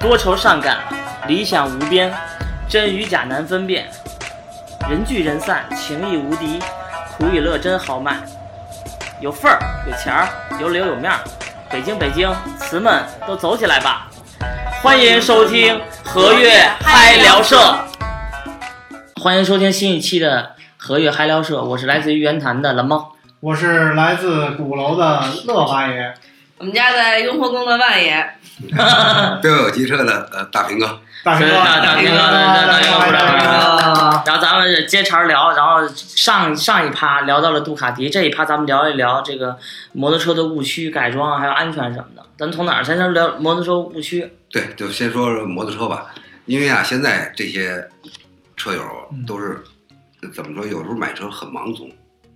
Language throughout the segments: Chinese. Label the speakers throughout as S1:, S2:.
S1: 多愁善感，理想无边，真与假难分辨。人聚人散，情谊无敌，苦与乐真豪迈。有份儿，有钱儿，有脸有面儿。北京，北京，词们都走起来吧！欢迎收听和悦嗨聊社，欢迎收听新一期的和悦嗨聊社，我是来自于袁坛的蓝猫。
S2: 我是来自鼓楼的乐八爷，
S3: 我们家的雍和宫的万爷，
S4: 都有机车的呃大平哥，
S2: 大平哥，
S1: 大大平哥大大平哥
S2: 大平哥，
S1: 然后咱们是接茬聊，然后上上一趴聊到了杜卡迪，这一趴咱们聊一聊这个摩托车的误区、改装啊还有安全什么的。咱从哪儿先先聊摩托车误区？
S4: 对，就先说说摩托车吧，因为啊，现在这些车友都是、怎么说，有时候买车很盲从，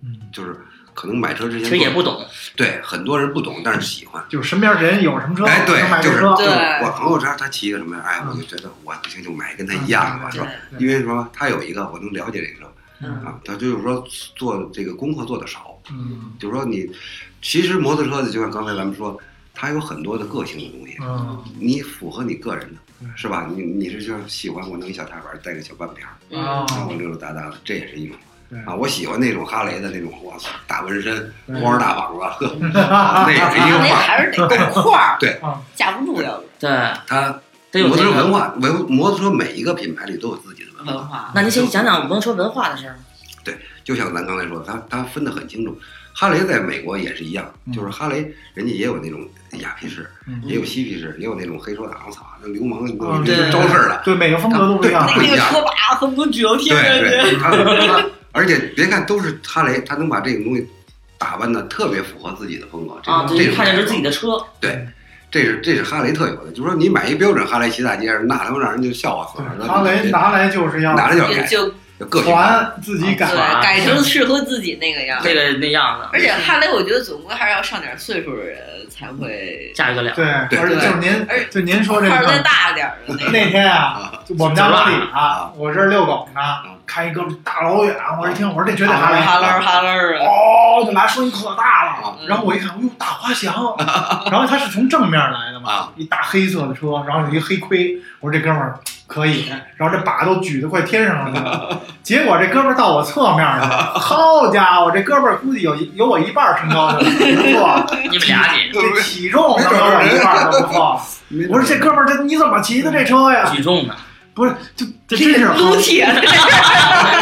S2: 嗯
S4: 就是可能买车之前
S1: 其实也不懂，
S4: 对，很多人不懂，但是喜欢。
S2: 就是身边人有什么车，
S4: 哎，对
S2: 能买，
S4: 就
S2: 这
S4: 是
S2: 车嗯
S4: 就，是
S3: 对
S4: 我朋友圈他骑一个什么呀？哎，我就觉得我不行就买跟他一样的吧，是吧？
S2: 对
S4: 因为什么？他有一个我能了解这个车
S3: 嗯，
S4: 啊，他就是说做这个功课做的少，
S2: 嗯
S4: 就是说你其实摩托车就像刚才咱们说，它有很多的个性的东西，
S2: 嗯
S4: 你符合你个人的
S2: 对，
S4: 是吧？你你是就是喜欢我弄一小踏板，带个小半边儿，
S3: 嗯，
S4: 然
S2: 啊
S4: 后，溜溜达达的，这也是一种
S2: 对
S4: 啊。我喜欢那种哈雷的那种，我操，大纹身，
S2: 对
S4: 光着大膀子， 呵，啊那也是一个
S3: 那
S4: 范儿。
S3: 还是得够块儿，
S4: 对
S2: 啊
S3: 架不住要不
S1: 对，
S4: 它
S1: 得有
S4: 摩
S1: 这
S4: 托
S1: 个
S4: 车文。化，文摩托车每一个品牌里都有自己的文
S3: 然
S2: 嗯
S4: 化，
S3: 文化，
S1: 那您先讲讲摩托车文化的事儿。
S4: 就像咱刚才说，的，它它分得很清楚。哈雷在美国也是一样，
S2: 嗯
S4: 就是哈雷人家也有那种雅皮士，
S2: 嗯
S4: 也有嬉皮士，也有那种黑手党，操，那流氓你
S2: 啊
S4: 都
S3: 对
S4: 招事儿了。
S2: 对，每个风格都不一样
S3: 那，
S4: 不一
S3: 那
S4: 样
S3: 个车把恨不得举到天上去，
S4: 对对，他他，而且别看都是哈雷，他能把这种东西打扮的特别符合自己的风格，这
S1: 啊，
S4: 这
S1: 对，
S4: 种
S1: 看见是自己的车，
S4: 对，这是这是哈雷特有的，就说你买一标准哈雷骑大街上，那他妈让人就笑话死了。
S2: 对哈雷拿来就是要
S4: 拿着就要
S3: 也
S4: 改，
S3: 就
S4: 有个性化，
S2: 传自己
S3: 对
S2: 改，
S1: 啊
S3: 改成适合自己那个样
S1: 这
S3: 儿。
S1: 个那样子，
S3: 而且哈雷，我觉得总归还是要上点岁数的人才会，
S1: 驾驭 得了。
S2: 对，
S4: 对
S2: 而且就是您
S3: 而，
S2: 就您说这
S3: 块儿再
S2: 个。
S3: 大点儿的那个。
S2: 那天啊，就我们家老李啊
S4: 啊，
S2: 我这儿遛狗呢
S4: 嗯，
S2: 看一哥们大老远，我一听，我说这绝对
S4: 啊
S2: 哈
S3: 哈
S2: 雷
S3: 喽，哈喽哈喽啊！
S2: 哦，就来声音可大了
S4: 啊。
S2: 然后我一看，哟，大花翔， 然后他是从正面来的嘛
S4: 啊，
S2: 一大黑色的车，然后有一黑盔。我说这哥们儿可以，然后这把都举得快天上 了。结果这哥们儿到我侧面了，好家伙，这哥们儿估计有一有我一半儿身高的，不错，
S1: 你们俩 姐
S2: 这体重能有我一半儿都不错。我说这哥们儿这你怎么骑的这车呀？
S1: 举重呢，
S2: 不是，就这真是
S3: 撸铁，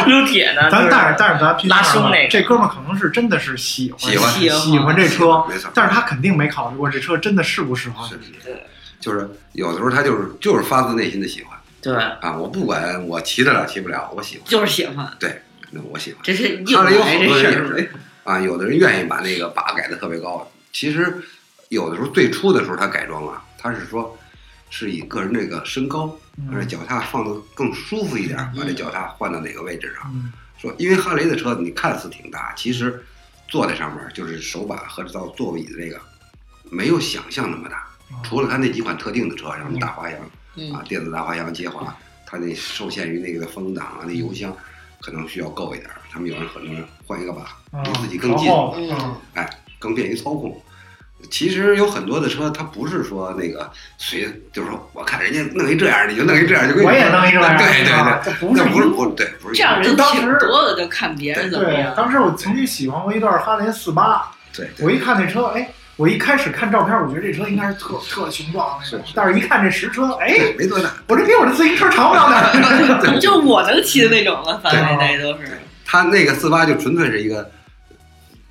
S1: 撸铁呢，
S2: 咱
S1: 就是
S2: 但是但是咱拼
S1: 拉胸那个
S2: 这哥们儿可能是真的是喜欢
S4: 喜欢
S3: 喜欢
S2: 喜欢这车，
S4: 没错。
S2: 但是他肯定没考虑过这车真的适不适合
S4: 是
S2: 你。
S4: 就是有的时候他就是就是发自内心的喜欢
S1: 对，
S4: 啊，我不管我骑得了骑不了，我喜欢，
S3: 就是喜欢，
S4: 那我喜欢
S3: 这是硬
S4: 哈雷有好
S3: 来
S4: 多
S3: 这事
S4: 人也
S3: 儿
S4: 是。啊，有的人愿意把那个把改的特别高，其实有的时候最初的时候他改装啊，他是说是以个人这个身高把这
S2: 嗯
S4: 脚踏放得更舒服一点，
S2: 嗯
S4: 把这脚踏换到哪个位置上？
S2: 嗯
S4: 说，因为哈雷的车你看似挺大，其实坐在上面就是手把和到座椅的这个没有想象那么大，除了它那几款特定的车，像什么大花洋
S3: 嗯
S4: 啊、电子大花洋、捷华，它那受限于那个风挡啊、那油箱可能需要够一点儿。他们有人很多人换一个把，
S2: 啊
S4: 离自己更近
S2: 然后
S3: 嗯，
S4: 更便于操控。其实有很多的车，它不是说那个随，就是说我看人家弄一这样，你就弄一这样，就跟你
S2: 我也弄一个玩意儿，
S4: 对对对，
S2: 啊，这不
S4: 那
S2: 是
S4: 不是
S2: 一
S4: 不是对，不是
S3: 这样人
S2: 就当
S3: 挺
S2: 时
S3: 多的，就看别人怎么
S2: 对。
S3: 样。
S2: 当时我曾经喜欢过一段哈雷四八，
S4: 对
S2: 我一看那车，哎，我一开始看照片，我觉得这车应该是特特雄壮那种
S4: 是，是
S2: 但是一看这实车，哎，
S4: 对，没多大。
S2: 我这比我这自行车长不了哪儿。
S3: 就我能骑的那种了，反正那都是
S4: 对。他那个四八就纯粹是一个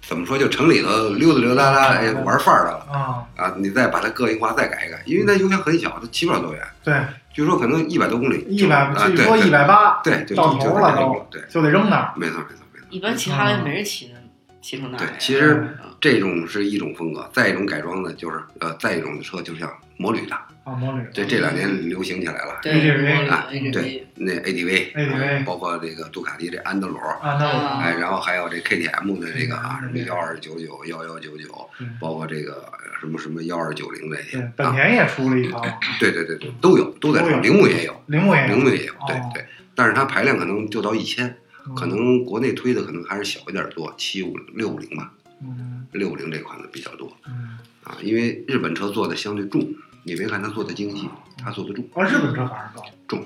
S4: 怎么说，就城里头溜达溜达达，哎，玩范儿的了
S2: 啊，
S4: 啊！你再把它个性化再改一改，
S2: 嗯
S4: 因为它油箱很小，它骑不了多远，
S2: 对，
S4: 据说可能一百多公里，
S2: 一百
S4: 啊
S2: 据
S4: 对
S2: 说一百八
S4: 对，就
S2: 到头
S4: 就
S2: 了
S4: 就
S2: 都
S4: 对，
S2: 就得扔那儿。
S4: 没错没错没错。
S3: 一般骑哈雷没人骑的，骑成那
S4: 对
S2: 哎
S3: 样。，
S4: 其
S2: 嗯
S4: 实这种是一种风格，再一种改装呢，就是呃，再一种的车就像摩旅的，
S2: 啊，魔女，
S4: 这这两年流行起来了。
S3: 对，
S2: ADV
S4: 啊
S3: 对
S4: 对，那 ADV，
S2: ADV
S4: 包括这个杜卡迪这安德罗，
S2: 哎啊，那我
S4: 哎，然后还有这 KTM 的这个啊，什么
S2: 嗯
S4: 幺二九九、幺幺九九，
S2: 对
S4: 包括这个呃什么什么幺二九零这
S2: 嗯
S4: 些
S2: 对，本
S4: 啊，
S2: 田也出了一套，
S4: 对对对对，都有，都在
S2: 都有
S4: 上，铃木也有，
S2: 铃木也
S4: 铃
S2: 有，
S4: 木也有，对
S2: 哦
S4: 对，但是它排量可能就到一千，可能国内推的可能还是小一点多，七五六五零吧，
S2: 嗯
S4: 六五零这款的比较多
S2: 嗯，
S4: 啊，因为日本车做的相对重，你别看它做的精细，它做的重。
S2: 啊，日本车反而高，
S4: 重，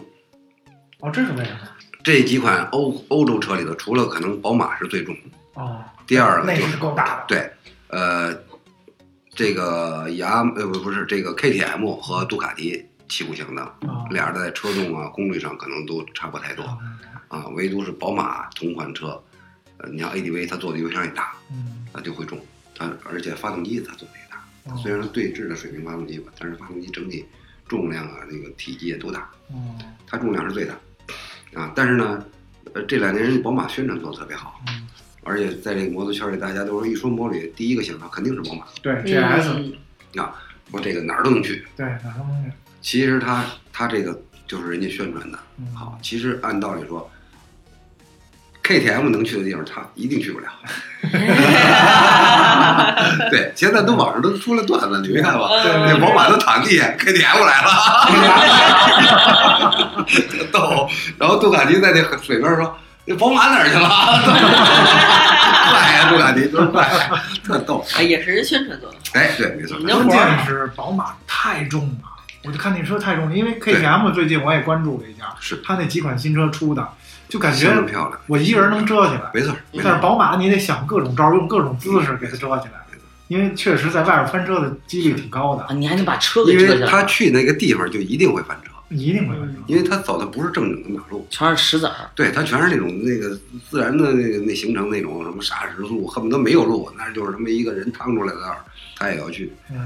S2: 哦，这是为什么？
S4: 这几款欧欧洲车里头，除了可能宝马是最重，
S2: 哦，
S4: 第二个
S2: 那
S4: 就
S2: 也是够大的，
S4: 对，呃，这个雅呃不不是这个 KTM 和杜卡迪旗鼓相当，
S2: 啊，
S4: 俩人在车重啊、功率上可能都差不太
S2: 嗯
S4: 多
S2: 哦
S4: 啊，唯独是宝马同款车，呃，你像 ADV 它做的油箱也大，
S2: 嗯，
S4: 它就会重，它而且发动机它做的也大，
S2: 嗯
S4: 虽然是对置的水平发动机吧，但是发动机整体重量啊、那个体积也都大，
S2: 嗯
S4: 它重量是最大啊，但是呢，呃，这两年人家宝马宣传做的特别好。
S2: 嗯，
S4: 而且在这个摩托圈里，大家都是一说摩旅，第一个想到肯定是宝马。
S2: 对
S3: 嗯
S2: ，GS，
S4: 说这个哪儿都能去。
S2: 对，哪儿都能去，
S4: 其实他他这个就是人家宣传的
S2: 嗯
S4: 好。其实按道理说，KTM 能去的地方，他一定去不了。
S3: 嗯
S4: 对，现在都网上都出了段子，你没看吗？
S2: 对
S3: 嗯
S4: 那宝马都躺地下，KTM 来了， 逗。然后杜卡迪在那水边说：“那宝马哪儿去了？” 快呀，杜卡迪就是快，特逗。
S3: 啊，也是宣传做的。
S4: 哎，对，没错。
S3: 你
S2: 关键是宝马太重了，我就看那车太重了，因为 KTM 最近我也关注了一下，
S4: 是
S2: 它那几款新车出的，就感
S4: 相当
S2: 觉
S4: 漂亮，
S2: 我一个人能遮起来，
S4: 没错，没错
S2: 但。是宝马你得想各种招儿，用各种姿势给它遮起来，因为确实在外边翻车的几率挺高
S4: 嗯
S2: 的，
S1: 啊，你还能把车给
S4: 因
S1: 遮
S4: 为
S1: 下
S4: 他
S1: 来，
S4: 去那个地方就一定会翻车，
S2: 你一定会翻车。
S4: 因为他走的不是正经的马路，
S1: 全是石子儿，
S4: 对他全是那种那个自然的那个那形成那种什么砂石路，恨不得没有路，那就是他妈一个人趟出来的道儿，他也要去
S2: 嗯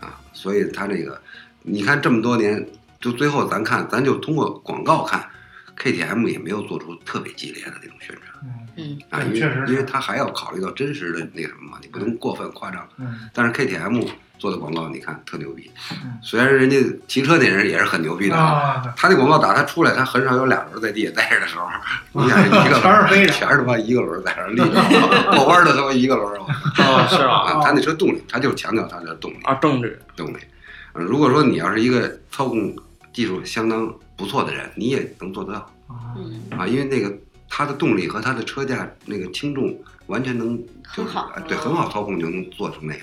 S4: 啊。所以他这个，你看这么多年，就最后咱看，咱就通过广告看，KTM 也没有做出特别激烈的那种宣传
S2: 嗯
S3: 嗯，
S4: 啊，
S2: 对
S4: 因为
S2: 确实是
S4: 因为他还要考虑到真实的那个什么嘛，你不能过分夸张。
S2: 嗯
S4: 但是 KTM 做的广告，你看特牛逼
S2: 嗯。
S4: 虽然人家骑车那人也是很牛逼的啊，
S2: 啊，
S4: 他那广告打他出来，他很少有俩轮在地下待着的 时候。你想一个
S2: 全是
S4: 轮，
S2: 飞着
S4: 全是他妈一个轮在那儿立着，过弯儿的他妈一个轮儿。我操
S1: 哦，是吧？
S4: 啊，他那车动力，他就强调他的动力，
S1: 啊，动力，
S4: 动力。呃如果说你要是一个操控技术相当不错的人，你也能做得到
S2: 啊
S3: 嗯，
S4: 啊，因为那个他的动力和他的车架那个轻重完全能，就是
S3: 很好
S4: 啊对，很好操控就能做成那样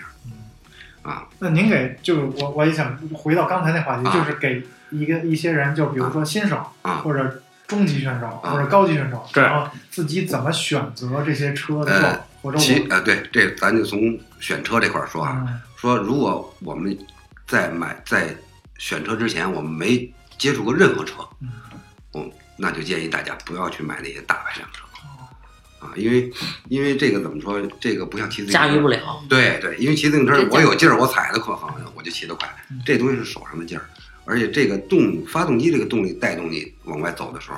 S4: 啊。
S2: 那您给就是我我也想回到刚才那话题，
S4: 啊
S2: 就是给一个一些人，就比如说新手
S4: 啊
S2: 或者中级选手或者高级选手，
S1: 对
S2: 然后自己怎么选择这些车的
S4: 呃
S2: 或
S1: 嗯
S2: 者
S4: 其
S2: 我
S4: 啊，对，这咱就从选车这块儿说啊，
S2: 嗯
S4: 说如果我们在买在选车之前，我们没接触过任何车，
S2: 嗯
S4: 嗯，那就建议大家不要去买那些大排量车啊，因为因为这个怎么说，这个不像骑自行车
S1: 驾驭不。了。
S4: 对对，因为骑自行车
S3: 对
S4: 我有劲儿，我踩的快，好像我就骑得快
S2: 嗯，
S4: 这东西是手上的劲儿，而且这个动发动机这个动力带动你往外走的时候，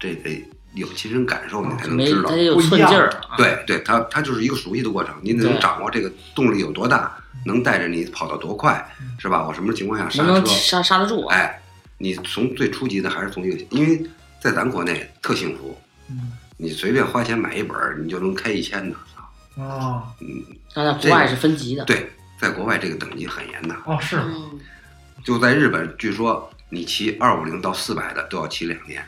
S4: 这得有亲身感受，你才能
S1: 没，
S4: 知道
S1: 它。得有寸劲儿啊。
S4: 对对，它它就是一个熟悉的过程，你得
S1: 对嗯
S4: 能掌握这个动力有多大，能带着你跑到多快，是吧？我什么情况下刹
S1: 能不能
S4: 车？
S1: 刹刹得住啊？
S4: 哎，你从最初级的还是从一个，因为在咱国内特幸福，
S2: 嗯
S4: 你随便花钱买一本儿，你就能开一千的。
S1: 嗯
S2: 哦
S1: 那在国外是分级的，
S4: 对，在国外这个等级很严的，
S2: 哦是吗
S3: 嗯，
S4: 就在日本，据说你骑二五零到四百的都要骑两年，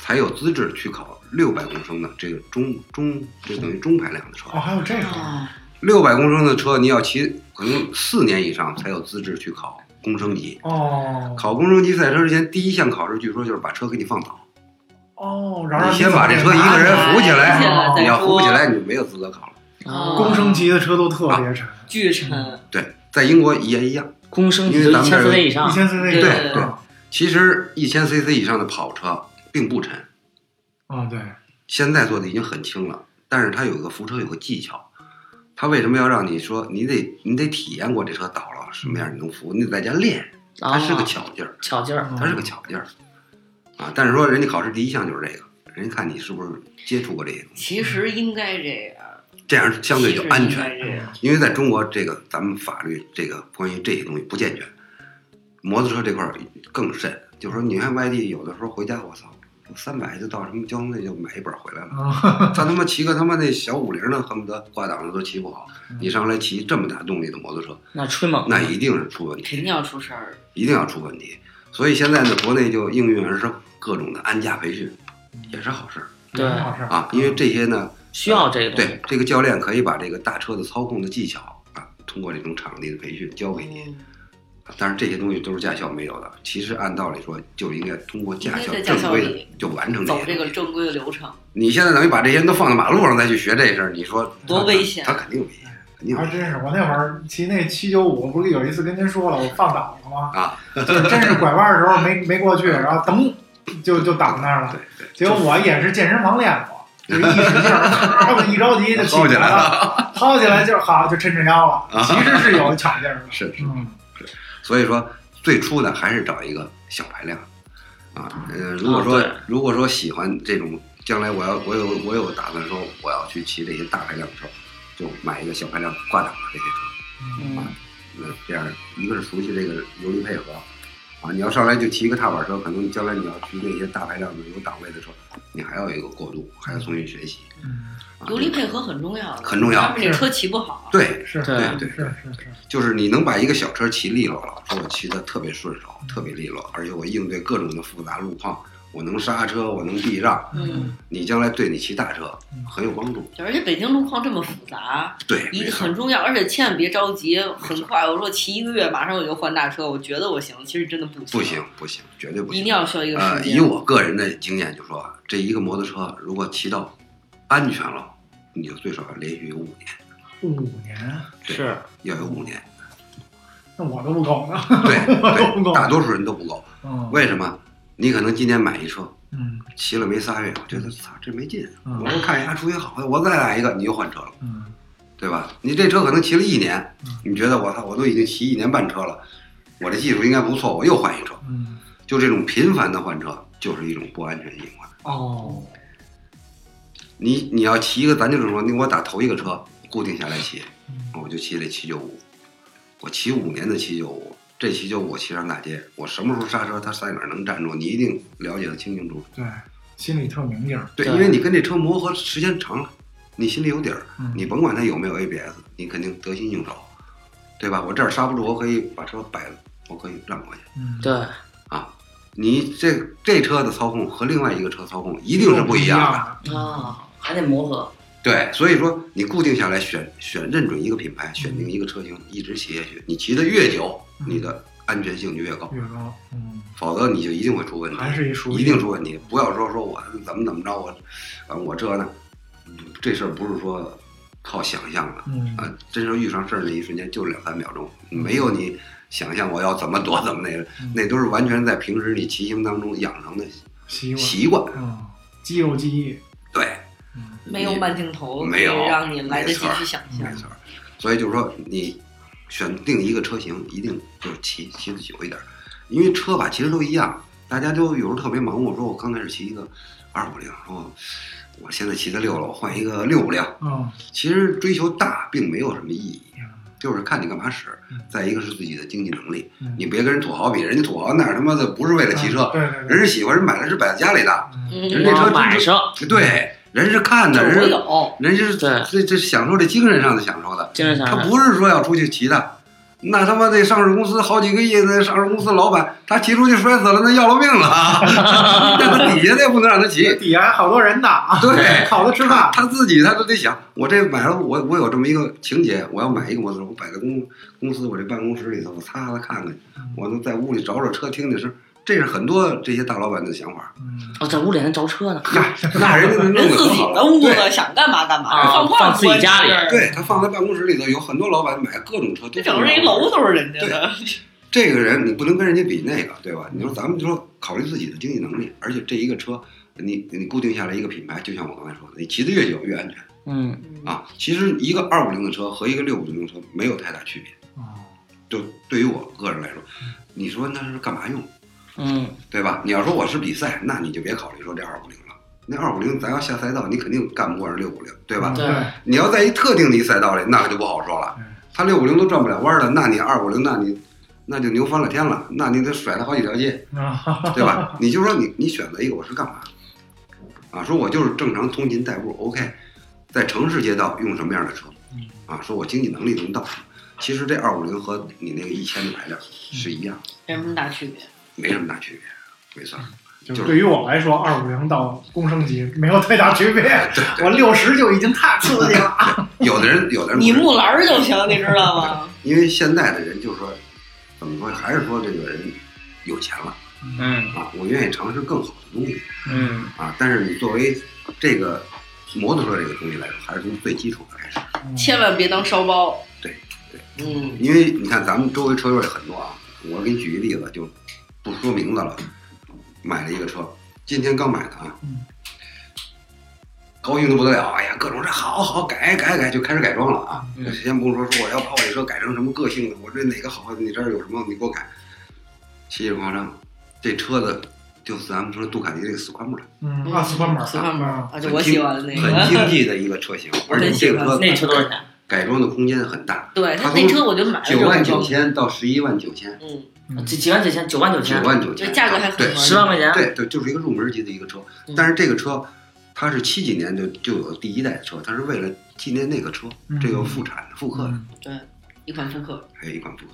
S4: 才有资质去考六百公升的这个中中，这等于中排量的车。
S2: 哦还有这个
S3: 啊，
S4: 六百公升的车，你要骑可能四年以上才有资质去考公升级。
S2: 哦
S4: 考公升级赛车之前，第一项考试据说就是把车给你放倒，
S2: 哦，然后
S4: 你先把这车一个人扶起来
S2: 哦
S4: 你要扶不起
S3: 再
S4: 来，
S3: 说，
S4: 你就没有资格考了。
S1: 啊
S2: 公升级的车都特别沉，
S3: 巨沉，
S4: 对，在英国也一样。
S1: 公升级
S4: 因
S1: 就
S4: 为咱
S1: 一
S4: 们
S1: 千
S4: 这儿
S1: cc 以
S2: 一
S1: 上，
S2: 千 cc
S3: 对
S4: 对对其实一千 CC 以上的跑车并不沉，
S2: 哦对，
S4: 现在做的已经很轻了，但是它有一个扶车有个技巧。它为什么要让你说你得你得体验过这车倒了什么样你能扶，你得在家练，它
S1: 啊，
S4: 是个巧劲儿。
S1: 巧劲儿。
S4: 它是个巧劲儿啊。但是说人家考试第一项就是这个，人家看你是不是接触过这些东西。
S3: 其实应该这样。
S4: 这样相对就安全。嗯
S1: 全。
S4: 因为在中国，这个咱们法律这个关于这些东西不健全，摩托车这块儿更甚。就说你看外地有的时候回家，我操，三百就到什么交通队就买一本回来了，
S2: 啊，
S4: 咱他妈骑个他妈那小五菱呢，恨不得挂档子都骑不好
S2: 嗯。
S4: 你上来骑这么大动力的摩托车，
S1: 那吹猛，
S4: 那一定是出问题，
S3: 哦肯定要出事儿。
S4: 一定要出问题。所以现在呢，国内就应运而生各种的安驾培训，也是好事儿
S1: 对
S2: 挺好事儿
S4: 啊，因为这些呢。
S1: 需要这个东西。
S4: 对，这个教练可以把这个大车的操控的技巧啊，通过这种场地的培训教给你。当然，这些东西都是驾校没有的。其实按道理说，就应该通过驾校
S3: 应该在驾
S4: 正
S3: 校
S4: 规的
S3: 里
S4: 就完成
S3: 嗯
S4: 这
S3: 走这
S4: 些东
S3: 个
S4: 西。
S3: 正规的流程，
S4: 你现在等于把这些人都放到马路上再去学这事儿，你说
S3: 多
S4: 他
S3: 危险啊
S4: 他肯定危险，肯定危
S2: 还
S4: 险
S2: 真是，我那会儿骑那七九五，不是有一次跟您说了，我放倒了吗？
S4: 啊！
S2: 就是真是拐弯的时候没没过去，然后噔就就倒那儿了。
S4: 对对，
S2: 结果我也是健身房练过，就是一使劲儿， 咔我一着急就起
S4: 薅起来
S2: 了， 薅起来就好，就抻着腰了。其实是有巧劲儿的，
S4: 是是。
S2: 嗯，
S4: 所以说，最初呢，还是找一个小排量啊。呃，如果说、
S1: 啊对
S4: 如果说喜欢这种，将来我要我有我有打算说我要去骑这些大排量的时候，就买一个小排量挂档的这些车。
S1: 嗯，
S4: 那这样一个是熟悉这个油离配合啊，你要上来就骑一个踏板车，可能将来你要去那些大排量的有档位的车，你还要有一个过渡，还要重新学习。
S2: 嗯
S4: 啊、
S3: 油离配合很重要的，
S4: 很重要
S3: 要不然这车骑不好。啊
S4: 对，
S2: 是
S1: 对
S2: 是
S4: 对
S2: 是是是，
S4: 就是你能把一个小车骑利落了，说我骑得特别顺手，特别利落，而且我应对各种的复杂路况，我能刹车，我能避让，
S3: 嗯，
S4: 你将来对你骑大车
S2: 嗯
S4: 很有帮助。
S3: 就而且北京路况这么复杂，
S4: 对，
S3: 一
S4: 没
S3: 个
S4: 错
S3: 很，重要，而且千万别着急，很快。我说骑一个月，马上我就换大车，我觉得我行，其实真的不行，
S4: 不行，不行，绝对不
S3: 一
S4: 行
S3: 定。要需要一个
S4: 呃，
S3: 时
S4: 以
S3: 间。
S4: 我个人的经验就说，啊，这一个摩托车如果骑到安全了，你就最少要连续有五年，
S2: 五年，啊
S1: 是
S4: 要有五 年。
S2: 那我都不够呢。
S4: 对
S2: 不够
S4: 对，大多数人都不够。
S2: 嗯
S4: 为什么？你可能今年买一车，
S2: 嗯
S4: 骑了没仨月，我觉得操这没劲，
S2: 嗯
S4: 我说看一下出一好的，我再来一个，你又换车了，
S2: 嗯
S4: 对吧？你这车可能骑了一年
S2: 嗯，
S4: 你觉得我操我都已经骑一年半车了，我这技术应该不错，我又换一车，
S2: 嗯，
S4: 就这种频繁的换车就是一种不安全隐患。
S2: 哦，
S4: 你你要骑一个，咱就是说，你给我打头一个车固定下来骑，
S2: 嗯
S4: 我就骑这七九五，我骑五年的七九五，这七九五我骑上大街，我什么时候刹车，它刹哪儿能站住，你一定了解的清清楚楚。
S2: 对，心里特明镜儿。
S4: 对，
S1: 对
S4: 因为你跟这车磨合时间长了，你心里有底儿，
S2: 嗯
S4: 你甭管它有没有 ABS，你肯定得心应手，对吧？我这儿刹不住，我可以把车摆了，我可以让过去
S2: 嗯
S1: 对，
S4: 啊。你这这车的操控和另外一个车操控一定是不一样的。
S2: 的
S1: 啊，还得磨合。
S4: 对，所以说你固定下来选选认准一个品牌，选定一个车型，一直骑下去。你骑得越久，
S2: 嗯
S4: 你的安全性就越高，
S2: 越高，嗯，
S4: 否则你就一定会出问题，
S2: 还是一熟悉
S4: 一定出问题。不要说说我怎么怎么着，我啊我这呢，嗯这事儿不是说靠想象的
S2: 嗯
S4: 啊，真是遇上事儿那一瞬间就两三秒钟，没有你想象我要怎么躲怎么那个，
S2: 嗯
S4: 那都是完全在平时你骑行当中养成的
S2: 习惯，
S4: 习惯。
S2: 嗯，肌肉记忆，
S4: 对，
S2: 嗯
S3: 没有慢镜头，
S4: 没有
S3: 可以让你来得及
S4: 没错
S3: 去想
S4: 没
S3: 象。
S4: 错儿，所以就是说，你选定一个车型，一定就是骑骑的久一点儿，因为车吧其实都一样，大家都有时候特别盲目，说我刚开始骑一个二五零，说我现在骑的六了，我换一个六五零。
S2: 嗯
S4: 其实追求大并没有什么意义，
S2: 嗯
S4: 就是看你干嘛使
S2: 嗯。
S4: 再一个是自己的经济能力，
S2: 嗯
S4: 你别跟人土豪比，人家土豪那儿他妈的不是为了骑车，
S2: 对对对，
S4: 人是喜欢，人买了是摆在家里的，
S2: 嗯
S3: 嗯，
S4: 人这车
S1: 我买啊上，
S4: 对，人是看
S3: 就
S4: 的，
S3: 是我
S4: 人是
S3: 有，
S4: 人是
S1: 对
S4: 这这享受这精神上的享受的。
S1: 精神
S2: 嗯
S1: 上
S4: 他
S1: 的
S4: 不是说要出去骑的，那他妈得上市公司好几个亿的上市公司老板，他骑出去摔死了，那要了命 了啊！那他底下那不能让他骑，
S2: 底下还好多人呢啊，
S4: 对
S2: 好 多吃
S4: 他
S2: 饭，
S4: 他自己他都得想，我这买了我我有这么一个情节，我要买一个摩托车，我摆在公公司我这办公室里头，我擦擦看看，
S2: 嗯
S4: 我能在屋里找找车听听声，这是很多这些大老板的想法。
S2: 嗯，
S1: 哦，在屋里还着车呢。
S4: 呀，那人家弄
S3: 人
S4: 得
S3: 自
S4: 多
S3: 己
S4: 好
S3: 的
S4: 了，
S3: 屋
S4: 对
S3: 子想干嘛干嘛，
S1: 啊
S3: 放
S1: 放
S3: 放
S1: 自己家里
S4: 对他放在办公室里头，有很多老板买各种车，
S3: 这整个一楼都是人家的。
S4: 这个人你不能跟人家比那个，对吧？你说咱们就说考虑自己的经济能力，而且这一个车，你你固定下来一个品牌，就像我刚才说的，你骑得越久越安全
S1: 嗯，
S4: 啊。其实一个二五零的车和一个六五零的车没有太大区别，
S2: 哦，
S4: 就对于我个人来说，你说那是干嘛用，
S1: 嗯，
S4: 对吧？你要说我是比赛，那你就别考虑说这二五零了，那二五零咱要下赛道，你肯定干不过人六五零，对吧？
S1: 对
S4: 你要在一特定的一赛道里，那可就不好说了
S2: 嗯。
S4: 他六五零都转不了弯了，那你二五零，那你那就牛翻了天了，那你得甩了好几条 街，
S2: 啊，
S4: 对吧？你就说你你选择一个，我是干嘛？啊，说我就是正常通勤代步，OK，在城市街道用什么样的车
S2: 嗯？
S4: 啊，说我经济能力能到什么？其实这二五零和你那个一千的排量是一样，
S3: 没什么大区别。
S4: 没什么大区别，没错。
S2: 嗯就是对于我来说，二五零到工升级没有太大区别，我六十就已经太刺激了。
S4: 有的人，有的人不
S3: 你
S4: 是
S3: 木栏儿就行，你知道吗？
S4: 因为现在的人就是说，怎么说，还是说这个人有钱了
S1: 嗯
S4: 啊，我愿意尝试更好的东西
S1: 嗯
S4: 啊。但是你作为这个摩托车这个东西来说，还是从最基础的开始。
S3: 千万别当烧包。
S4: 对对，
S3: 嗯，
S4: 因为你看咱们周围车友也很多啊，我给你举一例子，就不说名字了。买了一个车，今天刚买的啊
S2: 嗯，
S4: 高兴的不得了，哎呀，各种这好好改改改，就开始改装了啊。
S1: 嗯
S4: 先不说说我要把我这车改成什么个性的，我这哪个好，你这儿有什么你给我改，稀里哗啦，这车子就是咱们说杜卡迪这个四宽门的，
S2: 嗯，啊，四关门，
S3: 四川门儿啊，就
S4: 很
S3: 我
S4: 经
S3: 喜欢的那
S4: 很
S3: 个。
S4: 经济的一个车 型，而且
S3: 真喜
S4: 这
S3: 欢
S4: 个
S1: 嗯那车多少钱？
S4: 改装的空间很大，
S3: 对，
S4: 他
S3: 他
S4: 从
S3: 那哎车我就买了，
S4: 九万九
S3: 就
S4: 千到十一万九千，
S3: 嗯，
S2: 嗯
S1: 几几万几千？九万九
S4: 九
S1: 千？
S4: 万九
S3: 就
S4: 千，
S3: 价格还很
S4: 对
S3: 合
S1: 十万块钱？
S4: 对对，就是一个入门级的一个车
S3: 嗯，
S4: 但是这个车它是七几年就就有第一代的车，它是为了纪念那个车，
S2: 嗯
S4: 这个复产的复刻
S3: 嗯
S4: 的，
S3: 一款复刻，
S4: 还有一款复刻，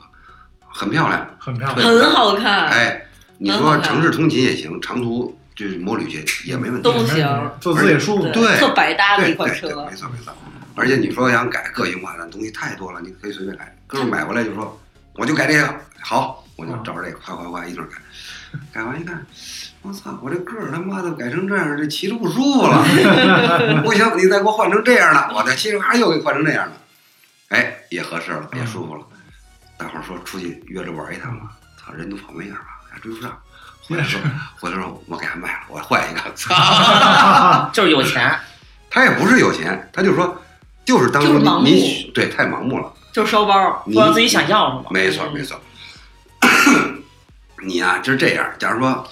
S4: 很漂亮，
S2: 很漂亮，
S4: 对
S3: 很好看，
S4: 哎，你
S3: 啊很好
S4: 说
S3: 看
S4: 城市通勤也行，长途就是摩旅去也没问题
S3: 都。行，
S2: 坐姿也舒服。
S4: 对
S3: 特百搭的
S4: 对
S3: 一款
S4: 对
S3: 车嗯
S4: 对，。没错没错。而且你说想改个性化的东西太多了，你可以随便改。哥们儿买回来就说，我就改这个，好，我就找着这个，哗哗哗一顿改。改完一看，我操，我这个儿他妈的改成这样，这骑着不舒服了。 不行，你再给我换成这样的，我再骑着咔又给换成这样的，哎，也合适了，也舒服了。大伙儿说出去约着玩一趟吧，操，人都跑没影儿了，还追不上。回来说，回来说我给他卖了，我换一个。操！
S1: 就是有钱，
S4: 他也不是有钱，他就说，就是当
S3: 就是
S4: 初你
S3: 盲目
S4: 你对太盲目了，
S3: 就是烧包，
S1: 不
S4: 你
S1: 知道自己想要什么。
S4: 没错
S3: 嗯
S4: 没错。 你呀、就是这样。假如说，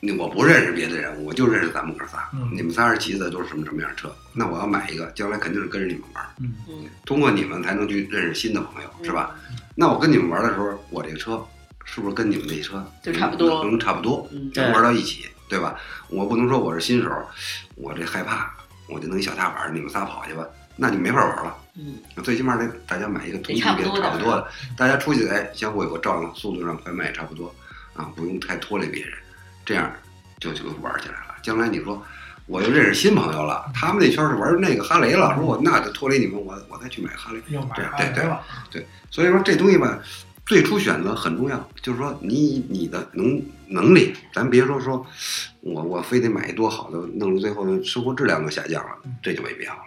S4: 你我不认识别的人，我就认识咱们哥仨，
S2: 嗯
S4: 你们仨是骑的都是什么什么样的车，那我要买一个，将来肯定是跟着你们玩儿，
S2: 嗯
S3: 嗯
S4: 通过你们才能去认识新的朋友，
S3: 嗯
S4: 是吧？那我跟你们玩的时候，我这个车是不是跟你们那车
S3: 就差不多
S4: 能能差不多？
S3: 嗯，
S1: 对
S4: 能玩到一起，对吧？我不能说我是新手，我这害怕，我就弄一小踏板儿，你们仨跑去吧，那就没法玩了。
S3: 嗯，
S4: 最起码得大家买一个同级
S3: 得差不
S4: 别
S3: 多的
S4: 差不多的，大家出去哎，相互有个照应，速度上快慢也差不多啊，不用太拖累别人，这样就就玩起来了。将来你说我又认识新朋友了，他们那圈儿是玩那个哈雷了，说我那就拖累你们，我我再去买哈雷。
S2: 又买
S4: 对
S2: 了，
S4: 对对
S2: 了，
S4: 所以说这东西吧，最初选择很重要，就是说你以你的能能力，咱别说说我我非得买多好的，弄到最后生活质量都下降了，这就没必要了。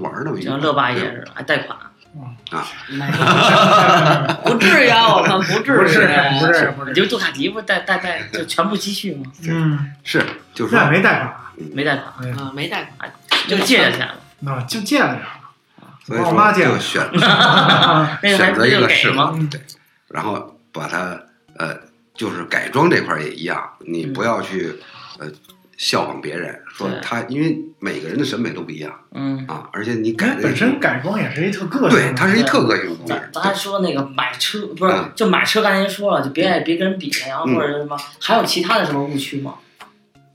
S4: 玩儿的没必要
S1: 像乐爸也是，还贷款，
S3: 买 不至于啊，我们不至于，
S2: 不是
S1: 啊
S2: 不是不
S1: 你
S2: 是，
S1: 就杜卡迪不是贷贷贷就全部积蓄吗？
S2: 嗯，
S4: 是，就是
S2: 那也
S4: 说
S2: 没贷款，哎
S1: 没贷款，
S3: 啊，没贷款，
S1: 就借着钱了。
S2: 那就借了点儿，
S4: 所以
S2: 我妈
S4: 说
S2: 见
S4: 就
S2: 了
S4: 选
S2: 啊
S1: 那个还
S4: 选
S1: 不
S4: 择
S1: 是
S4: 一
S1: 就
S4: 个
S1: 给
S4: 适
S1: 了吗？
S4: 合
S2: 嗯，
S4: 对，然后把它呃，就是改装这块儿也一样，你不要去呃效仿别人，说
S1: 嗯对
S4: 他，因为每个人的审美都不一样
S1: 嗯，
S4: 啊，而且你
S2: 因
S4: 改
S2: 为
S4: 的
S2: 本身改装也是一特个性的，
S4: 对，它是一特个性的东西
S1: 咱，咱还说那个买车不是
S4: 嗯，
S1: 就买车刚才您说了，就别别跟人比了，然后
S4: 嗯
S1: 或者是什么，还有其他的什么误区吗？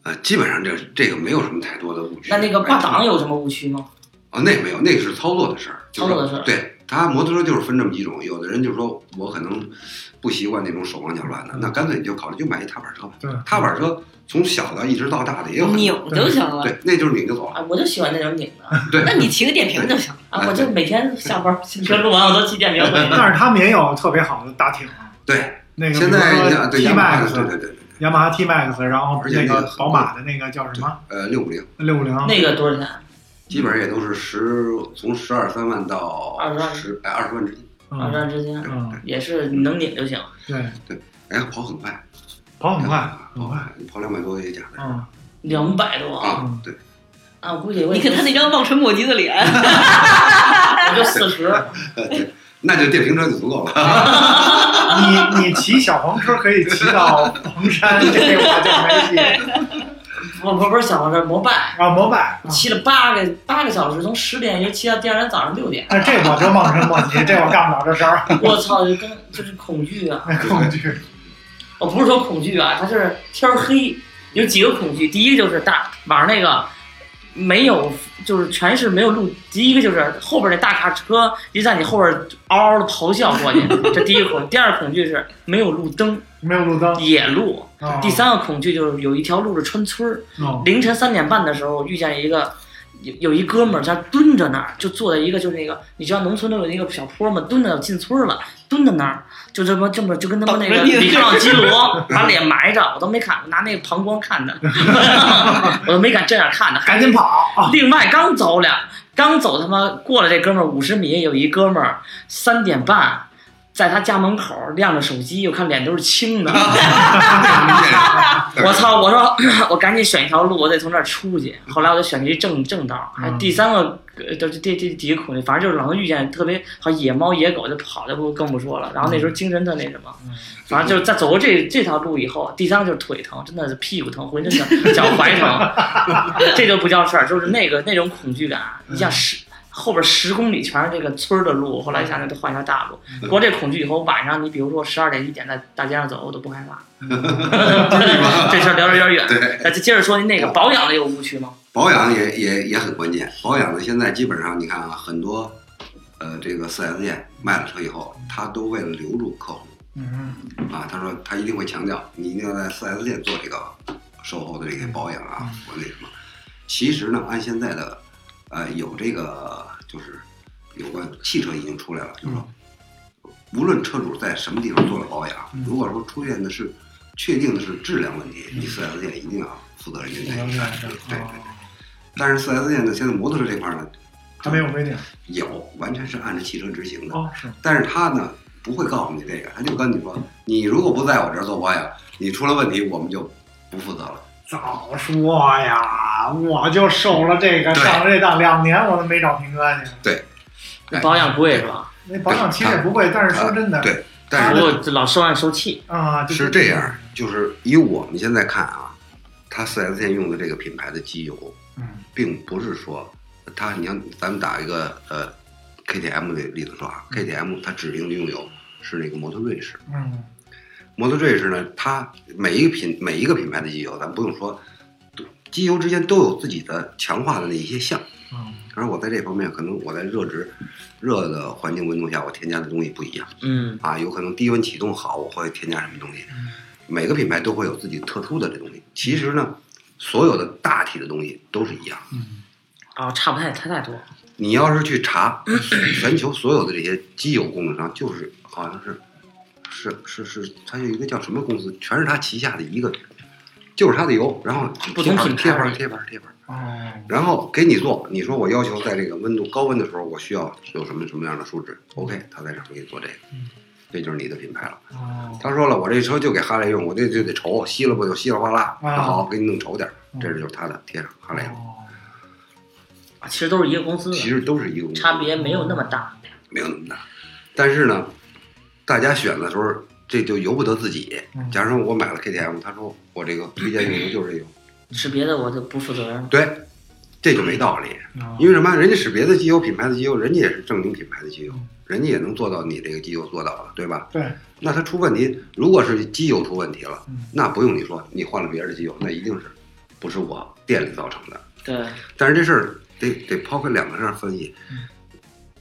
S4: 呃，基本上这这个没有什么太多的误区。
S1: 那那个挂档有什么误区吗？
S4: 啊，那没有，那个是操作的事儿，就是
S1: 操作的事儿
S4: 对，它摩托车就是分这么几种，有的人就说我可能不习惯那种手忙脚乱的，那干脆你就考虑就买一踏板车吧。
S2: 对，
S4: 踏板车从小的一直到大的也有很多，
S3: 拧就行了。
S4: 对，那就是拧就走了。
S1: 啊，我就喜欢那种拧的
S4: 对，
S3: 那你骑个电瓶就行了。
S1: 啊，我就每天下 班新车录完我都骑电瓶回去。
S2: 但是他们也有特别好的大艇，
S4: 对，
S2: 那个
S4: 现在你看对
S2: T
S4: 雅马哈的，对
S2: Max，
S4: 对对对，
S2: 雅马哈 T Max，然后
S4: 而且
S2: 那
S4: 那个
S2: 个宝马的那个叫什么
S4: 呃，六五零
S2: 六五零，
S1: 那个多少钱？
S4: 基本上也都是十从十二三万到
S1: 22
S4: 十哎二十万之间，
S1: 二
S2: 嗯，
S1: 战之间
S2: 嗯
S1: 也是能拧就行。
S2: 对，
S4: 哎，跑很快，啊
S2: 跑很快，
S4: 跑很快，跑两百多也假的
S2: 嗯，
S1: 两百多啊！
S4: 啊
S2: 嗯，
S4: 对，
S1: 我估计我
S3: 你
S1: 也
S3: 看他那张望尘莫及的脸，
S1: 我 就四十，
S4: 呃对，那就电瓶车就足够了。
S2: 你你骑小黄车可以骑到黄山，这我就没戏。
S1: 我们不是想到这儿摩拜，
S2: 啊，摩拜。啊
S1: 骑了八个八个小时，从十点一直骑到第二天早上 六点，
S2: 哎，这我就梦神梦奇，这我干不了这事儿。
S1: 我操，就跟就是恐惧啊！
S2: 那恐惧，
S1: 我不是说恐惧啊，它是天儿黑，有几个恐惧，第一个就是大晚上那个没有，就是全是没有路，第一个就是后边那大卡车一在你后边嗷嗷的咆哮过去，这第一个恐惧，第二个恐惧是没有路灯，
S2: 没有路灯。
S1: 野路，
S2: 啊
S1: 第，三个恐惧就是有一条路是穿村儿。
S2: 哦
S1: 凌晨三点半的时候遇见一个有有一哥们儿在蹲着那儿，就坐在一个就是那个你知道农村都有一个小坡嘛，蹲着进村儿了，蹲在那儿就这么这么就跟他妈那个
S3: 等着你
S1: 李尚基罗把脸埋着，我都没看，我拿那个膀胱看的， 我都没敢正眼看的，
S2: 赶紧跑啊！
S1: 另外刚走俩，刚走他妈过了这哥们儿五十米，有一哥们儿三点半。在他家门口亮着手机，我看脸都是青的。 我操！我说 我赶紧选一条路，我得从这儿出去。后来我就选了一正正道。还
S2: 嗯
S1: 第三个，呃这这这几个恐惧，反正就是老能遇见特别好野猫野狗就跑的不更不说了。然后那时候精神特那什么，
S2: 嗯
S1: 反正就是在走过这这条路以后，啊第三个就是腿疼，真的是屁股疼，浑身疼， 脚踝疼，这就不叫事儿，就是那个那种恐惧感。啊你
S4: 嗯
S1: 像十后边十公里全是这个村儿的路，后来想想就换一条大
S4: 嗯
S1: 路。过这恐惧以后，晚上你比如说十二点一点在大街上走，我都不害 怕。 这事儿聊得有点远，
S4: 对，
S1: 那就接着说您那个保养的有误区吗？
S4: 保养也也也很关键。保养呢，现在基本上你看啊，很多呃这个 4S 店卖了车以后，他都为了留住客户
S2: 嗯，
S4: 啊，他说他一定会强调你一定要在 4S 店做这个售后的这个保养啊，
S1: 嗯
S4: 或那什么。其实呢，按现在的呃有这个就是有关汽车已经出来了，就是说无论车主在什么地方做了保养
S2: 嗯，
S4: 如果说出现的是确定的是质量问题，
S2: 嗯
S4: 你 4S 店一定要负责任对
S2: 我
S4: 待
S2: 能。这样
S4: 对对
S2: 干
S4: 对
S2: 啊。。
S4: 但是 4S 店呢，现在摩托车这块儿呢，
S2: 还没有规定
S4: 有，完全是按照汽车执行的。
S2: 哦，是
S4: 但是他呢，不会告诉你这个，他就跟你说，你如果不在我这儿做保养，你出了问题，我们就不负责了。
S2: 早说呀！我就受了这个
S4: 对
S2: 上了这当，两年我都没找平安去。
S4: 哎
S1: 保养贵是吧？
S2: 那保养其实也不贵，但是说真的
S4: 对 但
S1: 不
S4: 是
S1: 过这老收按收气，
S2: 啊，就是
S4: 这样，就是以我们现在看啊，他 4S 店用的这个品牌的机油，
S2: 嗯
S4: 并不是说它，你像咱们打一个呃 KTM 的例子说啊，KTM 它指定的用油是那个摩托瑞士。
S2: 嗯
S4: 摩托瑞士呢，它每一个品每一个品牌的机油，咱不用说，机油之间都有自己的强化的那一些项。
S2: 嗯
S4: 而我在这方面，可能我在热值、热的环境温度下，我添加的东西不一样
S1: 嗯，
S4: 啊，有可能低温启动好，我会添加什么东西。每个品牌都会有自己特殊的这东西。其实呢，所有的大体的东西都是一样。
S2: 嗯
S1: 哦，差不太太太多，
S4: 你要是去查全 球所有的这些机油供应商，就是好像是是是是，它有一个叫什么公司，全是它旗下的一个，就是它的油，然后
S1: 不同
S4: 贴牌
S1: 品牌
S4: 贴牌
S1: 而
S4: 儿
S1: 已
S4: 贴牌儿贴牌儿，
S2: 哦
S4: 然后给你做，你说我要求在这个温度高温的时候，我需要有什么什么样的数值，OK，他在这儿给你做这个
S2: 嗯，
S4: 这就是你的品牌了。
S2: 哦，
S4: 他说了，我这车就给哈雷用，我这就得稠，稀了不就稀里哗啦，
S2: 啊
S4: 那好，给你弄稠点儿，这就是他的贴上哈雷了，
S2: 哦
S1: 啊其实都是一个公司
S4: 其
S1: 的，
S4: 实都是一个公司
S1: 差别没有那么大。
S4: 没有那么大。但是呢，大家选的时候，这就由不得自己
S2: 嗯。
S4: 假如说我买了 KTM，他说我这个推荐用油就是这油，
S1: 吃别的我就不负责任了。
S4: 对，这就没道理。
S2: 哦
S4: 因为什么？人家使别的机油品牌的机油，人家也是正经品牌的机油
S2: 嗯，
S4: 人家也能做到你这个机油做到的，对吧？
S2: 对，
S4: 那它出问题，如果是机油出问题了
S2: 嗯，
S4: 那不用你说，你换了别人的机油，那一定是不是我店里造成的。
S1: 对，
S4: 但是这事儿得得抛开两个事儿分析
S2: 嗯。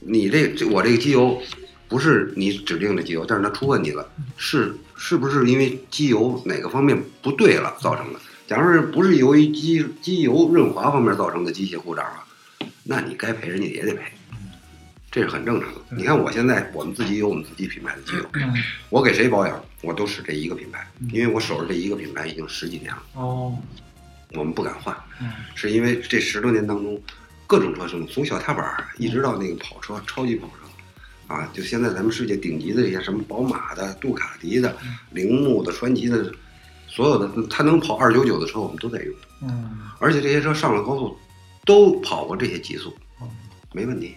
S4: 你这这我这个机油不是你指定的机油，但是它出问题了，
S2: 嗯
S4: 是是不是因为机油哪个方面不对了造成的？假如是不是由于机机油润滑方面造成的机械故障啊，那你该赔人家也得赔，这是很正常的。
S2: 嗯
S4: 你看我现在我们自己有我们自己品牌的机油，
S2: 嗯
S4: 我给谁保养我都使这一个品牌
S2: 嗯，
S4: 因为我守着这一个品牌已经十几年了，
S2: 哦
S4: 我们不敢换。
S2: 嗯
S4: 是因为这十多年当中，各种车型从小踏板儿一直到那个跑车、超级跑车，啊，就现在咱们世界顶级的这些什么宝马的、杜卡迪的
S2: 嗯、
S4: 铃木的、传奇的，所有的它能跑二九九的车，我们都在用，
S2: 嗯
S4: 而且这些车上了高速，都跑过这些极速
S2: 嗯，
S4: 没问题。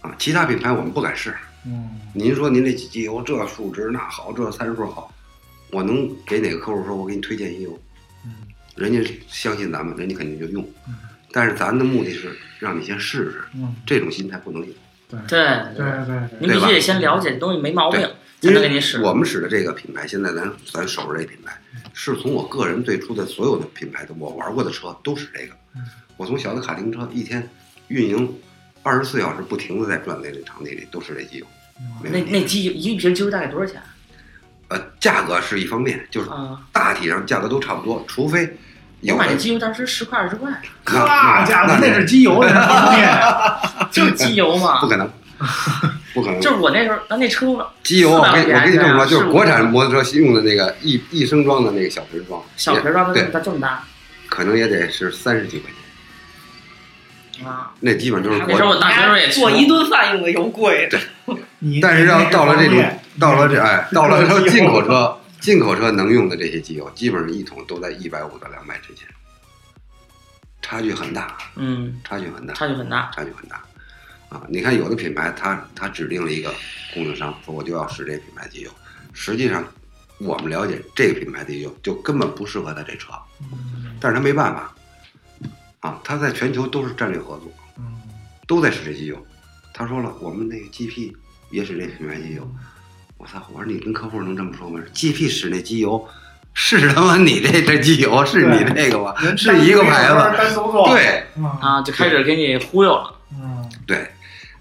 S4: 啊，其他品牌我们不敢试。
S2: 嗯
S4: 您说您这机油这数值那好，这参数好，我能给哪个客户说我给你推荐一油？
S2: 嗯
S4: 人家相信咱们，人家肯定就用
S2: 嗯。
S4: 但是咱的目的是让你先试试，
S2: 嗯，
S4: 这种心态不能有，
S1: 对，
S2: 对对对，
S1: 您必须得先了解这东西没毛病，才
S4: 因
S1: 能给您使
S4: 为。我们使的这个品牌，现在咱咱手上这品牌，是从我个人最初的所有的品牌的我玩过的车都是这个
S2: 嗯。
S4: 我从小的卡丁车一天运营二十四小时不停的在转那个场地里，都是这机油。
S2: 嗯
S4: 没
S1: 那
S4: 问题
S1: 那机油一瓶机油大概多少钱
S4: 呃，价格是一方面，就是
S1: 啊？
S4: 大体上价格都差不多，除非
S1: 我
S4: 有
S1: 买
S4: 的
S1: 那机油当时十块二十块，
S2: 那家伙那是机油，那是方便。
S1: 就是机油
S4: 不
S1: 嘛。
S4: 可能，不可能。
S1: 就是我那时候，咱那车
S4: 机油，我跟
S1: 400
S4: 我跟你这么说，
S1: 元是
S4: 就是
S1: 我
S4: 国产摩托车用的那个一一升装的那个小瓶装，
S1: 小瓶
S4: 也
S1: 儿装
S4: 对
S1: 的它这么大
S4: 可能也得是三十几块钱，
S1: 啊。
S4: 那基本就 是
S1: 那
S4: 国
S1: 时候
S4: 产。
S1: 我大学时候也
S3: 做一顿饭用的油贵，
S2: 你
S4: 但是要到了这
S2: 你
S4: 种，到了这哎，到了
S2: 这
S4: 说
S2: 个
S4: 进口车，进口车能用的这些机油，基本上一桶都在一百五到两百之间，差距很大，
S1: 嗯，
S4: 差距很大。
S1: 差距很大。
S4: 差距很大。啊，你看有的品牌它，它指定了一个供应商，说我就要使这品牌机油。实际上，我们了解这个品牌的机油就根本不适合他这车，
S2: 嗯
S4: 但是他没办法。啊，他在全球都是战略合作，
S2: 嗯
S4: 都在使这机油。他说了，我们那个 GP 也使这品牌机油。我操！我说你跟客户能这么说吗？GP 使那机油是他妈你这这机油是你这个吗？是一个牌子。
S2: 单独做，
S4: 对，
S2: 啊，
S1: 啊，就开始给你忽悠了。
S2: 嗯，
S4: 对，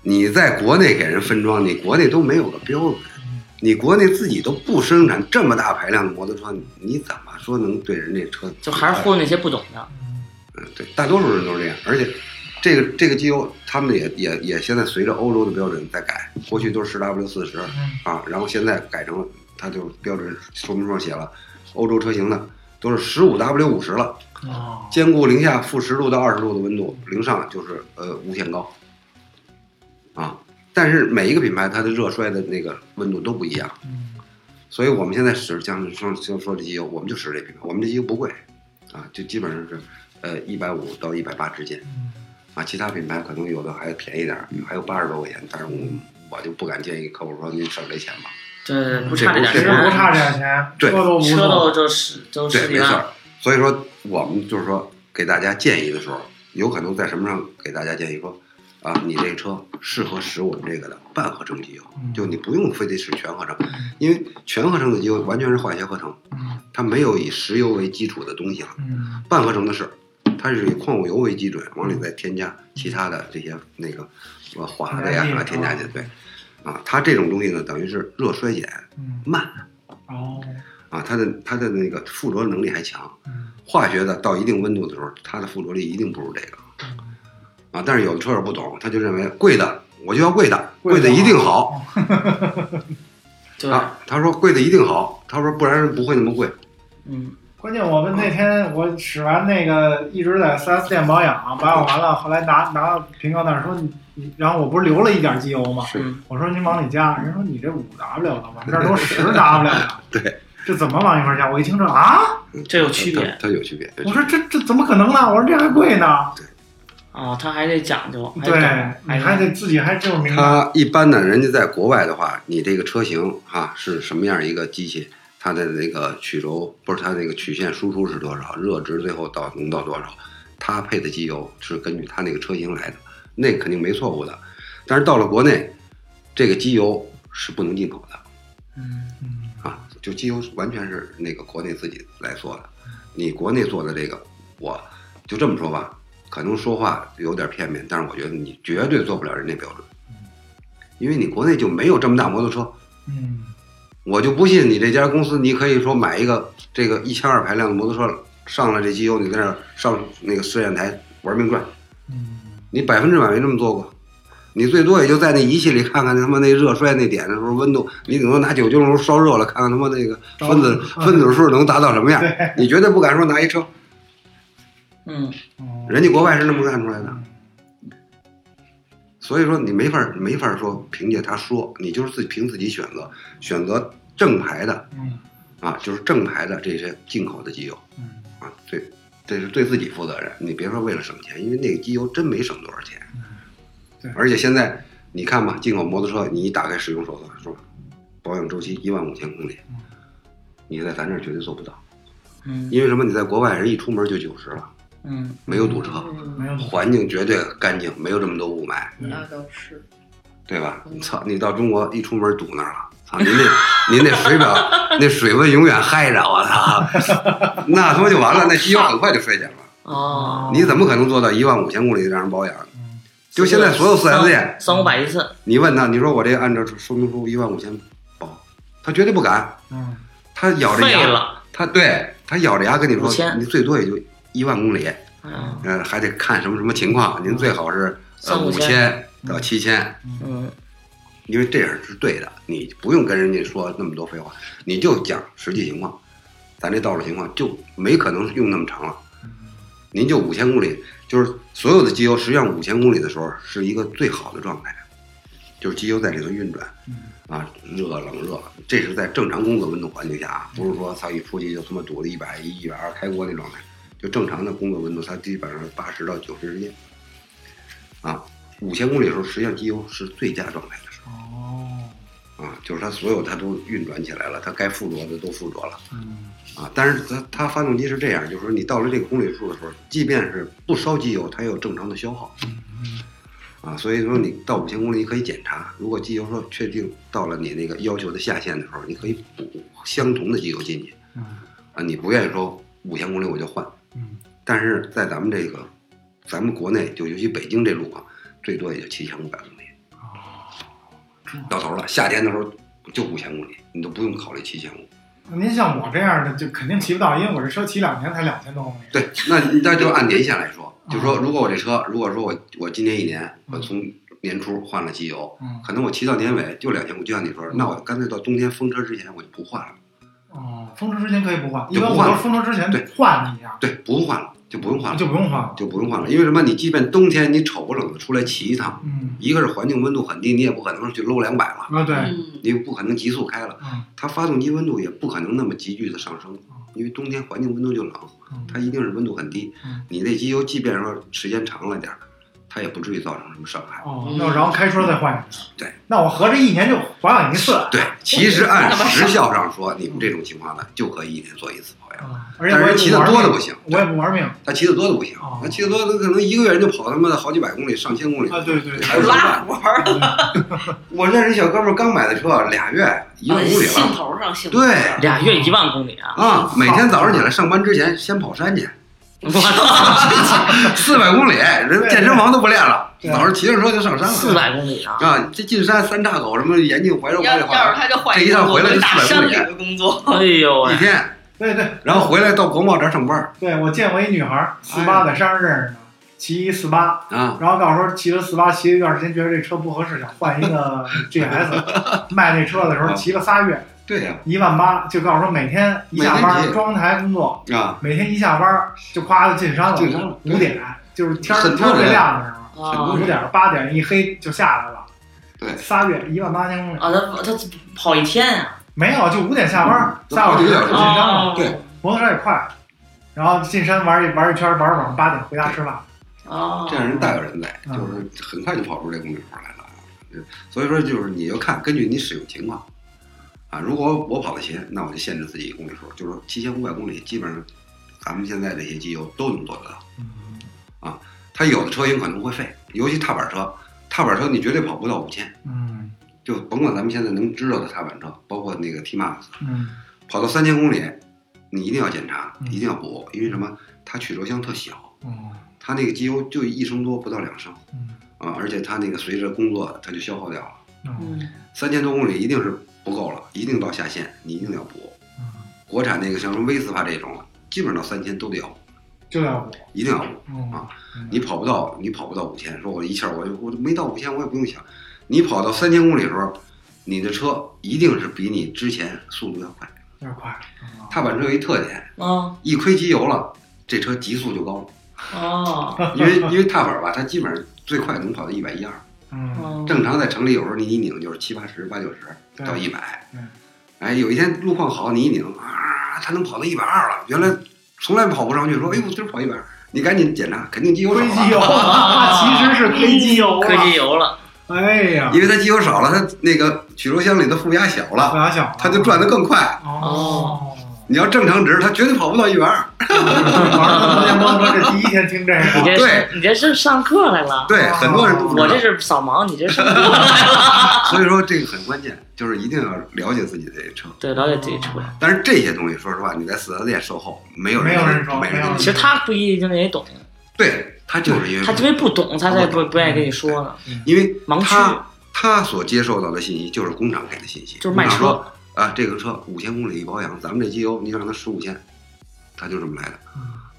S4: 你在国内给人分装，你国内都没有个标准，
S2: 嗯
S4: 你国内自己都不生产这么大排量的摩托车，你你怎么说能对人这车？
S1: 就还是忽悠那些不懂的，
S4: 嗯，对，大多数人都是这样，而且这个这个机油，他们也也也现在随着欧洲的标准在改，过去都是十 W 四十
S2: 嗯
S4: 啊，然后现在改成了，它就标准说明书上写了，欧洲车型的都是十五 W 五十了，
S2: 哦，
S4: 兼顾零下负十度到二十度的温度，零上就是呃无限高，啊，但是每一个品牌它的热衰的那个温度都不一样，
S2: 嗯
S4: 所以我们现在使像说就说这机油，我们就使这品牌，我们这机油不贵，啊，就基本上是呃一百五到一百八之间
S2: 嗯
S4: 啊，其他品牌可能有的还便宜点儿，还有八十多块钱，但是我我就不敢建议客户说您省这钱吧，
S1: 这不
S4: 这
S1: 差这
S4: 不
S1: 点
S4: 是
S2: 其实不
S1: 钱，
S2: 差这点钱，
S4: 对
S2: 车都不
S1: 车都
S2: 错，
S1: 就十就
S4: 对，
S1: 十
S4: 没
S1: 几
S4: 错
S1: 万。
S4: 儿。所以说，我们就是说给大家建议的时候，有可能在什么上给大家建议说，啊，你这车适合使我们这个的半合成机油，
S2: 嗯
S4: 就你不用非得使全合成，因为全合成的机油完全是化学合成，
S2: 嗯
S4: 它没有以石油为基础的东西了。
S2: 嗯
S4: 半合成的是，它是以矿物油为基准，往里再添加其他的这些那个呃化的呀
S2: 添加剂
S4: 啊添加进去，对，啊，它这种东西呢，等于是热衰减
S2: 嗯，
S4: 慢
S2: 哦，
S4: 啊，它的它的那个附着能力还强。
S2: 嗯
S4: 化学的到一定温度的时候，它的附着力一定不如这个啊。但是有的车友不懂，他就认为贵的我就要贵的，
S2: 贵
S4: 贵
S2: 的
S4: 的一定好
S1: 对，
S4: 啊。他说贵的一定好，他说不然不会那么贵。
S1: 嗯，
S2: 关键我们那天我使完那个一直在 4S 店保养，保养完了，后来拿拿到平高那儿说你你，然后我不是留了一点机油吗？
S4: 是
S1: 嗯
S2: 我说您往里加，人说你这五 W 了吧，这儿都十 W 了，
S4: 对，
S2: 这怎么往一块儿加？我一听这啊，
S1: 这有区别
S4: 它它有区别。有
S2: 我
S4: 区
S2: 说这这怎么可能呢？我说这还贵呢，
S1: 啊，他还得讲究，还
S2: 对
S1: 得讲，
S2: 你
S1: 还
S2: 还得自己还就是
S4: 别
S2: 明白，
S4: 它一般呢，人家在国外的话，你这个车型啊是什么样一个机器，它的那个曲轴不是它那个曲线输出是多少，热值最后到能到多少，它配的机油是根据它那个车型来的，那肯定没错误的。但是到了国内，这个机油是不能进口的。
S1: 嗯
S2: 嗯
S4: 啊，就机油是完全是那个国内自己来做的。你国内做的这个，我就这么说吧，可能说话有点片面，但是我觉得你绝对做不了人家标准，因为你国内就没有这么大摩托车。
S2: 嗯
S4: 我就不信你这家公司，你可以说买一个这个一千二排量的摩托车，上了这机油，你在那儿上那个试验台玩命转，
S2: 嗯
S4: 你百分之百没这么做过。你最多也就在那仪器里看看他妈那热衰那点的时候温度，你顶多拿酒精炉烧热了，看看他妈那个分子
S2: 嗯
S4: 分子数能达到什么样。 你绝对不敢说拿一车，
S1: 嗯，
S2: 嗯，
S4: 人家国外是那么干出来的。
S2: 嗯
S4: 所以说你没法没法说凭借他说，你就是自己凭自己选择，选择正牌的
S2: 嗯
S4: 啊，就是正牌的这些进口的机油
S2: 嗯
S4: 啊，对，这是对自己负责任。你别说为了省钱，因为那个机油真没省多少钱。而且现在你看吧，进口摩托车，你一打开使用手册说，保养周期一万五千公里
S2: 嗯，
S4: 你在咱这儿绝对做不到。
S2: 嗯
S4: 因为什么？你在国外人一出门就九十了，
S2: 嗯，
S4: 没有堵车，
S2: 没嗯
S3: 嗯，
S2: 有错，
S4: 环境绝对干净，没有这么多雾霾，
S3: 那倒是，
S4: 对吧？
S3: 嗯
S4: 操，你到中国一出门堵那儿了，操，您那您那水表那水温永远嗨着，我操，那他妈就完了，那机油很快就衰减了。
S1: 哦，
S4: 你怎么可能做到一万五千公里让人保养？
S2: 嗯
S4: 就现在所有四 S 店，
S1: 三五百一次，
S4: 你问他，你说我这按照说明书一万五千保，他绝对不敢，
S2: 嗯
S4: 他咬着
S1: 废
S4: 牙，
S1: 了，
S4: 他对他咬着牙跟你说
S1: 5000，
S4: 你最多也就一万公里，
S1: 嗯
S4: 嗯，还得看什么什么情况，您最好是呃
S1: 三五
S4: 五千到七千，
S1: 嗯
S4: 因为这样是对的，你不用跟人家说那么多废话，你就讲实际情况，咱这道路情况就没可能用那么长了。
S2: 嗯
S4: 您就五千公里，就是所有的机油，实际上五千公里的时候是一个最好的状态，就是机油在里头运转
S2: 嗯，
S4: 啊，热冷热，这是在正常工作温度环境下啊，不是说操一出去就他妈堵的一百一、一百二开锅那状态，就正常的工作温度，它基本上八十到九十之间，啊，五千公里的时候，实际上机油是最佳状态的时
S2: 哦，
S4: 候啊，就是它所有它都运转起来了，它该附着的都附着了。
S2: 嗯
S4: 啊，但是它它发动机是这样，就是说你到了这个公里数的时候，即便是不烧机油，它也有正常的消耗
S2: 嗯
S4: 啊。所以说你到五千公里，你可以检查，如果机油说确定到了你那个要求的下限的时候，你可以补相同的机油进去
S2: 嗯
S4: 啊。你不愿意说五千公里我就换，
S2: 嗯
S4: 但是在咱们这个咱们国内，就尤其北京这路啊，最多也就七千五百公里
S2: 哦，
S4: 到头了。夏天的时候就五千公里，你都不用考虑七千五。
S2: 您像我这样的就肯定骑不到，因为我这车骑两年才两千多公里。
S4: 对，那那就按年限来说，就说如果我这车，如果说我我今年一年，我从年初换了机油，
S2: 嗯
S4: 可能我骑到年尾就两千五，就像你说的，那我干脆到冬天封车之前我就不换了，
S2: 哦，封车之前可以不换，一
S4: 就不
S2: 般
S4: 换
S2: 我都是封车之前
S4: 对
S2: 换一下，
S4: 对，不用换了，就不用换了，
S2: 就不用换了。
S4: 就不用换了，因为什么？你即便冬天你瞅不冷的出来骑一趟，
S2: 嗯
S4: 一个是环境温度很低，你也不可能去搂两百了，
S2: 啊，对，
S3: 嗯，
S4: 你不可能急速开了，
S2: 嗯
S4: 它发动机温度也不可能那么急剧的上升，因为冬天环境温度就冷，它一定是温度很低
S2: 嗯，
S4: 你那机油即便说时间长了点儿，它也不至于造成什么伤害。
S2: 哦，那我然后开车再换一个。
S4: 对，
S2: 那我合着一年就保养一次，
S4: 对，其实按时效上说，你们这种情况呢，就可以一年做一次保养。
S2: 啊而且
S4: 但
S2: 我
S4: 是
S2: 也
S4: 骑得
S2: 玩
S4: 多的
S2: 命
S4: 不行，
S2: 我也不玩命啊，
S4: 他骑得多的不行
S2: 哦，啊
S4: 他骑得多的可能一个月人就跑他妈的好几百公里、上千公里。
S2: 对对
S4: 还有
S3: 拉活儿，
S4: 我认识一小哥们儿刚买的车，俩月一万公里
S3: 兴
S4: 了
S3: 头上，兴
S4: 对
S1: 俩月一万公里啊！
S4: 啊！每天早上起来上班之前先跑山去，
S1: 我
S4: 嗯
S1: 操，
S4: 四百公里，人健身房都不练了，
S2: 对
S4: 早上骑着车就上山
S1: 四
S4: 了。
S1: 百公里啊！
S4: 啊，这进山三岔口什么严禁怀柔
S3: 要
S4: 怀
S3: 要
S4: 柔
S3: 是他就换
S4: 这一趟
S3: 工
S4: 回
S3: 作
S4: 来就
S3: 大
S4: 400
S3: 山
S4: 公
S3: 里
S4: 里
S3: 的工作，
S1: 哎呦
S4: 一
S1: 喂，
S4: 天，
S2: 对对
S4: 然后回来到国贸这儿上班
S2: 对，我见过一女
S4: 哎
S2: 孩四八在山上认识的，骑一四八，
S4: 啊，
S2: 然后到时候骑了四八，骑了一段时间觉得这车不合适，想换一 个 GS，卖那车的时候
S4: 啊
S2: 骑了仨月，
S4: 对呀
S2: 一万八，就告诉说每天一下
S4: 每天
S2: 班
S4: 骑
S2: 装台工作，
S4: 啊，
S2: 每天一下班就夸就进山了，
S4: 进山了
S2: 五点就是天儿
S4: 很
S2: 天
S4: 多
S2: 儿
S4: 人
S2: 最亮的时候，
S1: 啊
S2: 五点八点一黑就下来了，
S4: 对
S2: 仨月一万八千公里。
S1: 啊，他他跑一天啊！
S2: 没有，就五点下班，
S4: 嗯
S2: 仨小时
S4: 都跑几
S2: 就
S4: 个
S2: 进
S4: 小时
S2: 山了，
S3: 啊
S1: 哦
S4: 对
S2: 摩托车也快，然后进山玩一玩一圈，玩到晚上八点回家吃饭。
S3: 啊
S1: 哦，
S4: 这样人大有人在，
S2: 嗯
S4: 就是很快就跑出这公里数来了啊。所以说，就是你要看根据你使用情况啊。如果我跑得勤，那我就限制自己公里数，就是说七千五百公里，基本上咱们现在这些机油都能做得到。它有的车型可能会废，尤其踏板车，踏板车你绝对跑不到五千，
S2: 嗯
S4: 就甭管咱们现在能知道的踏板车，包括那个 T Max，
S2: 嗯
S4: 跑到三千公里，你一定要检查，
S2: 嗯
S4: 一定要补，因为什么？它曲轴箱特小，
S2: 嗯
S4: 它那个机油就一升多，不到两升
S2: 嗯
S4: 啊，而且它那个随着工作，它就消耗掉了。
S2: 嗯
S1: 嗯
S4: 三千多公里一定是不够了，一定到下限，你一定要补。国产那个像什么威斯帕这种，基本上到三千都得要补，
S2: 就要我。
S4: 一定要补。
S2: 嗯，
S4: 你跑不到，你跑不到五千，说我一气儿我就我没到五千，我也不用想。你跑到三千公里的时候，你的车一定是比你之前速度要快。
S2: 有点快。嗯
S4: 踏板车有一特点，
S3: 啊
S1: 哦
S4: 一亏机油了，这车极速就高
S3: 啊
S1: 哦
S4: 了，因为因为踏板吧，它基本上最快能跑到一百一二，
S2: 嗯，
S3: 啊
S1: 哦，
S4: 正常在城里有时候你一拧就是七八十、八九十。
S2: 对
S4: 到一百
S2: 嗯。
S4: 哎，有一天路况好，你一拧啊，它能跑到一百二了。原来从来跑不上去，说哎呦，今儿跑一百二，你赶紧检查，肯定机油少
S2: 推机
S4: 了，
S2: 油，其实是推机油
S1: 科
S2: 啊。
S1: 技油了，
S2: 哎呀，
S4: 因为它机油少了，它那个曲轴箱里的负压小
S2: 不
S4: 了，
S2: 要想了，
S4: 它就转得更快。
S2: 哦。
S4: 你要正常值，他绝对跑不到一百二。
S2: 玩儿摩托车这第一天听这
S1: 你
S2: 个，
S1: 这
S4: 啊对
S1: 是你这是上课来了？
S2: 啊
S4: 对，很多人都不知道
S1: 我这是啊扫盲，你这是上课来了？
S4: 所以说这个很关键，就是一定要了解自己的车。
S1: 对，了解自己车。
S4: 但是这些东西，说实话，你在四 S 店售后，没有人
S2: 没有人说
S4: 没有
S2: 没有
S4: 人
S2: 人
S1: 其实他不一定也懂，
S4: 对他就是因为
S1: 他因为不懂，他才不不愿意跟你说呢。
S4: 因为
S1: 盲区
S4: 他他所接受到的信息就是工厂给的信息，
S1: 就是卖车
S4: 工厂说啊，这个车五千公里一保养，咱们这机油你让它十五千，他就这么来的。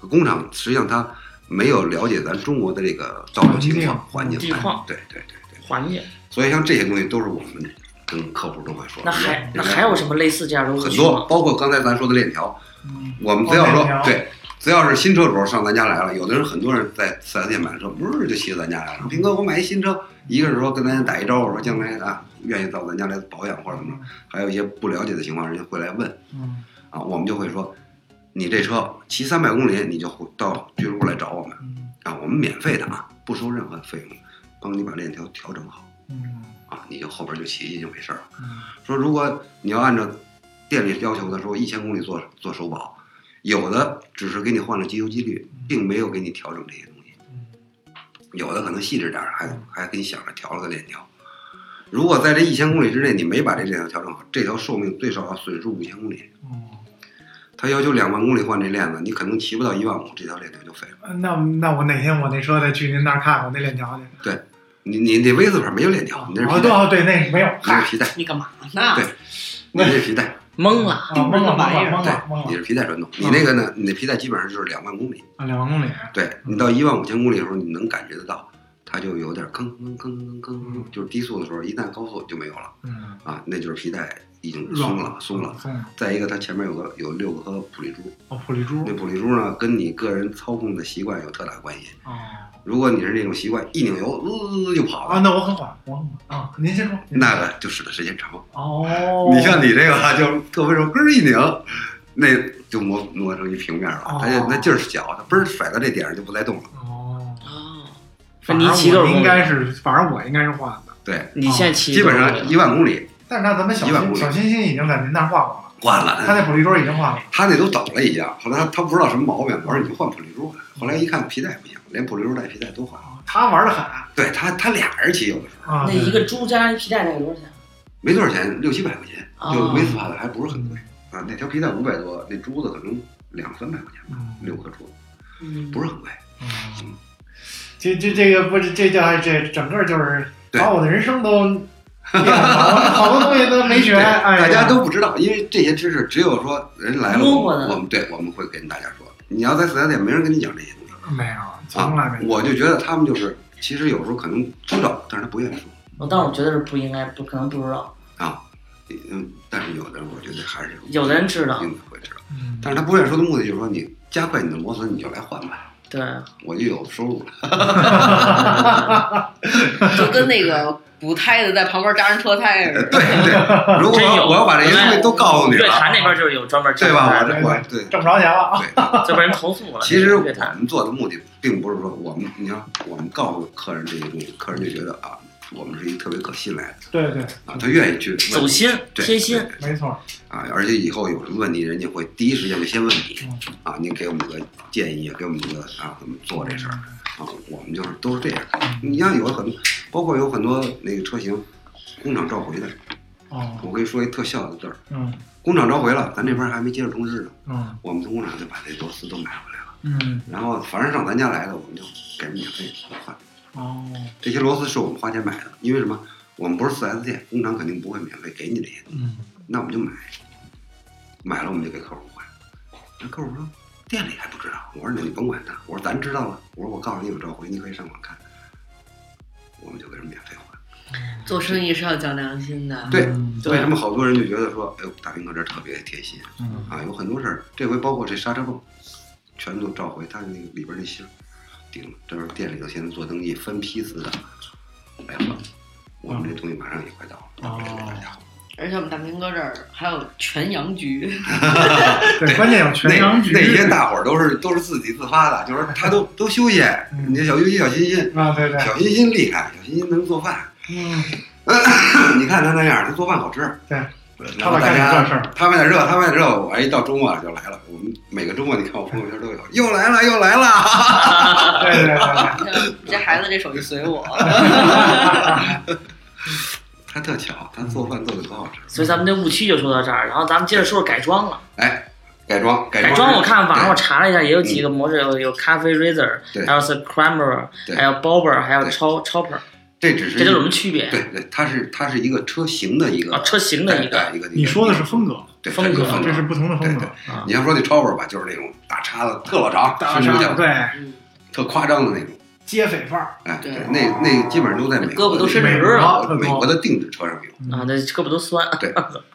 S4: 工厂实际上他没有了解咱中国的这个道路情况、环
S2: 环
S4: 境哎
S2: 境、
S1: 地况
S4: 对对对对。
S1: 环境，
S4: 所以像这些东西都是我们跟客户都会说。
S1: 那还
S4: 人家
S1: 那还有什么类似这样的误
S4: 很
S1: 区
S4: 多
S1: 吗？，
S4: 包括刚才咱说的链条，
S2: 嗯
S4: 我们只要
S2: 哦链
S4: 说
S2: 条
S4: 对，只要是新车主上咱家来了，有的人很多人在四 S 店买车，不是就骑咱家来了。斌哥，我买一新车，一个是说跟咱打一招呼，说将来啊愿意到咱家来保养或者怎么着，还有一些不了解的情况，人家会来问
S2: 嗯
S4: 啊，我们就会说，你这车骑三百公里你就回到俱乐部来找我们
S2: 嗯
S4: 啊，我们免费的啊，不收任何费用，帮你把链条调整好
S2: 嗯
S4: 啊，你就后边就骑就没事儿了。说如果你要按照店里要求的说一千公里做做首保，有的只是给你换了机油机滤，并没有给你调整这些东西，有的可能细致点儿，还还给你想着调了个链条。如果在这一千公里之内你没把这链条调整好，这条寿命最少要损失五千公里。
S2: 嗯，
S4: 他要求两万公里换这链子，你可能骑不到一万五，这条链条就废了。
S2: 那那我哪天我那车再去您那儿看看我那链条去。
S4: 你你那 V 字牌没有链条，你那是
S2: 哦
S4: 皮
S2: 对
S4: 带，
S2: 哦对，那没有，
S4: 你那
S2: 嗨，
S4: 是皮带，
S3: 你干嘛呢？
S4: 对你那是皮带，
S1: 懵了，
S2: 啊懵了啊懵了懵了嗯
S4: 对，
S2: 懵
S4: 你
S2: 了
S4: 是皮带传动。你那个呢？你那皮带基本上就是两万公里。
S2: 啊，两万公里，
S4: 对你到一万五千公里的时候，你能感觉得到，它就有点吭吭吭吭吭，就是低速的时候，一旦高速就没有了
S2: 嗯，
S4: 啊，那就是皮带已经松了，松了。
S2: 松了，
S4: 再一个，它前面有个有六个颗普利珠，
S2: 哦，普利珠
S4: 那，普利珠呢跟你个人操控的习惯有特大关系。
S2: 哦
S4: 如果你是那种习惯一拧油，滋、就跑
S2: 啊，
S4: 了，
S2: 那我很缓，我很缓啊，您先说，您
S4: 那个就使的时间长。
S2: 哦，
S4: 你像你这个啊就特别说咯一拧，那就磨磨成一平面了，它就那劲儿小，它嘣儿甩到这点上就不带动了。
S2: 哦，
S3: 啊
S1: 哦，
S2: 反
S1: 你
S2: 正
S1: 骑多
S2: 我
S1: 少公里
S2: 应该是，反正我应该是换的，
S4: 对，
S1: 你现在骑
S4: 啊基本
S1: 多少
S4: 上
S1: 公里
S4: 一万公里
S2: 但是那咱们小
S4: 一万公
S2: 星
S4: 里
S2: 小星星已经在您那儿换过了，
S4: 换了。
S2: 他那普利珠已经换了，
S4: 他那都倒了一样，后来他他不知道什么毛病，我说你就换普利珠吧。后来一看皮带不行，连普利珠带皮带都换了。
S2: 啊他玩的狠
S4: 对他他俩人骑有的时候
S2: 啊，
S1: 那一个猪加一皮带大概多少钱？
S4: 没多少钱，六七百块钱，
S1: 哦
S4: 就维斯帕的还不是很贵啊。那条皮带五百多，那珠子可能两三百块钱吧，
S2: 嗯
S4: 六颗珠
S1: 嗯
S4: 不是很贵。
S2: 嗯，这这这个不是这叫这整个就是
S4: 对
S2: 把我的人生都变了，好多东西都没学，
S4: 对，
S2: 哎呀，
S4: 大家都不知道，因为这些知识只有说人来了，
S1: 摸过
S4: 我
S1: 的
S4: 们我们对我们会跟大家说。你要在四 S 店，没人跟你讲这些东西
S2: 没有，从来
S4: 啊
S2: 没。有。
S4: 我就觉得他们就是，其实有时候可能知道，但是他不愿意说
S1: 我但我觉得是不应该，不可能不知道。
S4: 啊。嗯，但是有的人我觉得还是
S1: 有的人知道
S4: 一，定会知道。
S2: 嗯
S4: 但是他不愿意说的目的就是说，你加快你的磨损，你就来换吧，
S1: 对，
S4: 我就有收入了。
S3: 就跟那个补胎的在旁边扎人车胎似
S4: 对
S3: 的。
S4: 对，如果
S1: 真有
S4: 我要把这些东西都告诉你
S1: 乐
S4: 了，
S1: 坛那边就是有专门
S4: 啊对吧？我
S1: 这
S4: 这我对
S2: 挣不着钱了啊，
S4: 对，
S1: 就被人投诉了。
S4: 其实
S1: 乐
S4: 我
S1: 坛
S4: 们做的目的并不是说我们，你看我们告诉客人这些东西，客人就觉得啊，我们是一个特别可信赖的
S2: 对对，
S4: 啊，他愿意去问
S1: 走心
S4: 对
S1: 贴心
S4: 对，对
S2: 没错，
S4: 啊，而且以后有什么问题，人家会第一时间会先问你
S2: 嗯
S4: 啊，您给我们个建议，给我们个啊怎么做这事儿啊，我们就是都是这样。你像有很多，包括有很多那个车型，工厂召回的，
S2: 哦，
S4: 我跟你说一特效的字儿，
S2: 嗯
S4: 工厂召回了，咱这边还没接着通知呢，
S2: 嗯
S4: 我们从工厂就把这螺丝都买回来了，
S2: 嗯，
S4: 然后凡是上咱家来的，我们就给免费换。
S2: 哦，
S4: 这些螺丝是我们花钱买的，因为什么？我们不是四 S 店，工厂肯定不会免费给你这些东西。
S2: 嗯，
S4: 那我们就买，买了我们就给客户换。那客户说店里还不知道，我说那你甭管他，我说咱知道了，我说我告诉你有召回，你可以上网看，我们就给人免费换。
S3: 做生意是要讲良心的。
S4: 对
S2: 嗯
S1: 对
S4: 为什么好多人就觉得说，哎呦，大云哥这特别贴心
S2: 嗯
S4: 啊，有很多事儿，这回包括这刹车泵，全都召回，他那个里边那芯儿顶了，这是店里头现在做登记分批次的来换。我们这东西马上也快到了，到不了给大
S2: 哦
S4: 家换
S3: 而且我们大明哥这儿还有全羊局，
S2: 对，关键有
S4: 那
S2: 全场局
S4: 那些大伙儿都是都是自己自发的，就是 他都都休息，
S2: 嗯
S4: 你小休息小欣欣，
S2: 啊，对对，
S4: 小欣欣厉害，小欣欣能做饭，
S2: 嗯，
S4: 你看他那样，他做饭好吃，
S2: 对，
S4: 然
S2: 他
S4: 后
S2: 老
S4: 大
S2: 干这
S4: 家
S2: 事儿，
S4: 他们在热，他们在热，我一哎到周末就来了。我们每个周末你看我朋友圈都有，又来了又来了。
S2: 对对对对，
S3: 这孩子这手艺随 我，
S4: 他特巧，他做饭做的可好吃。
S1: 所以咱们这误区就说到这儿，然后咱们接着说说改装了。
S4: 哎，改装改
S1: 改
S4: 装，
S1: 装我看网上我查了一下，也有几个模式，有有咖啡 Razor，
S4: 对
S1: 还有是 Crammer，
S4: 对
S1: 还有 Bobber，还有
S4: 对
S1: Chop Chopper，
S4: 这只是
S1: 这就是我们区别
S4: 对对，它是它是一个车型的一个
S1: 啊，车型的一
S4: 对
S1: 个
S4: 对一个。
S2: 你说的是风格，
S4: 对
S1: 风格
S4: 这个风格，
S2: 这是不同的风格
S4: 对
S2: 啊。
S4: 你要说那超味吧，就是那种大叉子特老长，
S2: 大
S4: 伸出去
S2: 沙对
S3: 嗯
S4: 特夸张的那种。
S2: 街匪范儿，
S4: 哎，
S3: 对
S4: 那那基本上都在美国
S3: 胳膊都伸
S2: 美
S3: 直
S2: 国
S3: 了，
S2: 特
S4: 美
S2: 高
S4: 国，的定制车上有。
S1: 啊，那胳膊都酸。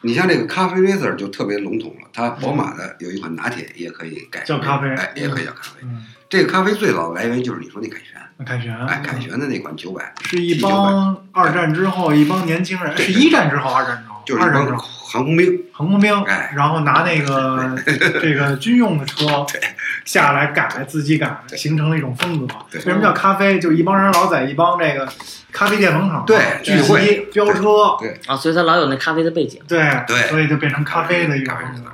S4: 你像这个咖啡 racer 就特别笼统了，它宝马的有一款拿铁也可以改
S2: 叫咖啡
S4: 哎，也可以叫咖啡。
S2: 嗯，
S4: 这个咖啡最早的来源就是你说那凯旋，
S2: 那凯旋，
S4: 哎，凯旋的那款九百，
S2: 是一帮二战之后一帮年轻人，
S4: 对
S2: 是一战之后二战之后，
S4: 就是一
S2: 二战之
S4: 帮
S2: 后
S4: 航空兵，
S2: 航空兵，
S4: 哎
S2: 然后拿那个这个军用的车下来改，自己改，形成了一种风格。
S4: 对
S2: 为什么叫咖啡？就一帮人老在一帮这个咖啡店门口
S4: 对
S2: 聚
S4: 聚会
S2: 集飙车，
S1: 啊，所以它老有那咖啡的背景。
S2: 对
S4: 对
S2: 所以就变成咖啡的一个风格。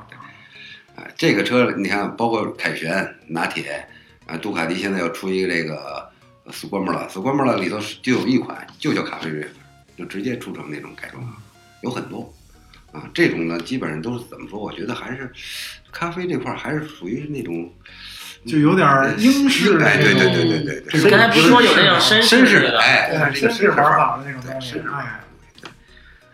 S4: 哎，这个车你看，包括凯旋、拿铁，啊，杜卡迪现在要出一个这个 s q u a m b l a s q u a m b l a 里头就有一款就叫咖啡瑞粉，就直接出成那种改
S2: 嗯
S4: 装，有很多。啊，这种呢，基本上都是怎么说？我觉得还是咖啡这块儿还是属于那种，
S2: 就有点儿英式的
S4: 哎，
S2: 这
S4: 对
S2: 种
S4: 对对对对对，
S1: 你刚才不是说有那种
S2: 绅
S1: 绅
S4: 绅
S1: 士
S4: 士
S1: 的，
S4: 哎，它是一
S2: 对，
S4: 个
S2: 绅士玩
S4: 法，
S2: 法的那种东西
S4: 对绅士。玩
S2: 哎，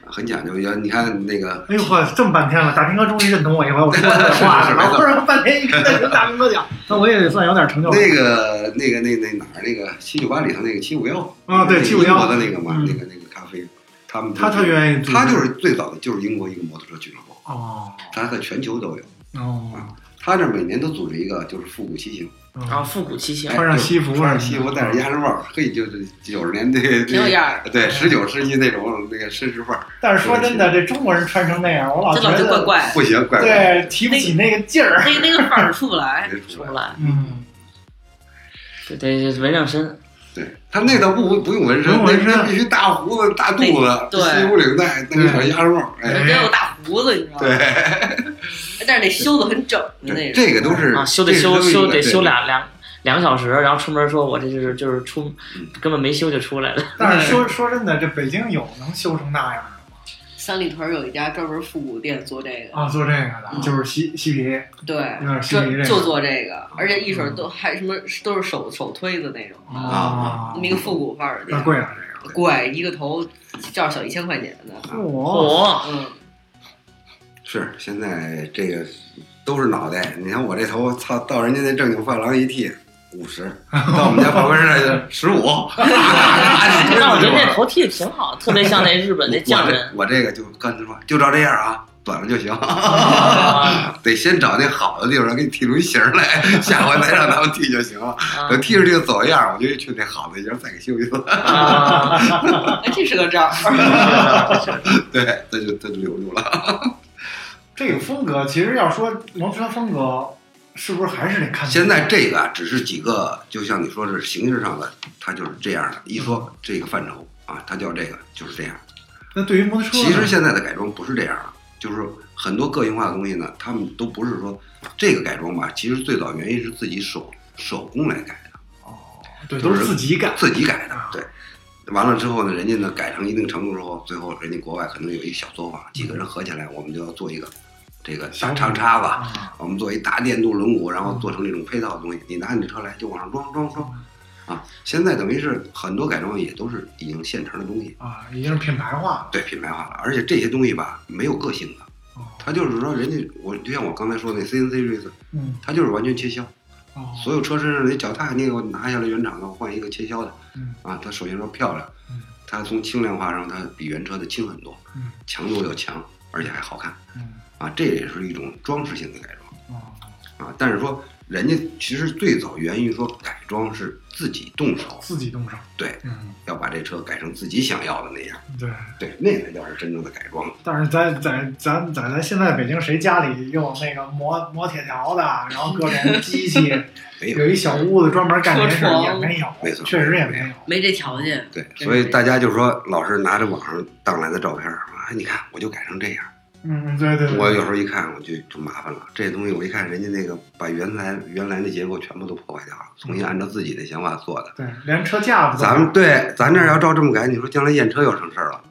S4: 很讲究。要你看那个，
S2: 哎呦呵，这么半天了，大明哥终于认同我一回，我说的对话
S4: 是是
S2: 了，
S4: 没
S2: 老
S4: 错
S2: 不然半天一直在听大明哥讲，那我也得算有点成就感。
S4: 那个那个那那哪儿那个七九八里头那个七五幺
S2: 啊对751
S4: 英国的那个嘛，
S2: 嗯
S4: 那个那个咖啡，他们都
S2: 他特愿意组织，
S4: 他就是最早的就是英国一个摩托车俱乐部，
S2: 哦
S4: 他在全球都有。
S2: 哦，
S4: 他这每年都组织一个，就是复古骑行，
S1: 然后复古骑行
S4: 哎，
S2: 穿上西服
S4: 穿上西服，戴着鸭舌帽，嘿，就是九十年代
S3: 挺有样儿。
S4: 对十九世纪那种那个绅士范儿，
S2: 但是说真的，这中国人穿成那样，我老
S3: 这
S2: 觉
S3: 老就怪
S2: 得
S1: 哎
S3: 怪的，
S4: 不行，怪怪
S2: 对提不起那个劲儿。
S3: 那那个范儿出不来。
S4: 别
S1: 出
S4: 出
S1: 不
S4: 来。
S1: 来，
S2: 嗯，
S1: 得得纹上身。
S4: 对他那倒不不用纹身，
S2: 不用纹身
S4: 那那必须大胡子、大肚子、
S3: 对
S4: 西服领带，那个小鸭舌帽，哎，
S3: 你得有大胡子，你知道吗？
S4: 对，
S3: 但是得修的很整的那
S4: 对
S3: 种。
S4: 这个都是
S1: 啊，修得
S4: 这是都
S1: 修
S4: 是一
S1: 修
S4: 个
S1: 得
S4: 对
S1: 修俩两两个小时，然后出门说我这就是就是出
S4: 嗯
S1: 根本没修就出来了，
S2: 但是说说真的，这北京有能修成那样的吗？
S3: 三里屯有一家专门复古店做这个，
S4: 哦
S2: 啊，做这个的就是嬉嬉皮，
S3: 对
S2: 有，点嬉皮这
S3: 专
S2: 个
S3: 就做这个，而且一手
S4: 嗯
S3: 都还什么都是手手推的那种，
S2: 啊
S4: 哦
S3: 那么一个复古范儿的
S2: 那
S3: 店，
S2: 贵了这个。
S3: 贵一个头至少小一千块钱的，
S2: 我
S1: 哦，
S3: 嗯，
S4: 是现在这个都是脑袋。你看我这头，操，到人家那正经发廊一剃五十，到我们家办公室那就十五。啊
S1: 但
S4: 那
S1: 我觉得这头剃的挺好，特别像那日本那匠人
S4: 我这我这个就干脆说，就照这样啊，短了就行。
S1: 啊
S4: 得先找那好的地方，给你剃出一形儿来，下回再让他们剃就行了。
S1: 啊
S4: 等剃出这个走样儿，我就去那好的地方再给修一次。
S1: 啊，
S3: 哎，这是个招儿，
S4: 对，那就那就留住了。
S2: 这个风格，其实要说摩托车风格，是不是还是得看
S4: 现在这个啊只是几个，就像你说是形式上的，它就是这样的。一说这个范畴啊，它叫这个就是这样。
S2: 那对于摩托车呢，
S4: 其实现在的改装不是这样了，就是很多个性化的东西呢，他们都不是说这个改装吧，其实最早原因是自己手手工来改的，
S2: 对都是自己改，
S4: 自己改的
S2: 啊，
S4: 对。完了之后呢，人家呢改成一定程度之后，最后人家国外可能有一个小作坊，几个人合起来，我们就要做一个这个
S2: 小
S4: 大
S2: 品
S4: 长叉子，
S2: 啊
S4: 我们做一大电镀轮毂，然后做成这种配套的东西，你拿你的车来就往上装装装。啊，现在等于是很多改装也都是已经现成的东西，
S2: 啊，已经是品牌化了。
S4: 对品牌化了，而且这些东西吧没有个性的，
S2: 哦
S4: 他就是说，人家我就像我刚才说那 CNC race，
S2: 嗯，
S4: 它就是完全切削，
S2: 哦，
S4: 所有车身上的脚踏那个我拿下来原厂的，我换一个切削的
S2: 嗯，
S4: 啊，它首先说漂亮
S2: 嗯，
S4: 它从轻量化上它比原车的轻很多
S2: 嗯，
S4: 强度要强，而且还好看
S2: 嗯，
S4: 啊，这也是一种装饰性的改装
S2: 哦
S4: 啊。但是说人家其实最早源于说改装是自己动手，
S2: 自己动手，
S4: 对，
S2: 嗯，
S4: 要把这车改成自己想要的那样，
S2: 对。
S4: 对，那才叫是真正的改装。
S2: 但是咱咱咱咱咱现在北京谁家里用那个磨磨铁条的，然后各 种机器，
S4: 没有
S2: 有一小屋子专门干这事儿也没有，
S4: 没错
S2: 确实也没有。
S3: 没这条件，
S4: 对，
S3: 对
S4: 所以
S3: 对
S4: 大家就说老是拿着网上当来的照片儿啊，哎你看我就改成这样，
S2: 嗯，对对
S4: 我
S2: 对，
S4: 有时候一看，我就就麻烦了。这东西我一看，人家那个把原来原来的结构全部都破坏掉了，重新按照自己的想法做的。
S2: 对，连车架子都
S4: 咱们对咱这儿要照这么改，你说将来验车又成事儿了，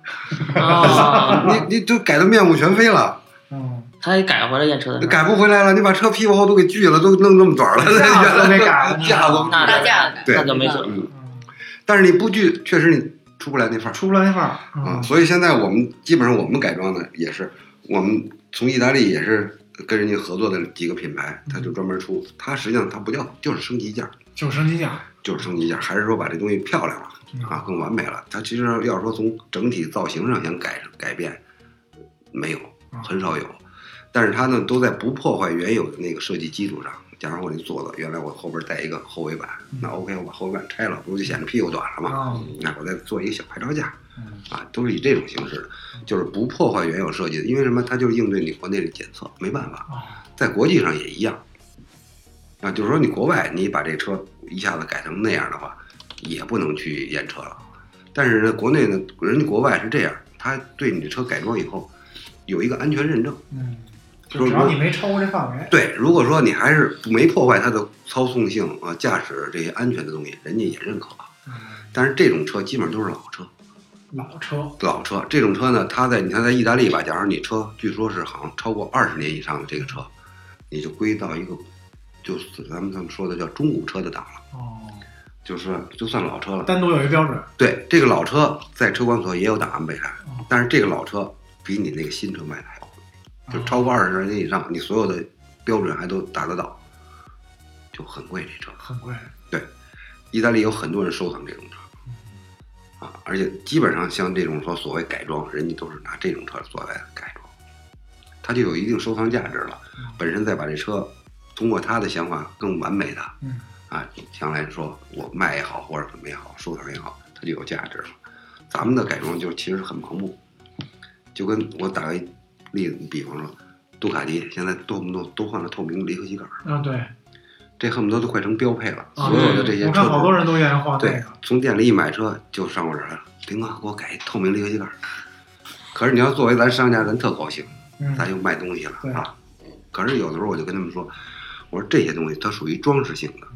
S1: 哦，
S4: 你你就改的面目全非了，
S2: 嗯，
S1: 他还改回来验车的事儿，
S4: 改不回来了。你把车屁股后都给锯了，都弄这么短了，
S2: 架子都没 改
S4: 架子都
S1: 那
S3: 大架子，
S4: 对
S1: 那就没辙。
S4: 嗯，
S2: 嗯
S4: 但是你不锯，确实你出不来那范儿
S2: 出不来那范儿
S4: 啊。
S2: 嗯
S4: 所以现在我们基本上我们改装的也是，我们从意大利也是跟人家合作的几个品牌，他
S2: 嗯
S4: 就专门出，它实际上它不叫就是升级件儿。
S2: 就升级架，
S4: 就是升级一下，还是说把这东西漂亮了
S2: 嗯
S4: 啊，更完美了？它其实要说从整体造型上想改改变，没有，
S2: 嗯
S4: 很少有。但是它呢，都在不破坏原有的那个设计基础上。假如我这做的，原来我后边带一个后尾板，那 OK，我把后尾板拆了，不就显得屁股短了吗？
S2: 嗯啊，
S4: 那我再做一个小牌照架
S2: 嗯
S4: 啊，都是以这种形式的，就是不破坏原有设计的。因为什么？它就是应对你国内的检测，没办法。
S2: 啊，
S4: 在国际上也一样。啊，就是说你国外你把这车一下子改成那样的话，也不能去验车了。但是呢，国内呢，人家国外是这样，他对你的车改装以后有一个安全认证。
S2: 嗯，就只要你没超过这范围，
S4: 对，如果说你还是没破坏它的操纵性啊、驾驶这些安全的东西，人家也认可。
S2: 嗯
S4: 但是这种车基本上都是老车，
S2: 老车，
S4: 老车。这种车呢，它在你看在意大利吧，假如你车据说是好像超过二十年以上的这个车，你就归到一个，就是咱们咱们说的叫中古车的档了，
S2: 哦，
S4: 就是说就算老车了。
S2: 单独有一标准，
S4: 对，这个老车在车管所也有档案备案
S2: 哦，
S4: 但是这个老车比你那个新车卖的还好，
S2: 啊
S4: 就超过二十年以上，你所有的标准还都达得到，就很贵这车。
S2: 很贵，
S4: 意大利有很多人收藏这种车，啊，而且基本上像这种说所谓改装，人家都是拿这种车作为改装，它就有一定收藏价值了
S2: 嗯。
S4: 本身再把这车通过他的想法更完美的
S2: 嗯
S4: 啊，将来说我卖也好，或者怎么也好，收藏也好，它就有价值了。咱们的改装就其实很盲目，就跟我打个例子，比方说杜卡迪现在动不动都换了透明离合器杆儿，
S2: 啊，对，
S4: 这恨不得都快成标配了。
S2: 啊
S4: 所有的这些
S2: 我
S4: 车
S2: 看好
S4: 主
S2: 多人都愿意换那
S4: 对
S2: 个，，
S4: 从店里一买车就上我这儿来了，林哥给我改一透明离合器盖儿。可是你要作为咱商家，咱特高兴，
S2: 嗯，
S4: 咱又卖东西了
S2: 对
S4: 啊。可是有的时候我就跟他们说，我说这些东西它属于装饰性的。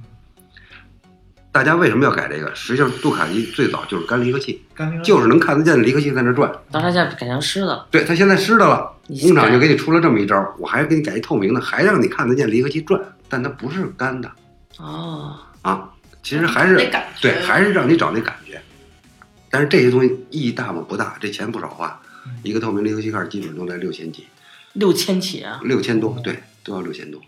S4: 大家为什么要改这个？实际上，杜卡迪最早就是干离合器，
S2: 干净
S4: 就是能看得见的离合器在那转。
S1: 当时他现在改成湿的，
S4: 对，它现在湿的了，
S1: 你
S4: 工厂
S1: 改
S4: 就给你出了这么一招，我还给你改一透明的，还让你看得见离合器转，但它不是干的
S1: 哦，
S4: 啊。其实还是
S3: 那感觉
S4: 对，还是让你找那感觉。但是这些东西意义大吗？不大，这钱不少花
S2: 嗯，
S4: 一个透明离合器盖儿基本都在六千几，
S1: 六千起啊，
S4: 六千多，对，都要六千多，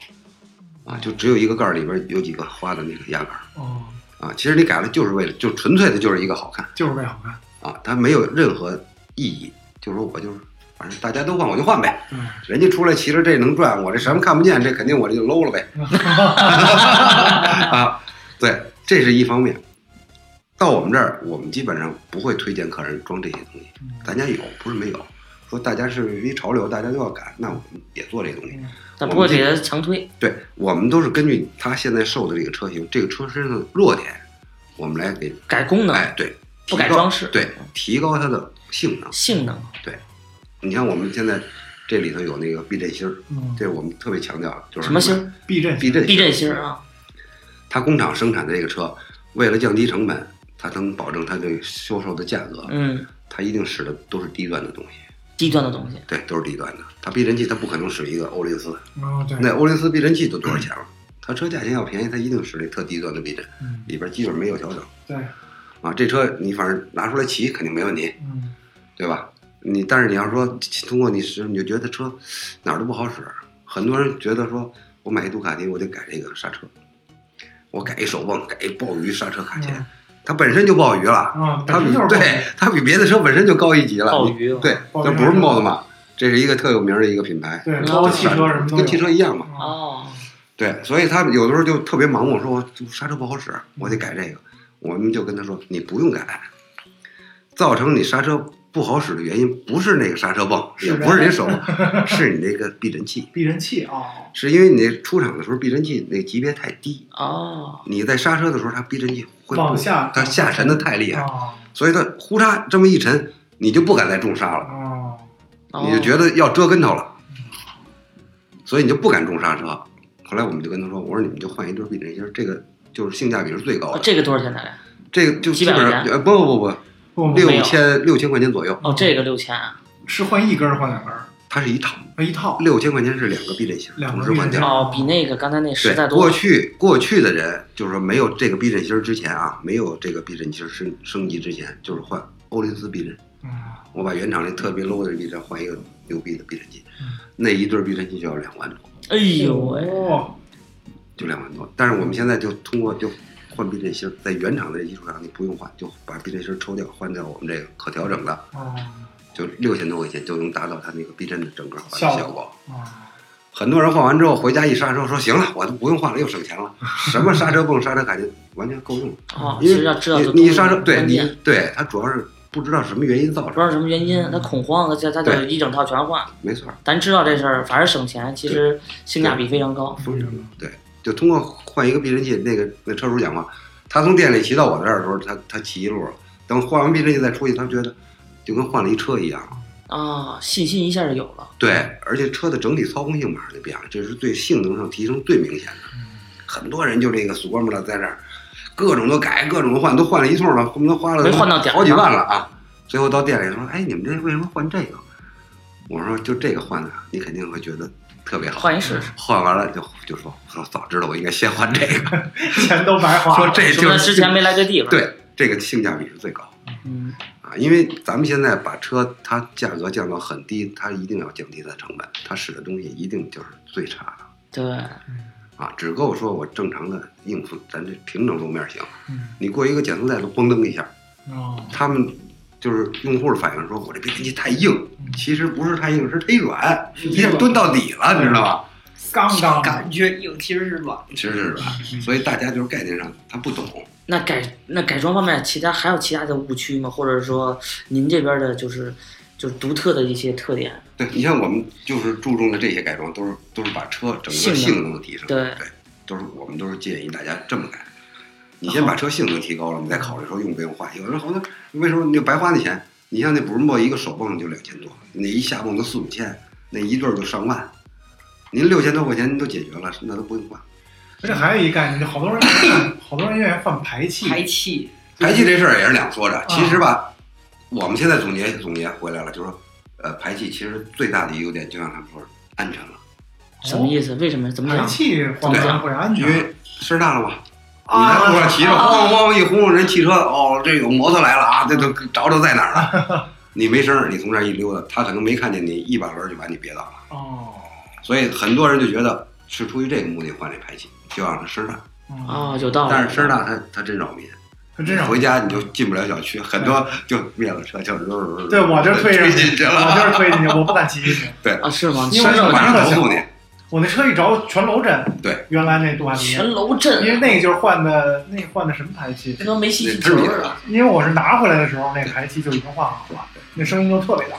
S4: 啊，就只有一个盖儿里边有几个花的那个压杆儿
S2: 哦，
S4: 啊。其实你改了就是为了，就纯粹的就是一个好看
S2: 就是为好看，
S4: 啊，它没有任何意义。就是说我就是，反正大家都换我就换呗，
S2: 对，
S4: 人家出来骑着这能转，我这什么看不见，这肯定我这就 low 了呗。 啊，对，这是一方面。到我们这儿，我们基本上不会推荐客人装这些东西，咱家有不是没有。说大家是一潮流，大家都要赶，那我们也做这些东西。
S1: 但不会给他强推，
S4: 对我们都是根据他现在售的这个车型，这个车身上的弱点，我们来给
S1: 改功能、
S4: 哎对，提
S1: 不改
S4: 高
S1: 装饰
S4: 对，提高它的性能。
S1: 性能，
S4: 你像我们现在这里头有那个避震芯儿，
S2: 嗯，
S4: 这我们特别强调的就是
S1: 什么芯儿？
S2: 避震
S4: 避震芯儿
S1: 避震芯儿啊，
S4: 它工厂生产的这个车，为了降低成本，它能保证它这销售的价格，
S1: 嗯，
S4: 它一定使的都是低端的东西，
S1: 低端的东西，
S4: 对，都是低端的。它避震器它不可能使一个欧林斯，
S2: 哦，对，
S4: 那欧林斯避震器都多少钱了？它车价钱要便宜，它一定使那特低端的避震，
S2: 嗯，
S4: 里边基本没有调整
S2: 对，
S4: 啊。这车你反正拿出来骑肯定没问题，
S2: 嗯，
S4: 对吧？你但是你要说通过你使，你就觉得车哪儿都不好使。很多人觉得说，我买一杜卡迪，我得改这个刹车，我改一手泵，改一鲍鱼刹车卡钳，
S2: 嗯
S4: 它本身就鲍鱼了，
S2: 啊，
S4: 它
S2: 本
S4: 比
S2: 身就是
S4: 对它比别的车本身就高一级了。
S1: 鲍鱼
S4: 你对，
S2: 鲍鱼
S4: 它不是 m o d 嘛，这是一个特有名的一个品牌，
S2: 对，
S1: 嗯
S2: 包括汽车什么都有
S4: 跟汽车一样嘛。
S2: 啊，
S1: 哦，
S4: 对，所以他们有的时候就特别盲目，说我刹车不好使，我得改这个。我们就跟他说，你不用改，造成你刹车不好使的原因不是那个刹车泵，
S2: 是
S4: 也
S2: 的
S4: 不是你手，是你那个避震器，
S2: 避震器啊，
S4: 是因为你那出厂的时候避震器那级别太低，
S1: 哦，
S4: 你在刹车的时候它避震器会
S2: 往下
S4: 它下沉的太厉害，
S2: 啊，
S4: 所以它呼嚓这么一沉，你就不敢再重刹了。
S2: 哦，
S4: 你就觉
S1: 得
S4: 得要折跟头了，所以你就不敢重刹车。后来我们就跟他说：“我说你们就换一对避震芯儿，这个就是性价比是最高的。
S1: 哦这个多少钱？大概
S4: 这个就
S1: 呃几
S4: 基
S1: 百
S4: 本
S1: 块
S4: 上
S1: 钱哦
S4: 呃不不不
S2: 不
S4: 不
S2: 不，
S1: 有
S4: 六千六千块钱左右，
S1: 哦，这个六千啊。
S2: 是换一根儿换两根儿？
S4: 它是一套
S2: 一套
S4: 六千块钱是两个避震芯儿
S2: 两个
S4: 同时换
S2: 避震
S4: 掉
S2: 芯。
S1: 哦，比那个刚才那实在
S4: 对，
S1: 多
S4: 过
S1: 了。
S4: 去过去的人就是说没有这个避震芯儿之前啊，没有这个避震芯儿升升级之前，就是换欧林斯避震。
S2: 嗯，
S4: 我把原厂那特别 low 的避震换一个牛逼的避震器
S2: 嗯，
S4: 那一对避震器就要两万多，
S1: 哎呦喂，
S2: 哦，
S4: 就两万多。但是我们现在就通过就换避震芯儿，在原厂的基础上你不用换，就把避震芯儿抽掉，换掉我们这个可调整的，
S2: 哦，
S4: 就六千多块钱就能达到它那个避震的整个换的
S2: 效果
S4: 效果。
S2: 哦，
S4: 很多人换完之后回家一刹车说行了，我都不用换了，又省钱了。什么刹车泵、刹车感觉完全够用了，
S1: 哦，其
S4: 因
S1: 实要
S4: 为
S1: 知道就
S4: 你你一刹车，对
S1: 关
S4: 你
S1: 键
S4: 对它主要是不知道什么原因造
S1: 不知
S4: 成
S1: 道
S4: 的，
S1: 什么原因，他恐慌，他他就
S4: 对
S1: 一整套全换。
S4: 没错儿。
S1: 咱知道这事儿，反正省钱，其实性价比非常高。
S4: 风筝嗯对，就通过换一个避震器，那个那车主讲话，他从店里骑到我这儿的时候，他他骑一路了，等换完避震器再出去，他觉得就跟换了一车一样。
S1: 啊，信心一下就有了。
S4: 对，而且车的整体操控性马上就变了，这是对性能上提升最明显的。很多人就这个死光不了在这儿，各种都改，各种都换，都换了一通了，恨不得花了
S1: 没换到点儿
S4: 好几
S1: 上
S4: 万了啊！最后到店里说：“哎，你们这为什么换这个？”我说：“就这个换的，你肯定会觉得特别好。”
S1: 换一试试，
S4: 换完了就就说，我早知道我应该先换这个，
S2: 钱都白花
S4: 说
S2: 了。
S4: 这
S1: 啊说
S4: 就
S1: 他
S4: 是
S1: 之前没来这地方。，
S4: 对这个性价比是最高
S1: 嗯，
S4: 啊，因为咱们现在把车它价格降到很低，它一定要降低它的成本，它使的东西一定就是最差的
S1: 对，
S4: 啊，只够说我正常的应付咱这平整路面行，
S2: 嗯，
S4: 你过一个减速带都咣噔一下，
S2: 哦，
S4: 他们就是用户的反应说，我这变速器太硬，其实不是太硬，是忒软，一下蹲到底了，你知道
S1: 啊
S4: 吧？
S2: 刚刚
S3: 感觉硬其实是软。
S4: 其实是软，所以大家就是概念上他不懂。
S1: 那改那改装方面，其他还有其他的误区吗？或者说您这边的就是就是独特的一些特点？
S4: 对，你像我们就是注重的这些改装，都是都是把车整
S1: 性
S4: 个
S1: 能
S4: 性能的提升。
S1: 对
S4: 都是我们都是建议大家这么改。你先把车性能提高了，你再考虑说用不用换。有的人好多为什么你就白花那钱？你像那 Brembo 一个手泵就两千多，那一下泵都四五千，那一对儿就上万。您六千多块钱您都解决了，那都不用换。
S2: 而且还有一概念，就好多人 好多人愿意换排气，
S3: 排气，
S4: 排气这事儿也是两说
S1: 啊
S4: 着。其实吧，我们现在总结总结回来了，就是说，呃，排气其实最大的优点，就像他们说，安全了。
S1: 什么意思？为什么？怎么
S2: 排
S1: 讲？
S2: 气换完会安
S4: 啊因
S2: 全。
S4: 为声儿大了嘛，你
S2: 啊
S4: 在路上骑着，咣咣一轰轰，人汽车哦，这有摩托来了啊，这都找找在哪儿了？你没声儿，你从这儿一溜达，他可能没看见你，一把轮儿就把你别倒了。
S2: 哦，
S4: 所以很多人就觉得是出于这个目的换这排气，就让它声儿大。啊
S2: 哦，
S1: 哦，有道理。
S4: 但是声儿大，它它真扰民。
S2: 他真让
S4: 回家你就进不了小区，很多就灭了车，就就
S2: 对我就是推上
S4: 进
S2: 去，
S4: 去
S2: 我
S4: 了，
S2: 就是推进去，我不敢骑进 去。
S1: 啊，是吗？
S2: 因
S4: 声
S2: 为
S4: 儿马上投诉你。
S2: 我那车一着全楼震，
S4: 对，
S2: 原来那杜卡迪，
S1: 全楼震，
S2: 因为那个就是换的，那个换的什么排气？
S1: 这都没吸气
S4: 那
S1: 球
S4: 是你
S1: 儿
S4: 的
S1: 啊！，
S2: 因为我是拿回来的时候，那个排气就已经换好了，那声音就特别大。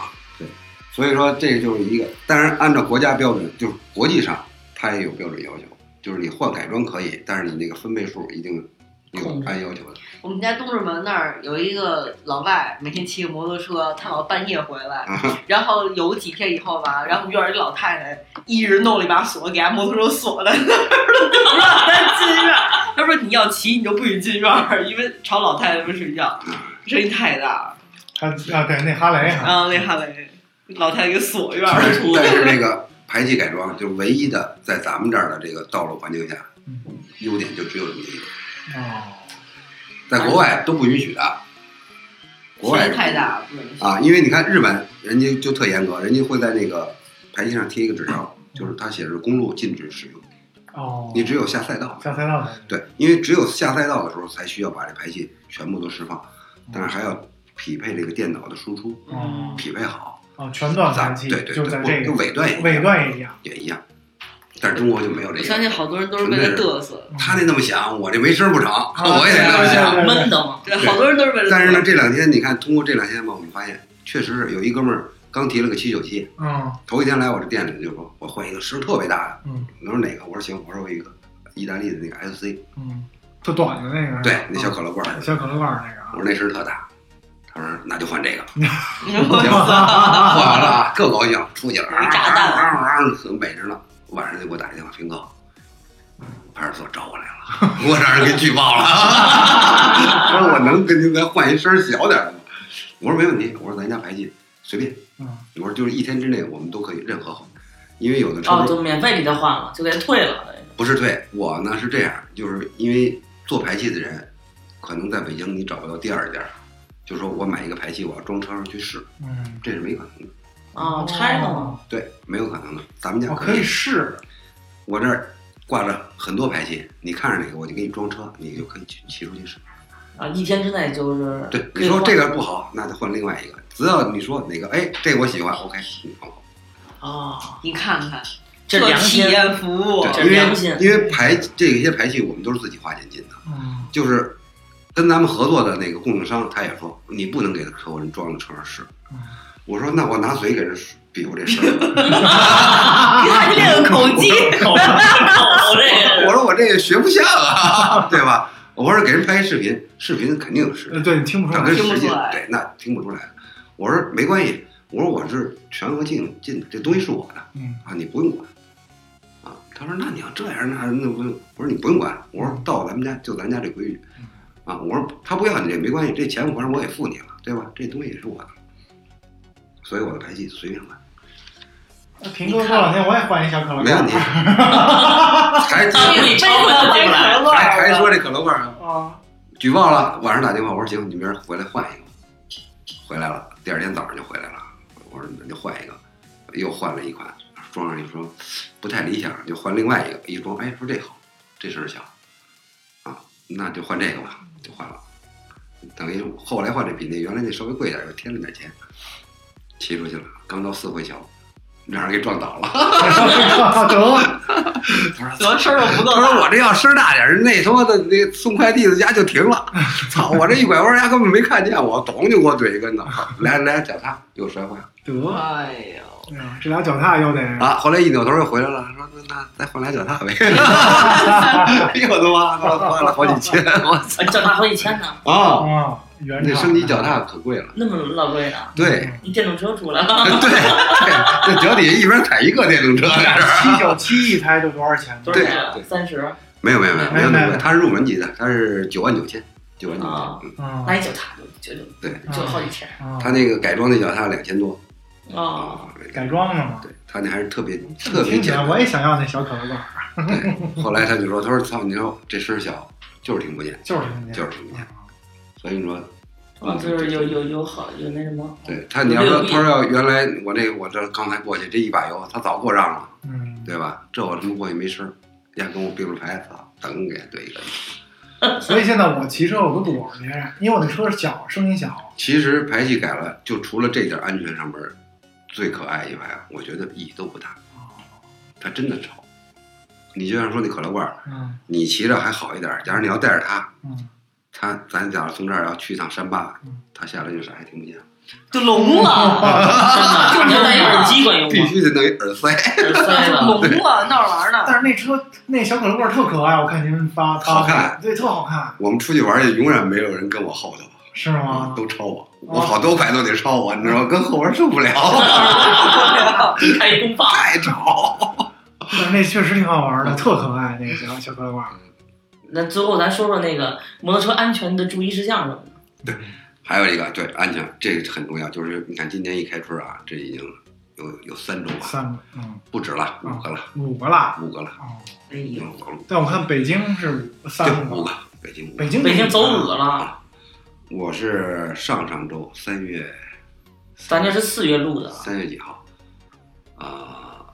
S4: 所以说这个就是一个，当然按照国家标准，就是国际上它也有标准要求，就是你换改装可以，但是你那个分贝数一定有
S1: 控制
S4: 按要求的。
S3: 我们家东直门那儿有一个老外，每天骑个摩托车，他老半夜回
S4: 啊
S3: 来，然后有几天以后吧，然后我们院儿一老太太一人弄了一把锁，给俺摩托车锁 在那儿了，就不让咱进院儿。他说你要骑你就不许进院儿，因为吵老太太们睡觉，
S4: 啊
S3: 声音太大了。
S2: 他啊，对，那哈雷哈，
S3: 然后那哈雷，老太太给锁院儿
S4: 但
S3: 了
S4: 是但是那个排气改装就是唯一的，在咱们这儿的这个道路环境下
S2: 嗯，
S4: 优点就只有这么一个，
S2: 哦，
S4: 在国外都不允许的。国
S3: 声
S4: 外
S3: 音太大了，不能
S4: 啊，因为你看日本人家就特严格，人家会在那个排气上贴一个纸条，就是他写着公路禁止使用，
S2: 哦，
S4: 你只有下赛道。
S2: 下赛道的，
S4: 对，因为只有下赛道的时候才需要把这排气全部都释放，但是还要匹配这个电脑的输出，
S2: 哦
S4: 匹配好。
S2: 哦，全段排
S4: 嗯咱
S2: 气
S4: 对对
S2: 就在
S4: 对，
S2: 这
S4: 就
S2: 个
S4: 尾段也
S2: 尾段也一样。
S4: 也一样，但是中国就没有这
S3: 我
S4: 个。
S3: 相信好多人都是为了嘚瑟，
S4: 他那那么想，我这没声儿不成，
S2: 啊
S4: 我也得那么
S2: 对对
S4: 想。
S2: 对
S1: 闷的吗？
S3: 对，好多人都是为了嘚瑟。
S4: 但是呢，这两天你看，通过这两天吧，我们发现确实是有一哥们儿刚提了个七九七，
S2: 嗯
S4: 头一天来我这店里就说，我换一个声儿特别大的。
S2: 嗯
S4: 我说哪个？我说行，我说我有一个意大利的那个 SC，
S2: 嗯，特短的那个，嗯
S4: 对，那小可乐罐儿，
S2: 小可乐罐儿那个啊
S4: 我说那声儿特大。他我说那就换这个，
S3: 我操！
S4: 换完了啊，特高兴，出去了，啊
S3: 炸弹
S4: 啊啊啊，很美着呢。晚上就给我打一电话，平哥，派出所找我来了，我让人给举报了。我说我能跟您再换一身小点儿的吗？我说没问题，我说咱家排气随便，
S2: 嗯
S4: 我说就是一天之内我们都可以任何换，因为有的车
S1: 哦，
S4: 主
S1: 就免费给他换了，就给他退了。
S4: 不是退，我呢是这样，就是因为做排气的人，可能在北京你找不到第二家，就说我买一个排气，我要装车上去试，
S2: 嗯，
S4: 这是没可能的。
S1: 哦，拆了吗？
S4: 对，没有可能的。咱们家
S2: 我嗯哦可以，试，
S4: 我这儿挂着很多排气，你看着哪个我就给你装车，你就可以去骑出去试。
S1: 啊，一天之内就是
S4: 哦对，你说这个不好，那就换另外一个。只要你说哪个，哎，这个我喜欢，OK，你嗯放口。
S1: 哦，
S3: 你看看，
S1: 这良
S3: 体
S1: 心
S3: 验服务，
S1: 这
S4: 对，
S1: 是
S4: 因
S1: 良心
S4: 为因为排这些排气我们都是自己花钱进的。
S2: 嗯，
S4: 就是跟咱们合作的那个供应商，他也说你不能给客户人装在车上试
S2: 嗯。
S4: 我说那我拿嘴给人比划这事儿。
S3: 啊你
S4: 啊
S3: 看这个口技，
S2: 嗯
S1: 哦，这
S4: 我说我这个学不像啊， 对吧？我说给人拍视频，视频肯定是
S2: 呃， 对你听不出
S4: 整
S2: 来
S4: 个，
S3: 听不
S4: 实际
S3: 出来
S4: 对，那听不出来。我说没关系，我说我是全额进进的，这东西是我的
S2: 嗯，
S4: 啊，你不用管。啊，他说那你要这样，那那不，我说你不用管，我说到咱们家就咱家这规矩，啊，我说他不要你这没关系，这钱我反正我也付你了，对吧？这东西也是我的，所以我的排气随便换，
S2: 那平哥过两天我也换一小可乐
S4: 没问题。
S2: 罐，
S4: 还
S1: 当面
S3: 你
S1: 你
S4: 还
S3: 真的白可乐
S4: 还
S3: 了。
S4: 说这可乐罐儿 啊，
S2: 啊，
S4: 举报了，晚上打电话，我说行，你明儿回来换一个，回来了，第二天早上就回来了，我说那就换一个，又换了一款，装上去说不太理想，就换另外一个，一装哎说这好，这声儿小，啊，那就换这个吧，就换了，等于后来换这比那原来那稍微贵点儿，又添了点钱，骑出去了，刚到四惠桥，让人给撞倒了。
S2: 得，
S3: 得声儿都不够
S4: 他说
S3: 大，
S4: 我这要声大点儿，那他妈的那送快递的家就停了。操！我这一拐弯，人家根本没看见我，咚就给我怼一跟头。来来，脚踏又摔坏
S2: 嗯
S4: 了
S2: 得，
S3: 哎呦，
S2: 哎呀这俩脚踏又得，
S4: 啊！后来一扭头又回来了，说那那再换俩脚踏呗。又他妈的花了好几千，我操！
S1: 啊叫他好几千呢，
S4: 啊，
S2: 啊，原
S4: 那
S2: 厂
S4: 升级脚踏可贵了。
S1: 那么老贵呢？
S4: 对
S1: 你电动车出来了，
S4: 对对，这脚底下一边踩一个电动车，
S2: 嗯
S4: 这是
S2: 七九七一台都多少 钱？
S1: 多少
S4: 对
S1: 钱？啊三十。
S4: 没有没有没有没有没有，它是入门级的，它是九万九千，九万九
S1: 啊
S4: 千。嗯，
S2: 啊
S1: 那，一脚踏就就
S4: 对，
S1: 就好几千
S2: 啊
S4: 它那个改装那脚踏两千多
S1: 哦，
S4: 啊，
S2: 改装的嘛，
S4: 对他那还是特别特别
S2: 听起
S4: 简
S2: 来
S4: 单。
S2: 我也想要那小可乐罐，
S4: 对，后来他就说：“他说操，你说这声儿小，就是听不见，
S2: 就是听
S4: 就
S2: 见，
S4: 是听不见。所以你说，
S1: 哦，就是有有有好有那什 么，
S4: 对他，你要说他说要原来我这我这刚才过去这一把油，他早给我让了，
S2: 嗯，
S4: 对吧？这我他妈过去没声儿，人家跟我并着排，操，等给对一个。
S2: 所以现在我骑车我都躲着别人，因为我那车小，声音小，
S4: 其实排气改了，就除了这点安全上面儿最可爱以外啊，我觉得意义都不大。它真的吵。你就像说那可乐罐儿，
S2: 嗯
S4: 你骑着还好一点儿，假如你要带着它，
S2: 嗯，
S4: 他咱假如从这儿要去一趟山坝
S2: 嗯，
S4: 他下来就啥也听不见，
S3: 就 聋了，啊
S1: 真的，就那耳机管
S2: 嗯
S1: 用
S4: 必
S1: 吗？
S4: 须得弄一耳塞。
S1: 耳塞了，
S3: 聋了，闹着玩儿呢
S2: 但。是那车那小可乐罐特可爱，我看您发发
S4: 好看，
S2: 对，特好看，
S4: 我们出去玩去，永远没有人跟我后头
S2: 是吗？
S4: 都超我，我跑多快都得超我，你知道吗？跟后边受不 了，
S1: 开一公放。
S4: 太吵。
S2: 但是那确实挺好玩的，特可爱那个小小可乐罐，
S1: 那最后咱说说那个摩托车安全的注意事项什么的。
S4: 还有一个对安全，这个很重要，就是你看今年一开春啊，这已经有有三周吧，
S2: 三个，嗯，
S4: 不止了，五个了，
S2: 五个啦，
S4: 五个了，
S2: 哦，
S1: 哎呦，
S4: 五个了，
S2: 但我看北京是三
S4: 对，
S2: 个
S4: 五，个，北京五个。
S2: 北京
S1: 北京走
S4: 嗯
S1: 五个了，
S4: 我是上上周三月
S1: 咱这是四月录的，
S4: 三月几号？啊、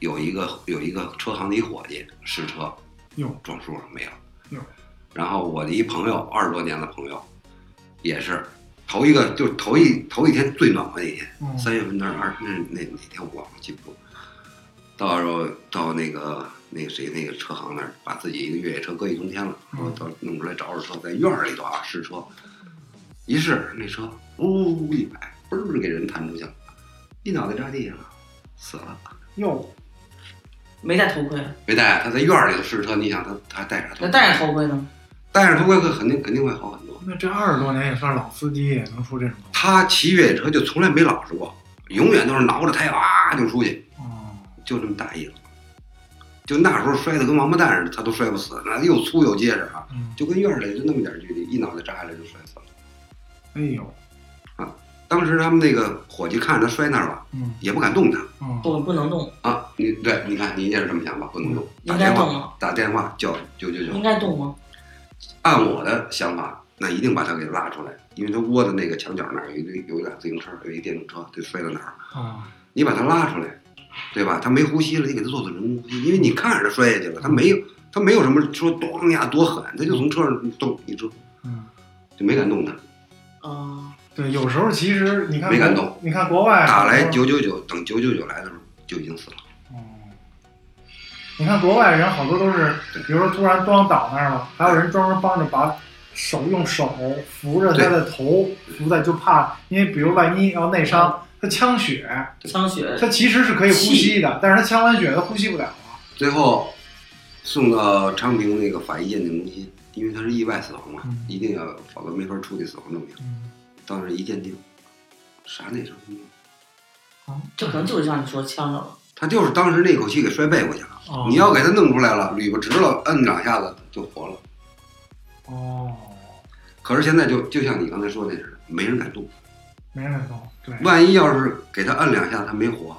S4: 有一个有一个车行的一伙计试车，
S2: 哟
S4: 撞树上没有
S2: 哟。
S4: 然后我的一朋友，二十多年的朋友，也是头一个就头一头一天最暖和那天，
S2: 嗯
S4: 三月份那二那那哪天我忘了记不住。到时候到那个那个谁那个车行那儿，把自己一个越野车搁一冬天了，说到弄出来找找车，在院儿里头啊试车，一试那车呜一摆，嘣儿给人弹出去了，一脑袋扎地上了，死了。
S2: 哟，
S1: 没戴头盔，
S4: 没啊戴，他在院儿里头试车，你想他他戴啥头
S1: 那
S4: 盔？
S1: 戴着头盔呢？
S4: 戴上头盔会肯定肯定会好很多。
S2: 那这二十多年也算老司机，也能出这种口
S4: 他骑越野车就从来没老实过，永远都是挠着胎哇就出去，
S2: 碑。哦，
S4: 就这么大意了。就那时候摔得跟王八蛋似的，他都摔不死，那又粗又结实啊，
S2: 嗯，
S4: 就跟院儿里就那么点距离，一脑袋扎下来就摔死了。
S2: 哎呦，
S4: 当时他们那个伙计看着他摔那儿了，
S2: 嗯，
S4: 也不敢动他
S2: 哦，
S1: 不不能动，
S4: 啊。你对，你看你也是这么想吧？不能动，打
S1: 嗯应该
S4: 电
S1: 动啊
S4: 话
S1: 吗？
S4: 打电话叫九九九
S1: 应。该动吗？
S4: 按我的想法，那一定把他给拉出来，因为他窝在那个墙角那儿有一堆有一辆自行车，有一电动车，就摔到那儿了。
S2: 啊，
S4: 你把他拉出来，对吧？他没呼吸了，你给他做做人工呼吸，因为你看着他摔下去了，他
S2: 嗯
S4: 没有他没有什么说咣呀多狠，他就从车上咚一折，
S2: 嗯，
S4: 就没敢动他，
S2: 哎
S3: 嗯，
S2: 对，有时候其实你看，
S4: 没敢动，
S2: 你看国外
S4: 打来
S2: 很多
S4: 九九九，等九九九来的时候就已经死了。
S2: 嗯你看国外人好多都是，比如说突然咣倒那儿了，还有人专门帮着把手用手扶着他的头，扶在就怕，因为比如万一要内伤，他呛血，
S1: 枪血
S2: 他其实是可以呼吸的，但是他呛完血他呼吸不了啊。
S4: 最后送到昌平那个法医鉴定中心，因为他是意外死亡嘛，
S2: 嗯
S4: 一定要否则没法处理死亡证明。
S2: 嗯，
S4: 到那儿一鉴定，啥内伤都没有，
S1: 这可能就是像你说呛着了，
S4: 他就是当时那口气给摔背过去了。
S2: 哦
S4: 你要给他弄出来了，捋巴直了，摁两下子就活了。
S2: 哦，
S4: 可是现在就就像你刚才说那似的，没人敢动。
S2: 没人敢动，对，
S4: 万一要是给他摁两下，他没活，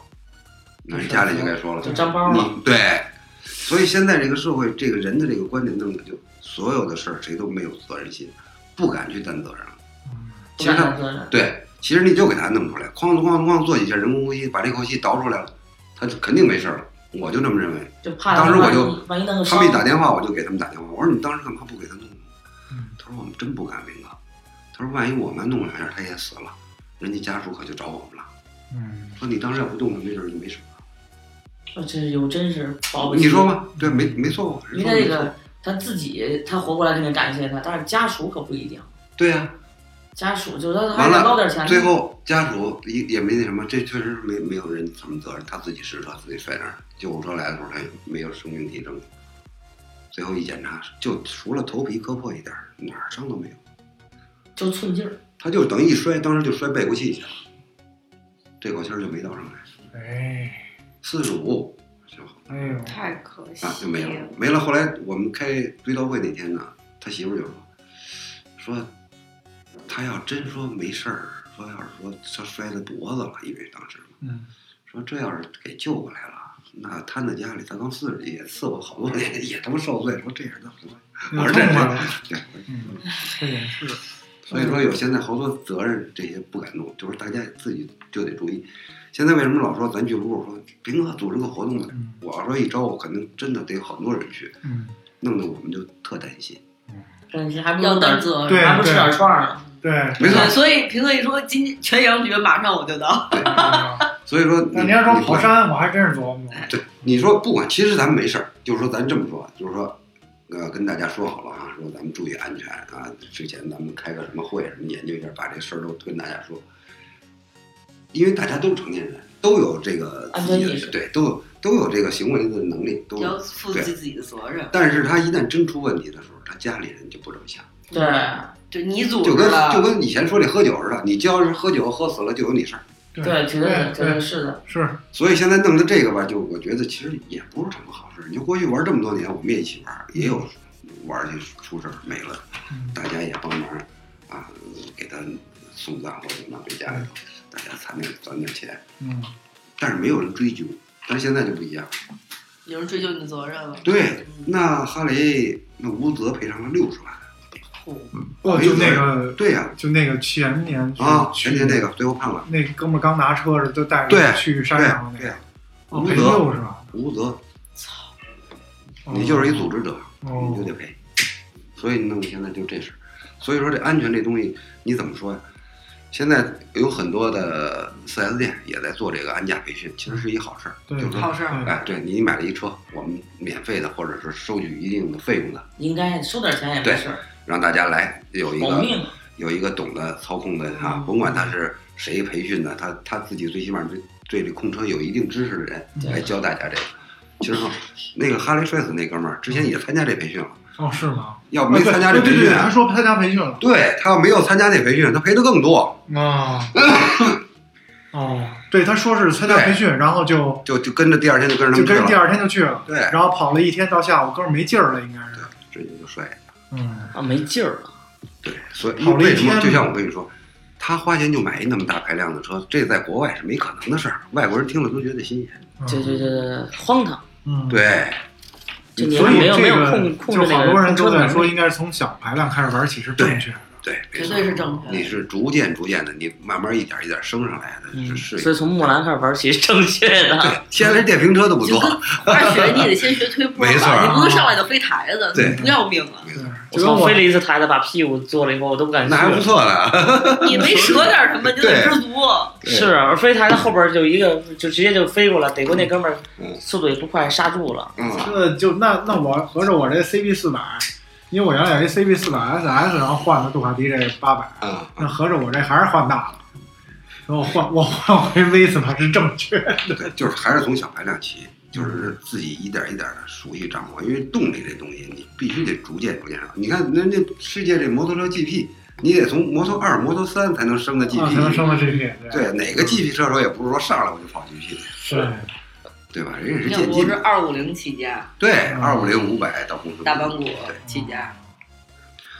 S4: 那人家里就该说了
S1: 就，粘包了。
S4: 你对。所以现在这个社会，这个人的这个观点弄的就所有的事儿谁都没有责任心，不敢去担责任。
S2: 嗯
S1: 不敢担责任，
S4: 对，其实你就给他弄出来，哐哐哐做几下人工呼吸，把这口气倒出来了，他就肯定没事儿了。我就这么认为。
S1: 就怕
S4: 当时我就
S1: 万一万一弄个
S4: 他
S1: 伤
S4: 们一打电话，我就给他们打电话，我说你当时干嘛不给他弄呢？
S2: 嗯
S4: 他说我们真不敢，林哥。他说万一我们弄两下他也死了，人家家属可就找我们了。
S2: 嗯，
S4: 说啊你当时要不动，没准儿就没事儿。
S1: 呃这真是有真是保哦不齐
S4: 你说吧，对，没没错过。
S1: 人家这个他自己他活过来肯定感谢他，但是家属可不一定，
S4: 对呀、
S1: 家属就是他还
S4: 完了
S1: 得捞点钱。
S4: 最后家属也也没那什么，这确实是没没有人什么责任，他自己失车自己摔那儿，救护车来的时候他也没有生命体征，最后一检查就除了头皮磕破一点儿，哪儿伤都没有，
S1: 就寸劲儿，
S4: 他就等于一摔，当时就摔背过气去了，这口气儿就没倒上来，
S2: 哎，
S4: 四十五，小伙
S2: 哎呦，
S3: 太可惜
S4: 啊就没了，没了。后来我们开追悼会那天呢，他媳妇儿就说，说他要真说没事儿，说要是说他摔在脖子了，因为当时
S2: 嗯，
S4: 说这要是给救过来了，那瘫在家里，他刚四十几，伺候好多年， 也他妈受罪，说这样就活了。
S2: 有
S4: 而
S2: 痛
S4: 且
S2: 快，
S4: 对，
S2: 嗯，这也是，
S4: 所以说有现在好多责任这些不敢弄，就是大家自己就得注意。现在为什么老说咱俱乐部说平哥组织个活动吧？
S2: 嗯
S4: 我要说一招，我肯定真的得有很多人去，
S2: 嗯，
S4: 弄得我们就特担心。
S1: 但是还不如
S3: 要担
S1: 点，
S3: 责
S2: 对
S3: 任。
S1: 还不如吃点串儿呢。
S2: 对，
S4: 没错，哦
S3: 所以平哥一说今天全阳局，马上我就到。
S4: 所以说你
S2: 那您要说
S4: 你不
S2: 跑
S4: 管
S2: 山，我还真是琢磨，
S4: 对，你说不管，其实咱们没事儿，就是说咱这么说，就是说，呃，跟大家说好了啊，说咱们注意安全啊。之前咱们开个什么会什么研究一下，把这事儿都跟大家说，因为大家都是成年人，都有这个
S1: 安
S4: 自
S1: 全
S4: 己
S1: 意
S4: 的
S1: 识
S4: 对，都有都有这个行为的能力，都
S3: 要
S4: 有。
S3: 负起自己的责任，
S4: 但是他一旦真出问题的时候，他家里人就不这么想，
S1: 对，
S3: 就你组织
S4: 就跟就
S3: 了，
S4: 跟以前说这喝酒似的，你只要是喝酒喝死了就有你事儿。
S1: 对，绝对
S2: 对
S1: 绝对是的，
S2: 是，
S4: 所以现在弄的这个吧，就我觉得其实也不是什么好事。你就过去玩这么多年，我们也一起玩，也有玩去出事儿没了，
S2: 嗯
S4: 大家也帮忙啊，给他送葬或者拿回家里头，大家攒点攒点钱，
S2: 嗯，
S4: 但是没有人追究。但是现在就不一样，
S3: 有人追究你的责任了。
S4: 对，
S3: 嗯，
S4: 那哈雷那吴泽赔偿了六十万，
S3: 酷
S2: 哦，就那个，
S4: 对呀、
S2: 就那个前年去
S4: 啊，前年那
S2: 去
S4: 个最后判了，
S2: 那哥们儿刚拿车时就带
S4: 对
S2: 着去山
S4: 对
S2: 上了那
S4: 对
S2: 个
S4: 呀，，
S2: 哦
S4: 吴
S2: 赔
S4: 泽
S2: 六十万，
S4: 吴泽，
S2: 哦
S4: 你就是一组织者，你就
S2: 哦，
S4: 得赔。所以弄现在就这事儿，所以说这安全这东西你怎么说呀？现在有很多的 4S 店也在做这个安驾培训，其实是一好事儿。
S2: 对
S4: 就是说，
S3: 好事儿，
S4: 哎，对你买了一车，我们免费的或者是收取一定的费用的，
S1: 应该收点钱也没事儿，
S4: 让大家来有一
S1: 保
S4: 个
S1: 命。啊
S4: 有一个懂得操控的啊，
S2: 嗯
S4: 甭管他是谁培训的，他他自己最起码对对这控车有一定知识的人
S1: 对
S4: 来教大家这个。其实哈，那个哈雷摔死那哥们儿之前也参加这培训了，
S2: 哦，是吗？
S4: 要没参加这
S2: 对
S4: 培
S2: 对
S4: 训啊
S2: 对，，他说参加培训了
S4: 对他要没有参加这培训，他赔的更多，
S2: 啊。哦，对，他说是参加培训，然后就
S4: 就就跟着第二天就跟着他
S2: 就
S4: 们去
S2: 跟人第
S4: 了，
S2: 二天就去了，
S4: 对，
S2: 然后跑了一天到下午，哥们儿没劲儿了，应该是。
S4: 直接就摔了。
S2: 嗯，
S1: 啊，没劲儿了。
S4: 对，所以
S2: 跑了一
S4: 为什么
S2: 天
S4: 就像我跟你说，他花钱就买一那么大排量的车，这在国外是没可能的事儿，外国人听了都觉得新鲜。
S2: 嗯
S1: 这这，这荒唐！
S2: 嗯，。
S4: 对，
S1: 这你
S2: 所
S1: 还
S2: 以
S1: 没有没
S2: 这
S1: 有
S2: 个
S1: 控控制
S2: 就
S1: 那
S2: 好多
S1: 个
S2: 人
S1: 车
S2: 都
S1: 的
S2: 在
S1: 能
S2: 说，
S1: 力。
S2: 应该是从小排量开始玩起是正确的。
S4: 对，没
S3: 绝
S4: 错
S3: 对是正确的。
S4: 你是逐渐逐渐的，你慢慢一点一点升上来的，是
S1: 嗯，
S4: 是。
S1: 所以从木兰开始玩起是正确的。
S4: 对，现在电瓶车都不
S3: 就
S4: 多，
S3: 跟二学你得先学推坡吧，
S4: 没错儿
S3: 你不能上来就飞台子，
S4: 对
S3: 不要命啊 了。
S4: 没
S2: 对
S4: 错，
S1: 我
S2: 就跟
S1: 操，
S2: 我
S1: 飞了一次台子，把屁股坐了以后，我都不敢去
S4: 那。还不错呢。
S3: 你没折点什么，你得
S4: 对
S3: 知足。
S4: 对
S1: 是，啊而飞台的后边就一个，就直接就飞过来，北国那哥们儿
S4: 嗯
S1: 速度也不快，刹住了。
S4: 嗯，
S2: 这就那那我合着我这 CB 四百，因为我原来有一 CB 四百 SS，然后换的杜卡迪这八百，
S4: 啊，
S2: 那合着我这还是换大了，所以我换我换回 V 四百是正确的。
S4: 对，就是还是从小排量起，就是自己一点一点的熟悉掌握，因为动力这东西你必须得逐渐逐渐上。你看人家世界这摩托车 GP，你得从摩托二、摩托三才能升的
S2: 啊，才能
S4: GP。
S2: 升到 GP，
S4: 对，哪个 GP 车手也不是说上来我就跑 GP 的，
S2: 是
S4: 对吧？人也是
S3: 你
S4: 渐
S3: 看，我
S4: 进
S3: 是
S4: 的。
S3: 二五零起家，
S4: 对，二五零、五百到公司。
S3: 大板。股起家，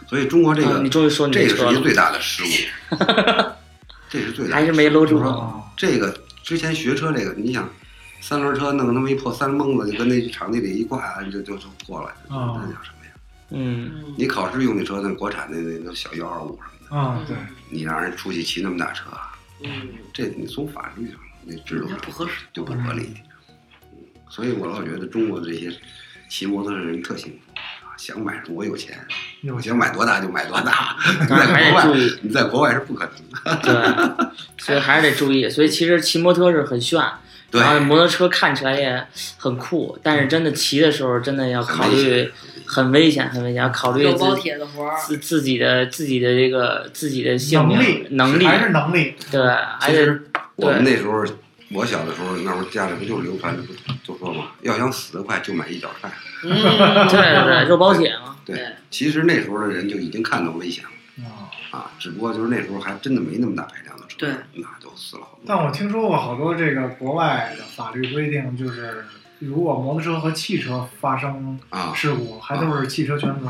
S4: 所以中国这
S1: 啊
S4: 个
S1: 你终于说你
S4: 这
S1: 的
S4: 个
S1: 车
S4: 是一
S1: 了，
S4: 最大的失误，这是最大的
S1: 还是没搂住
S4: 就是。说
S2: 啊，
S4: 这个之前学车这个，你想三轮车弄他妈一破三蹦子，就跟那场地里一挂，就就就破了，
S1: 啊
S2: 哦
S4: 那叫什么呀？
S1: 嗯，
S3: 嗯，
S4: 你考试用的车，那国产的那那都小幺二五什么的，
S2: 啊对，
S4: 你让人出去骑那么大车，啊
S3: 嗯，
S4: 这你从法律上、那制度上
S3: 不合适，
S4: 就不合理。嗯所以我老觉得中国的这些骑摩托的人特幸福啊，想买什么我有钱，
S2: 有
S4: 我
S1: 嗯
S2: 钱
S4: 想买多大就买多大，你
S1: 但
S4: 在
S1: 是还
S4: 国
S1: 得注
S4: 外
S1: 意，
S4: 你在国外是不可能的。
S1: 对，所以还是得注意。所以其实骑摩托是很炫，
S4: 对，
S1: 然后摩托车看起来也很酷，但是真的骑的时候，真的要考
S4: 很危
S1: 虑很危险，很危险，要考虑
S3: 有
S1: 自
S3: 包
S1: 己
S3: 铁的活儿，
S1: 自自己的自己的这个自己的性命
S2: 能力
S1: 能力，
S2: 还是能力，
S1: 对，还
S4: 其
S1: 得
S4: 实我们那时候，我小的时候，那时候家里不就流传着不就说嘛，要想死得快，就买一脚踹。
S1: 对
S3: 嗯，
S1: 对 对，肉包铁嘛，
S3: 对，
S4: 其实那时候的人就已经看到危险了
S1: 嗯
S2: 啊。
S4: 啊，只不过就是那时候还真的没那么大排量的车，
S3: 对，
S4: 那就死了好多。
S2: 但我听说过好多这个国外的法律规定，就是如果摩托车和汽车发生
S4: 啊，
S2: 事故，还都是汽车全责，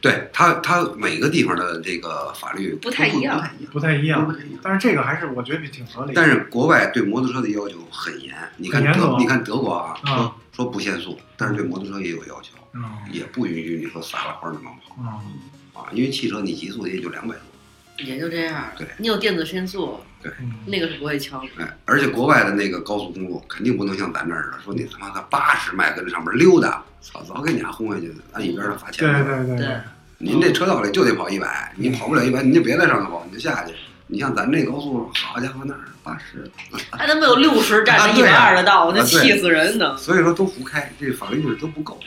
S4: 对他，他每个地方的这个法律
S3: 不太一样
S4: 不太一样。
S2: 不太一样
S4: 不太一样。
S2: 但是这个还是我觉得挺合理的。
S4: 但是国外对摩托车的要求很严，你看
S2: 很严格
S4: 德，你看德国啊，
S2: 啊
S4: 说说不限速，但是对摩托车也有要求，
S2: 嗯
S4: 也不允许你说撒了欢儿那么
S2: 嗯
S4: 跑啊，因为汽车你极速也就两百多。
S3: 也就这样
S4: 对。
S3: 你有电子限速，
S2: 嗯，
S3: 那个是不会敲你。
S4: 哎，而且国外的那个高速公路肯定不能像咱这儿的，说你他妈的八十迈跟这上面溜达，操，早给你俩轰下去，按一边儿的罚钱
S2: 对
S4: 了。
S2: 对对
S3: 对，
S4: 您这车道里就得跑一百，你跑不了一百，你就别在上头跑，你就下去。你像咱这高速，好家伙，那儿八十，
S3: 还他妈有六十占
S4: 啊
S3: 着一
S4: 对
S3: 百
S4: 啊
S3: 二的道，那
S4: 啊对
S3: 气死人呢。
S4: 所以说都胡开，这法律意识都不够。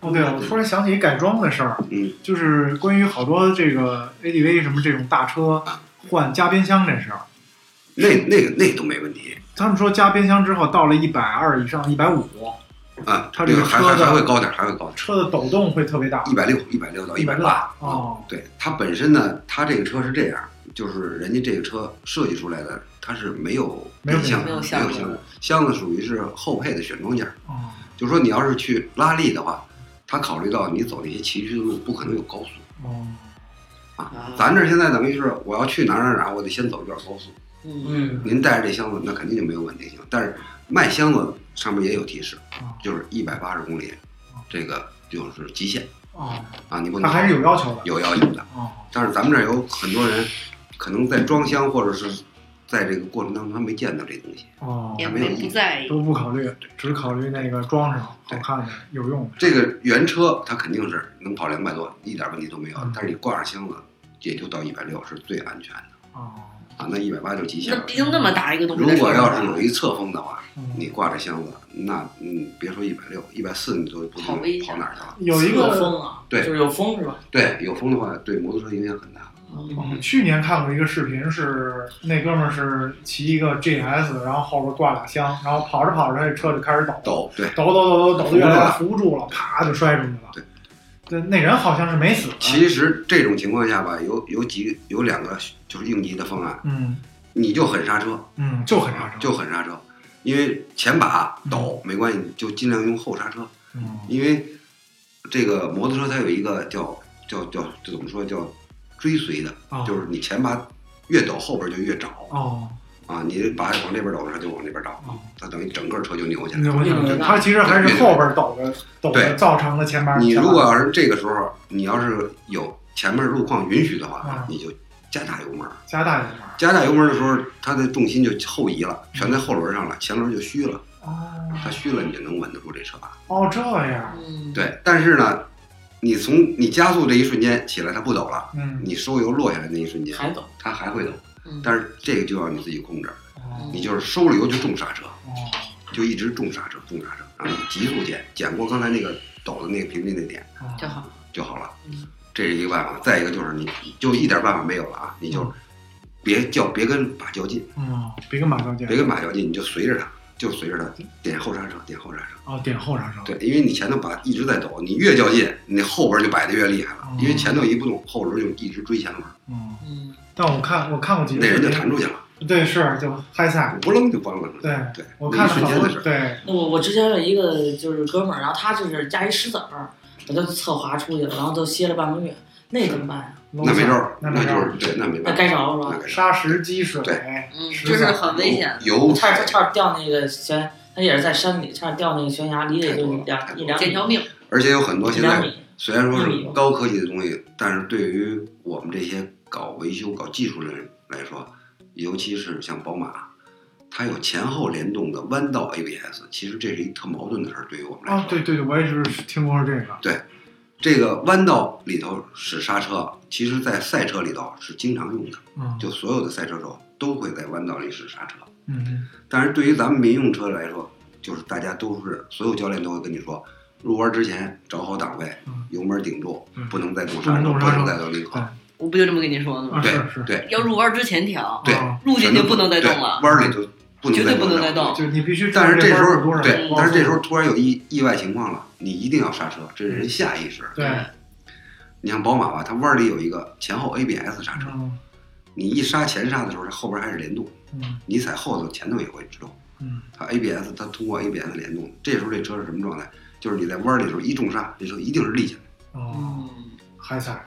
S2: 哦对，我突然想起一改装的事儿，
S4: 嗯，
S2: 就是关于好多这个 ADV 什么这种大车换加边箱这事儿。
S4: 那那个那都没问题
S2: 他们说加边箱之后到了一百二以上，一百五，
S4: 啊，
S2: 它
S4: 这
S2: 这
S4: 个
S2: 个
S4: 还
S2: 车
S4: 还
S2: 的
S4: 还会高点儿，还会高点儿，
S2: 车的抖动会特别大，
S4: 一百六，一百六到一
S2: 一
S4: 百
S2: 百
S4: 八。啊
S2: 大哦，
S4: 对，它本身呢，它这个车是这样，就是人家这个车设计出来的，它是没有
S2: 没有
S4: 箱，
S3: 没
S4: 没
S3: 有
S4: 有
S3: 箱
S4: 箱
S3: 子
S4: 子，箱子属于是后配的选装件儿。
S2: 哦，
S4: 就是说你要是去拉力的话，他考虑到你走那些崎岖的路，不可能有高速
S2: 哦，
S4: 啊
S3: 啊。
S4: 咱这儿现在等于是我要去哪儿哪儿哪儿，我得先走一段高速。
S3: 嗯，
S1: 嗯，
S4: 您带着这箱子，那肯定就没有稳定性。但是卖箱子上面也有提示，
S2: 哦
S4: 就是一百八十公里，这个就是极限
S2: 哦，
S4: 啊，你不
S2: 那
S4: 能
S2: 还是有要求的，
S4: 有要求的。
S2: 哦，
S4: 但是咱们这儿有很多人，可能在装箱或者是在这个过程当中，他没见到这东西。
S2: 哦，
S3: 也没不在意。
S2: 都不考虑，只考虑那个装上好看的、有用的。
S4: 这个原车它肯定是能跑两百多，一点问题都没有
S2: 嗯。
S4: 但是你挂上箱子，也就到一百六是最安全的
S2: 哦，
S4: 啊。那一百八就极限
S3: 那
S4: 了。
S3: 毕竟那么大一个东西，
S4: 如果要是有一侧风的话，
S2: 嗯
S4: 你挂着箱子，那嗯，别说一百六，一百四你都不知
S3: 好
S4: 道
S3: 危险
S4: 跑哪儿去了。
S2: 有一个
S1: 风啊，
S4: 对
S1: 就是有风是吧？
S4: 对，有风的话，对摩托车影响很大。
S2: 我
S3: 嗯
S2: 嗯去年看过一个视频，是那哥们儿是骑一个 GS，然后后边挂俩箱，然后跑着跑着，这车就开始抖，
S4: 抖，对
S2: 抖抖抖抖抖，越来越扶不住了，啪就摔出去了。
S4: 对，
S2: 对，那人好像是没死。
S4: 其实这种情况下吧，有有几有两个就是应急的方案，
S2: 嗯
S4: 你就狠刹车，
S2: 嗯，就很刹车，
S4: 就狠刹车，因为前把抖没关系，你就尽量用后刹车，
S2: 嗯
S4: 因为这个摩托车它有一个叫叫叫这怎么说叫追随的，
S2: 哦
S4: 就是你前把越抖后边就越找
S2: 哦
S4: 啊，你把往这边抖，它就往这边找
S2: 哦，
S4: 它等于整个车就扭起来
S2: 那我
S4: 了。
S2: 想知道他其实还是后边抖着抖着
S4: 对
S2: 造成了前面。
S4: 你
S2: 前
S4: 如
S2: 面
S4: 果要是这个时候，你要是有前面路况允许的话
S2: 啊，
S4: 你就加大油门儿。
S2: 加大一点
S4: 加大油门的时候，它的重心就后移了，全在后轮上了，前轮就虚了。
S2: 哦
S4: 它虚了，你就能稳得住这车把。
S2: 哦这样，
S3: 嗯，
S4: 对，但是呢，你从你加速这一瞬间起来，它不抖了；
S2: 嗯，
S4: 你收油落下来那一瞬间，
S1: 还懂。
S4: 它还会抖。
S3: 嗯
S4: 但是这个就要你自己控制，
S2: 哦
S4: 你就是收了油就重刹车，
S2: 哦
S4: 就一直重刹车，重刹车，然后你急速减，减过刚才那个抖的那个平均那点
S2: 哦
S3: 就好。
S4: 就好了
S3: 嗯。
S4: 这是一个办法。再一个就是你就一点办法没有了啊，你就别较，别跟把较劲。
S2: 嗯，别跟马交
S4: 别
S2: 见，
S4: 跟马较劲，你就随着它，就随着它点后刹车，点后刹车。
S2: 哦点后刹车，
S4: 对，因为你前头把一直在抖，你越较劲，你后边就摆的越厉害了
S2: 哦。
S4: 因为前头一不动，后轮就一直追前轮，
S2: 嗯，
S3: 嗯，
S2: 但我看我看过几个
S4: 那人就
S2: 视频
S4: 弹出去了，
S2: 对是就嗨赛，
S4: 不楞就崩了。
S2: 嗯对
S4: 对，
S2: 我
S4: 那
S2: 看
S4: 一
S2: 了
S4: 瞬
S2: 好
S4: 间
S2: 多
S4: 的事儿。
S2: 对，
S1: 那我我之前有一个就是哥们儿，然后他就是加一石子儿，把他侧滑出去了，然后都歇了半个月，那怎么办呀、
S4: 那没招儿，
S2: 那
S4: 那
S2: 没招
S4: 就
S2: 儿，
S4: 是对，那没
S1: 那
S4: 办法，
S1: 该着了
S4: 那
S1: 是吧？
S4: 该着。
S2: 沙石积水，
S4: 对
S3: 嗯，
S2: 实
S3: 这是
S2: 在
S3: 很危险的。
S4: 油
S1: 差点差点掉那个悬，他也是在山里，差点掉那个悬崖，离得也就两一两
S3: 捡
S1: 米，
S3: 条命，
S4: 而且有很多
S1: 一
S4: 现
S1: 两
S4: 在
S1: 米。
S4: 虽然说是高科技的东西，但是对于我们这些搞维修、搞技术的人来说，尤其是像宝马。它有前后联动的弯道 ABS，其实这是一特矛盾的事儿，对于我们来说。
S2: 啊，对对对，我也是听说这个，
S4: 这个弯道里头使刹车，其实在赛车里头是经常用的，
S2: 嗯
S4: 就所有的赛车手都会在弯道里使刹车。
S2: 嗯
S4: 但是对于咱们民用车来说，就是大家都是所有教练都会跟你说，入弯之前找好档位
S2: 嗯，
S4: 油门顶住
S2: 嗯，
S4: 不能再动刹车，
S2: 不能动刹
S4: 不
S2: 车
S4: 能再走离合。
S3: 我不就这么跟你说的
S2: 啊
S3: 吗？
S4: 对
S2: 是是，
S4: 对，
S3: 要入弯之前调，
S4: 对
S2: 啊
S3: 入进去不能再动了。
S4: 对弯儿里就不能
S3: 绝对不能
S4: 再
S3: 再动
S2: 就你必须知道
S4: 但是这时
S2: 弯儿有多
S4: 候，
S2: 少哦
S4: 对，
S2: 高
S4: 但是这时
S2: 速
S4: 候突然有意意外情况了，你一定要刹车，这是人下意识。
S2: 对，
S4: 你像宝马吧，它弯儿里有一个前后 ABS 刹车，
S2: 嗯
S4: 你一刹前刹的时候，它后边还是联动，
S2: 嗯
S4: 你踩后头，前头也会制动。
S2: 嗯
S4: 它 ABS 它通过 ABS 联动，这时候这车是什么状态？就是你在弯儿里的时候一重刹，这车一定是立起来。
S2: 哦，
S3: 嗯，
S2: 嗨赛，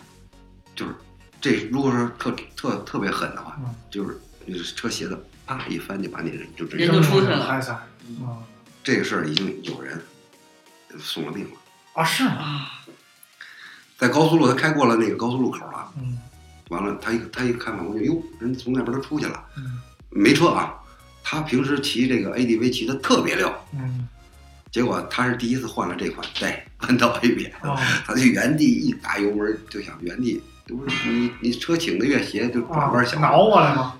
S4: 就是这如果说特特特别狠的话，
S2: 嗯
S4: 就是你这车斜的啪一翻就把你人就直
S3: 人
S4: 接
S3: 就出去了
S2: 嗨赛，嗯
S4: 这个事儿已经有人送了命了。
S2: 啊是吗？
S3: 啊，
S4: 在高速路，他开过了那个高速路口了，
S2: 嗯
S4: 完了他一他一看反光镜，哟，人从那边都出去了，
S2: 嗯
S4: 没车啊。他平时骑这个 ADV 骑的特别溜，
S2: 嗯
S4: 结果他是第一次换了这款带 弯道 ABS，
S2: 哦
S4: 他就原地一打油门就想原地，这不是你你车倾的越斜就转弯小，
S2: 啊挠过来吗？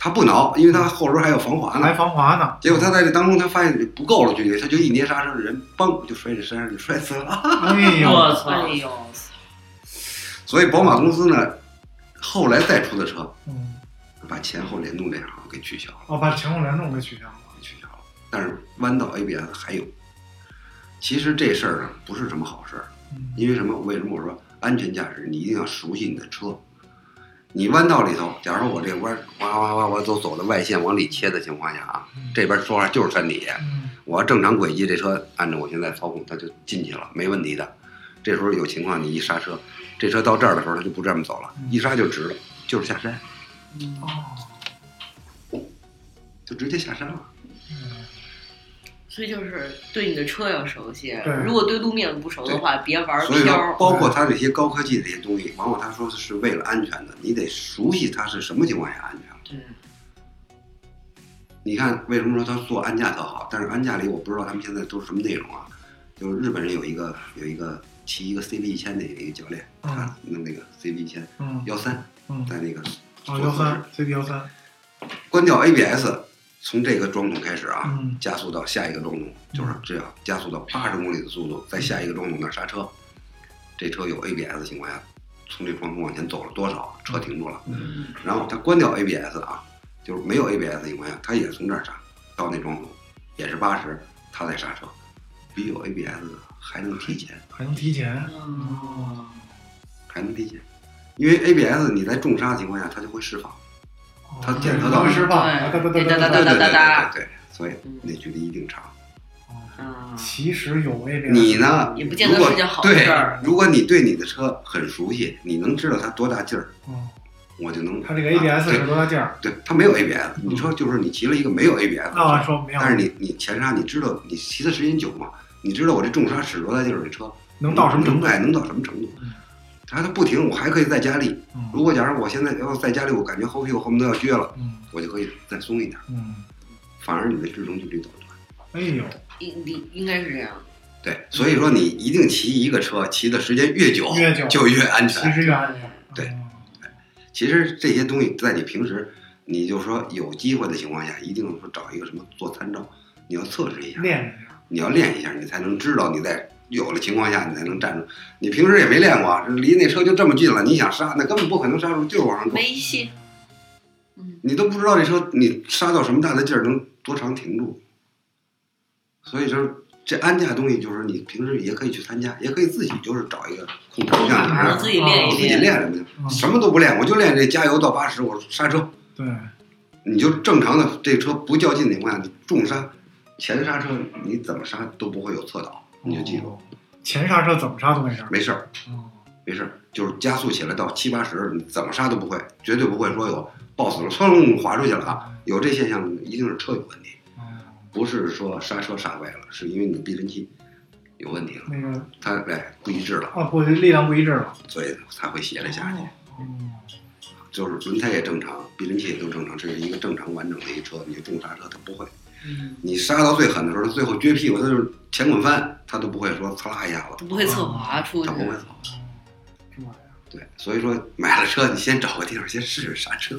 S4: 他不挠，因为他后轮还有防滑
S2: 来
S4: 呢。
S2: 防滑呢？
S4: 啊结果他在这当中，他发现不够了距离，他就一捏刹车，人嘣就摔这山上就摔死了。
S2: 哎呦，
S1: 我操！
S3: 哎呦，
S4: 所以宝马公司呢，后来再出的车，
S2: 嗯，
S4: 把前后联动这行给取消了，
S2: 哦，把前后联动给取消了，
S4: 给取消了。但是弯道 ABS 还有。其实这事儿呢不是什么好事儿，
S2: 嗯
S4: 因为什么？为什么我说安全驾驶？你一定要熟悉你的车。你弯道里头，假如说我这弯哇哇哇我走走的外线往里切的情况下啊，这边说话就是山底下，
S2: 嗯
S4: 我要正常轨迹，这车按照我现在操控，它就进去了，没问题的。这时候有情况，你一刹车，这车到这儿的时候，它就不这么走了
S2: 嗯，
S4: 一刹就直了，就是下山，
S3: 嗯
S2: 哦，
S4: 就直接下山了。
S2: 嗯
S3: 所以就是对你的车要熟悉
S2: 对，
S3: 如果对路面不熟的话，别玩
S4: 所以说，
S3: 飘。
S4: 包括它这些高科技这些东西，往往他说是为了安全的，你得熟悉它是什么情况下安全。
S3: 对，
S4: 你看，为什么说他做安驾特好？但是安驾里我不知道他们现在都是什么内容啊。就是日本人有一个有一个骑一个 CB 一千的有一个教练，他弄那个 CB 一千
S2: 嗯
S4: 幺三，
S2: 嗯，
S4: 在那个
S2: 哦幺三 CB 幺三，
S4: 关掉 ABS，从这个装筒开始啊，
S2: 嗯
S4: 加速到下一个装筒，就是这样加速到八十公里的速度，在下一个装筒那儿刹车。这车有 ABS 的情况下，从这装筒往前走了多少，车停住了。
S2: 嗯
S4: 然后它关掉 ABS 啊，就是没啊有 ABS 的情况下，它也从这儿刹到那装筒，也是八十，它再刹车，比有 ABS 的还能提前，
S2: 还能提前。
S3: 嗯，
S2: 哦
S4: 还能提前，因为 ABS 你在重刹情况下它就会释放，
S2: 哦
S4: 它检测到
S2: 能释放，
S3: 对
S2: 啊哒哒哒
S3: 哒哒
S2: 哒哒
S4: 对
S2: 哒。
S4: 对对
S3: 哒
S4: 对对，所以那距离一定长。
S3: 嗯啊，
S2: 哦其实有 ABS，
S4: 你呢？
S3: 也不见得
S4: 如果
S3: 是件好
S4: 对
S3: 事儿，
S4: 如果你对你的车很熟悉，你能知道它多大劲儿，
S2: 嗯，
S4: 我就能。啊
S2: 它这个 ABS
S4: 对
S2: 是多大劲儿？
S4: 对，它没有 ABS。你说就是你骑了一个没有 ABS 的
S2: 那我
S4: 车，
S2: 说没有，
S4: 但是你你前啊刹你知道你骑的时间久嘛，你知道我这重刹使多大劲儿，这车
S2: 能到什么程度？
S4: 哎，能到什么程度
S2: 嗯？
S4: 它它不停，我还可以再加力。如
S2: 嗯
S4: 果假如我现在要在加力，我感觉后屁股恨不得要撅了，
S2: 嗯
S4: 我就可以再松一点，
S2: 嗯，
S4: 反而你的制动距离短。
S2: 哎呦，
S3: 应应应该是这样。
S4: 对，所以说你一定骑一个车，骑的时间越久，
S2: 越久
S4: 就越安
S2: 其
S4: 全。
S2: 实原来
S4: 对，其实这些东西在你平时，你就说有机会的情况下，一定说找一个什么做参照，你要测试一下
S2: 嗯，练一下，
S4: 你要练一下，你才能知道你在有了情况下你才能站住。你平时也没练过，啊离那车就这么近了，你想刹那根本不可能刹住，就是往上撞。
S3: 微信，嗯，
S4: 你都不知道这车你刹到什么大的劲儿能多长停住，所以就是这安驾东西，就是你平时也可以去参加，也可以自己就是找一个空调
S3: 空
S4: 像你这
S3: 儿
S4: 样
S3: 自己练
S4: 我
S3: 一
S4: 哦自己
S3: 练，
S4: 练
S2: 嗯
S4: 练呗，什么都不练，我就练这加油到八十，我刹车，
S2: 对，
S4: 你就正常的这车不较劲的情况下，你重刹，前刹车你怎么刹都不会有侧倒，你就记住，
S2: 住，哦前刹车怎么刹都没事儿。
S4: 没事儿，
S2: 哦
S4: 没事儿，就是加速起来到七八十，你怎么刹都不会，绝对不会说有抱死了，噌滑出去了啊，有这现象一定是车有问题，
S2: 哦
S4: 不是说刹车刹歪了，是因为你的避震器有问题了，
S2: 那个
S4: 它哎不一致了，
S2: 啊，不，力量不一致了。
S4: 所以才会斜着下去。
S2: 嗯
S4: 就是轮胎也正常，避震器也都正常，这是一个正常完整的一车。你重刹车它不会，
S3: 嗯，
S4: 你刹到最狠的时候，它最后撅屁股，它就是前滚翻，它都不会说呲啦一下子，
S3: 都不会侧滑出去
S4: 它。不会走。
S2: 这
S4: 嗯
S2: 玩意儿
S4: 对，所以说买了车，你先找个地方先试试刹车，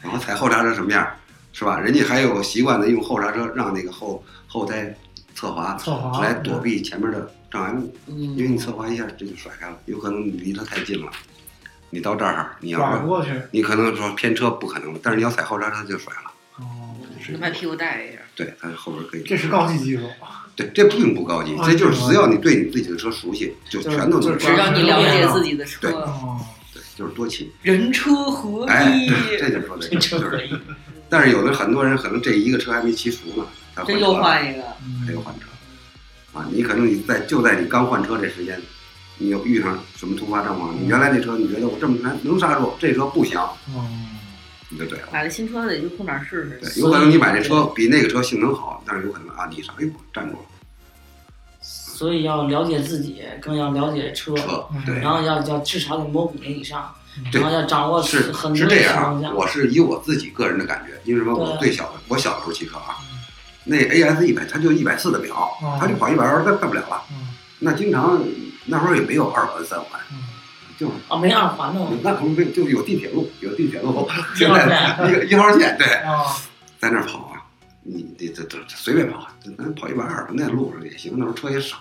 S4: 然后踩后刹车什么样，是吧？人家还有习惯的用后刹车让那个后后胎侧滑，
S2: 侧滑
S4: 来躲避前面的障碍物，
S3: 嗯，
S4: 因为你侧滑一下这就甩开了，有可能你离它太近了，你到这儿你要
S2: 拐
S4: 是
S2: 过去。
S4: 你可能说偏车不可能，但是你要踩后刹车就甩了。
S2: 哦，
S3: 能嗯把屁股带一下。
S4: 对，它后边可以。
S2: 这是高级技术。
S4: 对，这并不高级
S2: 啊，
S4: 这就是
S2: 是吗
S4: 只要你对你自己的车熟悉，就全都能
S2: 就
S3: 只
S2: 是
S3: 要你了解自己的
S4: 对
S3: 车，
S2: 哦，
S4: 对，就是多骑。
S3: 人车合
S4: 哎，对，
S3: 一，
S4: 这就说的就
S1: 这
S4: 是。
S1: 可以。
S4: 但是有的很多人可能这一个车还没骑熟呢，他
S3: 这
S4: 换
S3: 又
S4: 车了，
S3: 换一个，
S2: 嗯
S4: 他又换车啊！你可能你在就在你刚换车这时间，你有遇上什么突发状况？你原来那车你觉得我这么难能刹住，这车不行，
S2: 哦，
S4: 你就对了。
S3: 买了新车得去碰点试试。
S4: 对，有可能你买这车比那个车性能好，但是有可能啊，你刹，哎呦，站住了，
S1: 所以要了解自己，更要了解车，
S4: 车
S2: 嗯
S4: 对。
S1: 然后要要至少得摸五年以上，
S4: 对
S1: 然后要掌握
S4: 是
S1: 很
S4: 是
S1: 多
S4: 这
S1: 的
S4: 样
S1: 情况
S4: 啊，
S1: 下。
S4: 我是以我自己个人的感觉，因为什么？我
S1: 对
S4: 最小的，我小的时候骑车啊，那 AS 一百它就一百四的表
S2: 哦，
S4: 它就跑一百二，它干不了了。
S2: 嗯
S4: 那经常那时候也没有二环三环，
S2: 嗯
S4: 就是
S1: 啊，没二环呢，
S4: 那可能没有就是有地铁路，有地铁路，
S1: 一号线
S4: 一个一号线对，
S2: 啊，
S4: 在那儿跑啊，你你这这这随便跑，咱跑一百二，那路上也行，那时候车也少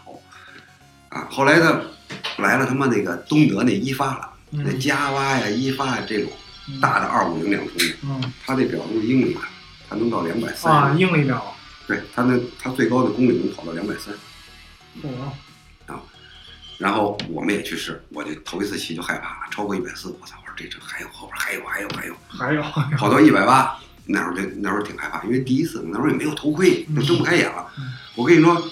S4: 啊。后来呢，来了他妈那个东德那一发了，那
S2: 嗯
S4: 加蛙呀、一发呀这种
S2: 嗯
S4: 大的二五零两冲的。
S2: 嗯
S4: 它这表都是英里嘛，它能到两百
S2: 啊，
S4: 三，
S2: 英里表，
S4: 对，它那它最高的公里能跑到两百三。
S2: 我
S4: 然后我们也去试，我就头一次骑就害怕了，超过一百四，我操！我说这车还有后边还有还有还有，
S2: 还 有
S4: 跑到一百八，那时候就那时候挺害怕，因为第一次那时候也没有头盔，就睁不开眼了
S2: 嗯。
S4: 我跟你说，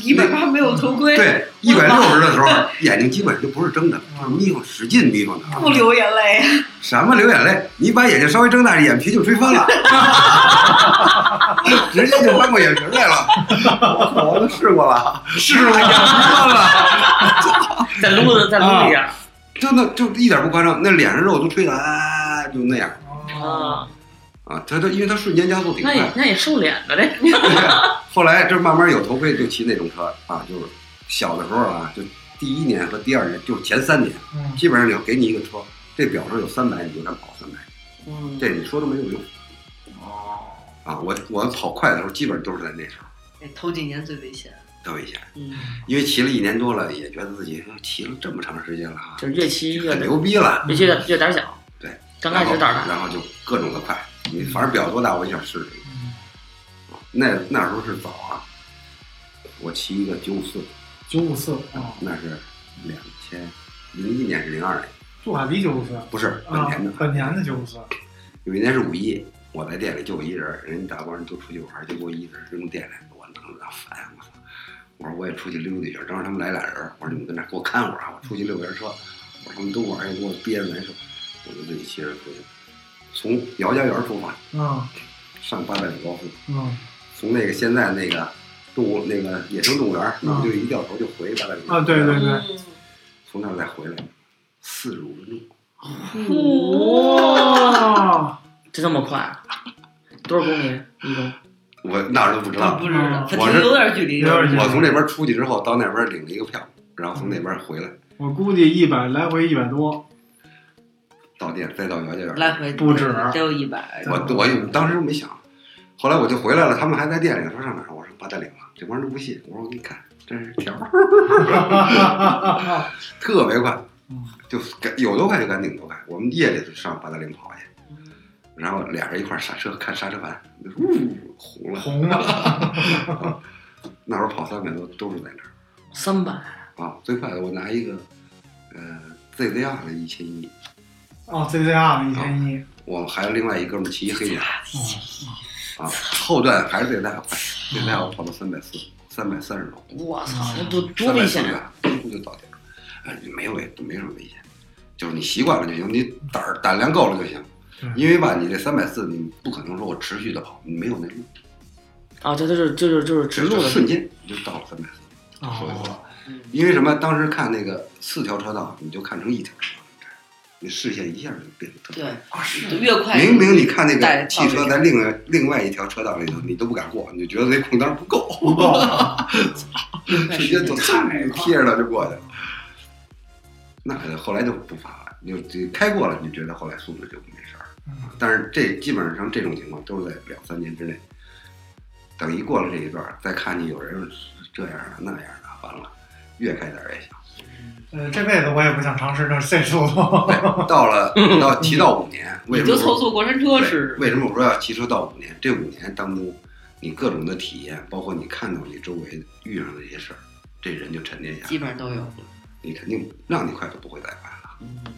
S3: 一百八没有头盔，
S4: 对，一百六十的时候，眼睛基本上就不是睁的，就是眯缝，使劲眯缝的啊
S3: 不。流眼泪。
S4: 什么流眼泪？你把眼睛稍微睁大，眼皮就吹翻了， 直接就翻过眼皮来了。我操，我都试过了，试过啊眼皮翻了，
S1: 在撸的在撸里啊边
S4: 真的就一点不夸张，那脸上肉都吹的啊，就那样
S2: 啊，
S1: 啊，
S4: 啊。他他因为他瞬间加速挺
S1: 那
S4: 快
S1: 也
S4: 的，
S1: 那也瘦脸的嘞，
S4: 后来这慢慢有头盔就骑那种车啊，就是小的时候啊，就第一年和第二年，就是前三年，
S2: 嗯
S4: 基本上你要给你一个车，这表上有三百，你就敢跑三百，
S3: 嗯，
S4: 这你说都没有用啊。我我跑快的时候，基本上都是在那时候。
S3: 哎头几年最危险。
S4: 特危险，
S3: 嗯，
S4: 因为骑了一年多了，也觉得自己哎呦骑了这么长时间了啊，
S1: 就是越骑越
S4: 很牛逼了。
S1: 越骑越越胆小。
S4: 对，
S1: 刚开始胆
S4: 然后
S1: 大，
S4: 然后就各种的快，你
S2: 嗯
S4: 反正表多大我就想试试。那那时候是早啊，我骑一个九五四，
S2: 九五四啊，
S4: 那是两千零一年是零二年，
S2: 杜卡迪九五四啊，
S4: 不是本田的。
S2: 本田的九五四，
S4: 有一年是五一，我在店里就我一人，人家大官人都出去玩，就我一人扔店里，我弄得烦我操！我说我也出去溜达一圈，当时他们来俩人，我说你们跟那给我看会儿啊，我出去溜一圈车，我说他们都玩，给我憋着难受，我就自己骑着出去，从姚家园出发，
S2: 嗯
S4: 上八百米高速，
S2: 嗯
S4: 从那个现在那个动物那个野生动物园，那不就一掉头就回八百米
S2: 啊，对对，对，
S3: 嗯
S4: 从那儿再回来，四十五分钟，
S2: 哇，
S1: 就这么快？多少公里？嗯一共？
S4: 我那都不知道
S3: 不，知道，
S4: 我
S3: 反
S4: 是
S3: 正有点距离，啊
S2: 有点距离
S4: 我从这边出去之后到那边领了一个票，然后从那边回来。
S2: 我估计一百来回一百多，
S4: 到店，再到姚家园。
S3: 来回
S2: 不止
S3: 得有一百。
S4: 我我当时没想，后来我就回来了，他们还在店里说上哪儿，我说八达岭了，这帮人都不信，我说我给你看，这是条儿，特别快
S2: 嗯，
S4: 就赶有多快就赶顶多快。我们夜里就上八达岭跑去，然后俩人一块儿刹车看刹车盘，呜红了。
S2: 红了，
S4: 那时候跑三百多都是在那
S1: 三百？
S4: 儿啊，最快的我拿一个呃 ZZR 的一千一，
S2: 哦，CCR 的一千一，嗯
S4: 我还有另外一哥们儿骑一黑鸟。啊，后段还是得带快，得带我跑到三百四、三百三十多，
S1: 我操，那多多危险啊！
S4: 啊！呼就到点儿，哎，没有危，没什么危险，就是你习惯了就行，你胆儿胆量够了就行
S2: 嗯对。
S4: 因为吧，你这三百四，你不可能说我持续的跑，你没有那路，
S1: 啊，这就是就是就是直路
S4: 就
S1: 的
S4: 瞬间你就到了三百四。说
S2: 哦
S4: 句话，
S3: 嗯
S4: 因为什么？当时看那个四条车道，你就看成一条车道，你视线一下就变得特别
S3: 对，
S2: 啊是
S3: 就越快
S4: 明明你看那
S3: 带
S4: 个汽车在另外另外一条车道里头，你都不敢过，你就觉得这空档不够，
S2: 不够，
S4: 直接就太贴着它就过去了。那后来就不罚了，你就就开过了，你觉得后来素质就没事儿
S2: 嗯。
S4: 但是这基本上这种情况都是在两三年之内，等一过了这一段儿，再看见有人这样的那样的，完了越开胆 儿越小。
S2: 呃，这辈子我也不想尝试这这速度，
S4: 对，到了到提到五年，为
S3: 嗯你
S4: 什么
S3: 就
S4: 我
S3: 凑凑过山车吃。
S4: 为什么我说要骑车到五年？这五年当中，你各种的体验，包括你看到你周围遇上的这些事儿，这人就沉淀下来，
S3: 基本上都有。
S4: 你肯定让你快就不会再犯了。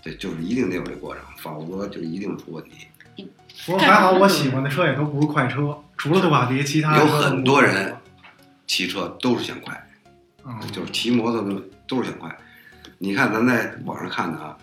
S4: 对，就是一定得有这过程，否则就一定出问题。
S2: 不过还好我喜欢的车也都不是快车，除了杜卡迪，其他
S4: 有很多人骑车都是想快，
S2: 嗯，
S4: 就是骑摩托的都是想快。你看咱在网上看的啊，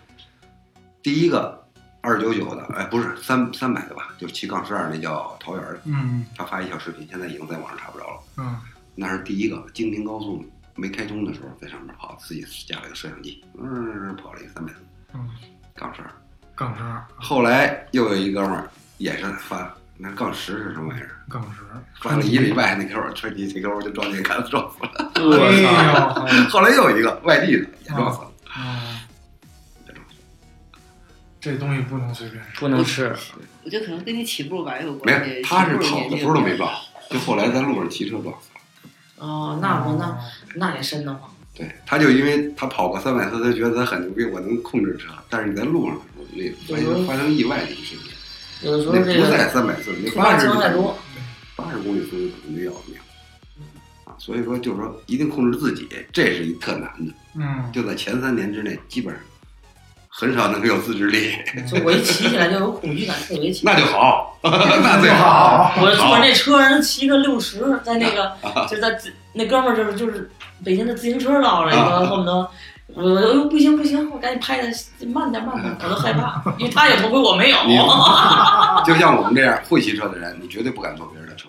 S4: 第一个二九九的，哎，不是三三百的吧？就是骑杠十二那叫桃园的，
S2: 嗯
S4: 他发一小视频，现在已经在网上查不着了。
S2: 嗯
S4: 那是第一个，京平高速没开通的时候，在上面跑，自己架了个摄像机，嗯，跑了一三百四，
S2: 嗯，
S4: 杠十二。
S2: 杠十
S4: 后来又有一哥们儿也是发，那杠十是什么玩意儿？
S2: 杠十，
S4: 发了一礼拜，那哥们儿穿你这哥们儿就撞见杆子撞死了。
S2: 哎
S1: 我
S2: 呦，
S1: 操！
S2: 好
S4: 后来又有一个外地的也撞死了，
S2: 啊，
S4: 也撞死了。
S2: 这东西不能随便。
S1: 不能吃，
S3: 我觉得可能跟你起步晚有
S4: 没
S3: 关系。
S4: 有，他是
S3: 起步
S4: 跑的
S3: 年
S4: 时
S3: 纪
S4: 候都
S3: 有
S4: 没
S3: 关
S4: 撞，就后来在路上骑车撞死了。
S1: 哦，那我那那也深得慌。
S4: 对，他就因为他跑过三百四，他觉得他很牛逼，我能控制车。但是你在路上的时候，那万一发生意外的一瞬间，
S1: 有的时候
S4: 那
S1: 这
S4: 不在
S1: 个
S4: 三百四，那
S1: 突
S4: 八
S1: 发
S4: 十
S1: 情
S4: 就
S1: 况太多，
S4: 八十公里速度可能就要命啊！所以说，就是说一定控制自己，这是一特难的。
S2: 嗯，
S4: 就在前三年之内，基本上很少能有自制力，
S1: 就我一骑起来就有恐惧感，特别强。
S4: 那就好， 那最好。啊
S1: 我坐那车，人骑个六十，在那个就是在自那哥们儿就是就是北京的自行车道上，
S4: 啊
S1: 一个恨不得我我说不行不行，我赶紧拍的慢点慢点，我都害怕，因为他有头盔我没有。
S4: 啊你
S2: 哦
S4: 就像我们这样会骑车的人，你绝对不敢坐别人的车，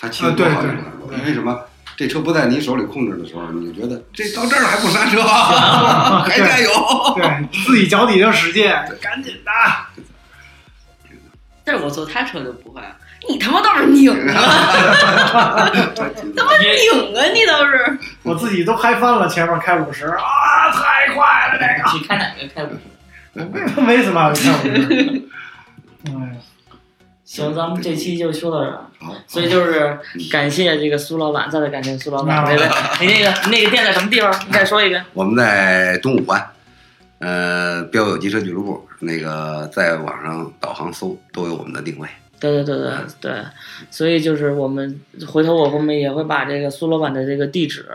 S4: 他骑得多好你不敢坐，因为什么？这车不在你手里控制的时候，你就觉得这到这儿了还不刹 车，还加油。
S2: 对自己脚底下使劲，赶紧的。
S3: 但是我坐他车就不会，你他妈倒是拧啊， 拧啊，你倒是。
S2: 我自己都嗨翻了，前面开五十啊，太快了，这
S1: 你开哪个开五十？
S2: 个哎为什么没死吧？开五十。嗯，
S1: 行，咱们这期就说到这儿。
S4: 好，
S1: 所以就是感谢这个苏老板，再次感谢苏老板。对
S2: 嗯
S1: 对，你那个你那个店在什么地方？你再说一遍。
S4: 我们在东五环，呃，标友机车俱乐部，那个在网上导航搜都有我们的定位。
S1: 对对对对对，所以就是我们回头我后面也会把这个苏老板的这个地址，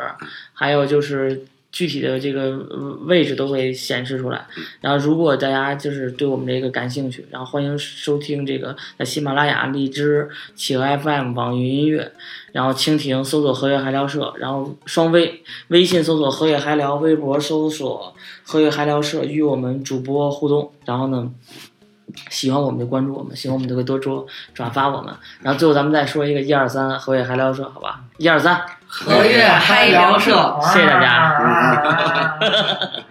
S1: 还有就是具体的这个呃位置都会显示出来。然后如果大家就是对我们这个感兴趣，然后欢迎收听这个在喜马拉雅、荔枝、企鹅 FM、网易云音乐，然后蜻蜓搜索“和悦嗨聊社”，然后双微微信搜索“和悦嗨聊”，微博搜索“和悦嗨聊社”，与我们主播互动。然后呢？喜欢我们就关注我们，喜欢我们就会多说转发我们。然后最后咱们再说一个一二三，和悦嗨聊社，好吧？一二三，
S3: 合乐嗨聊社，
S1: 谢谢大家
S2: 家。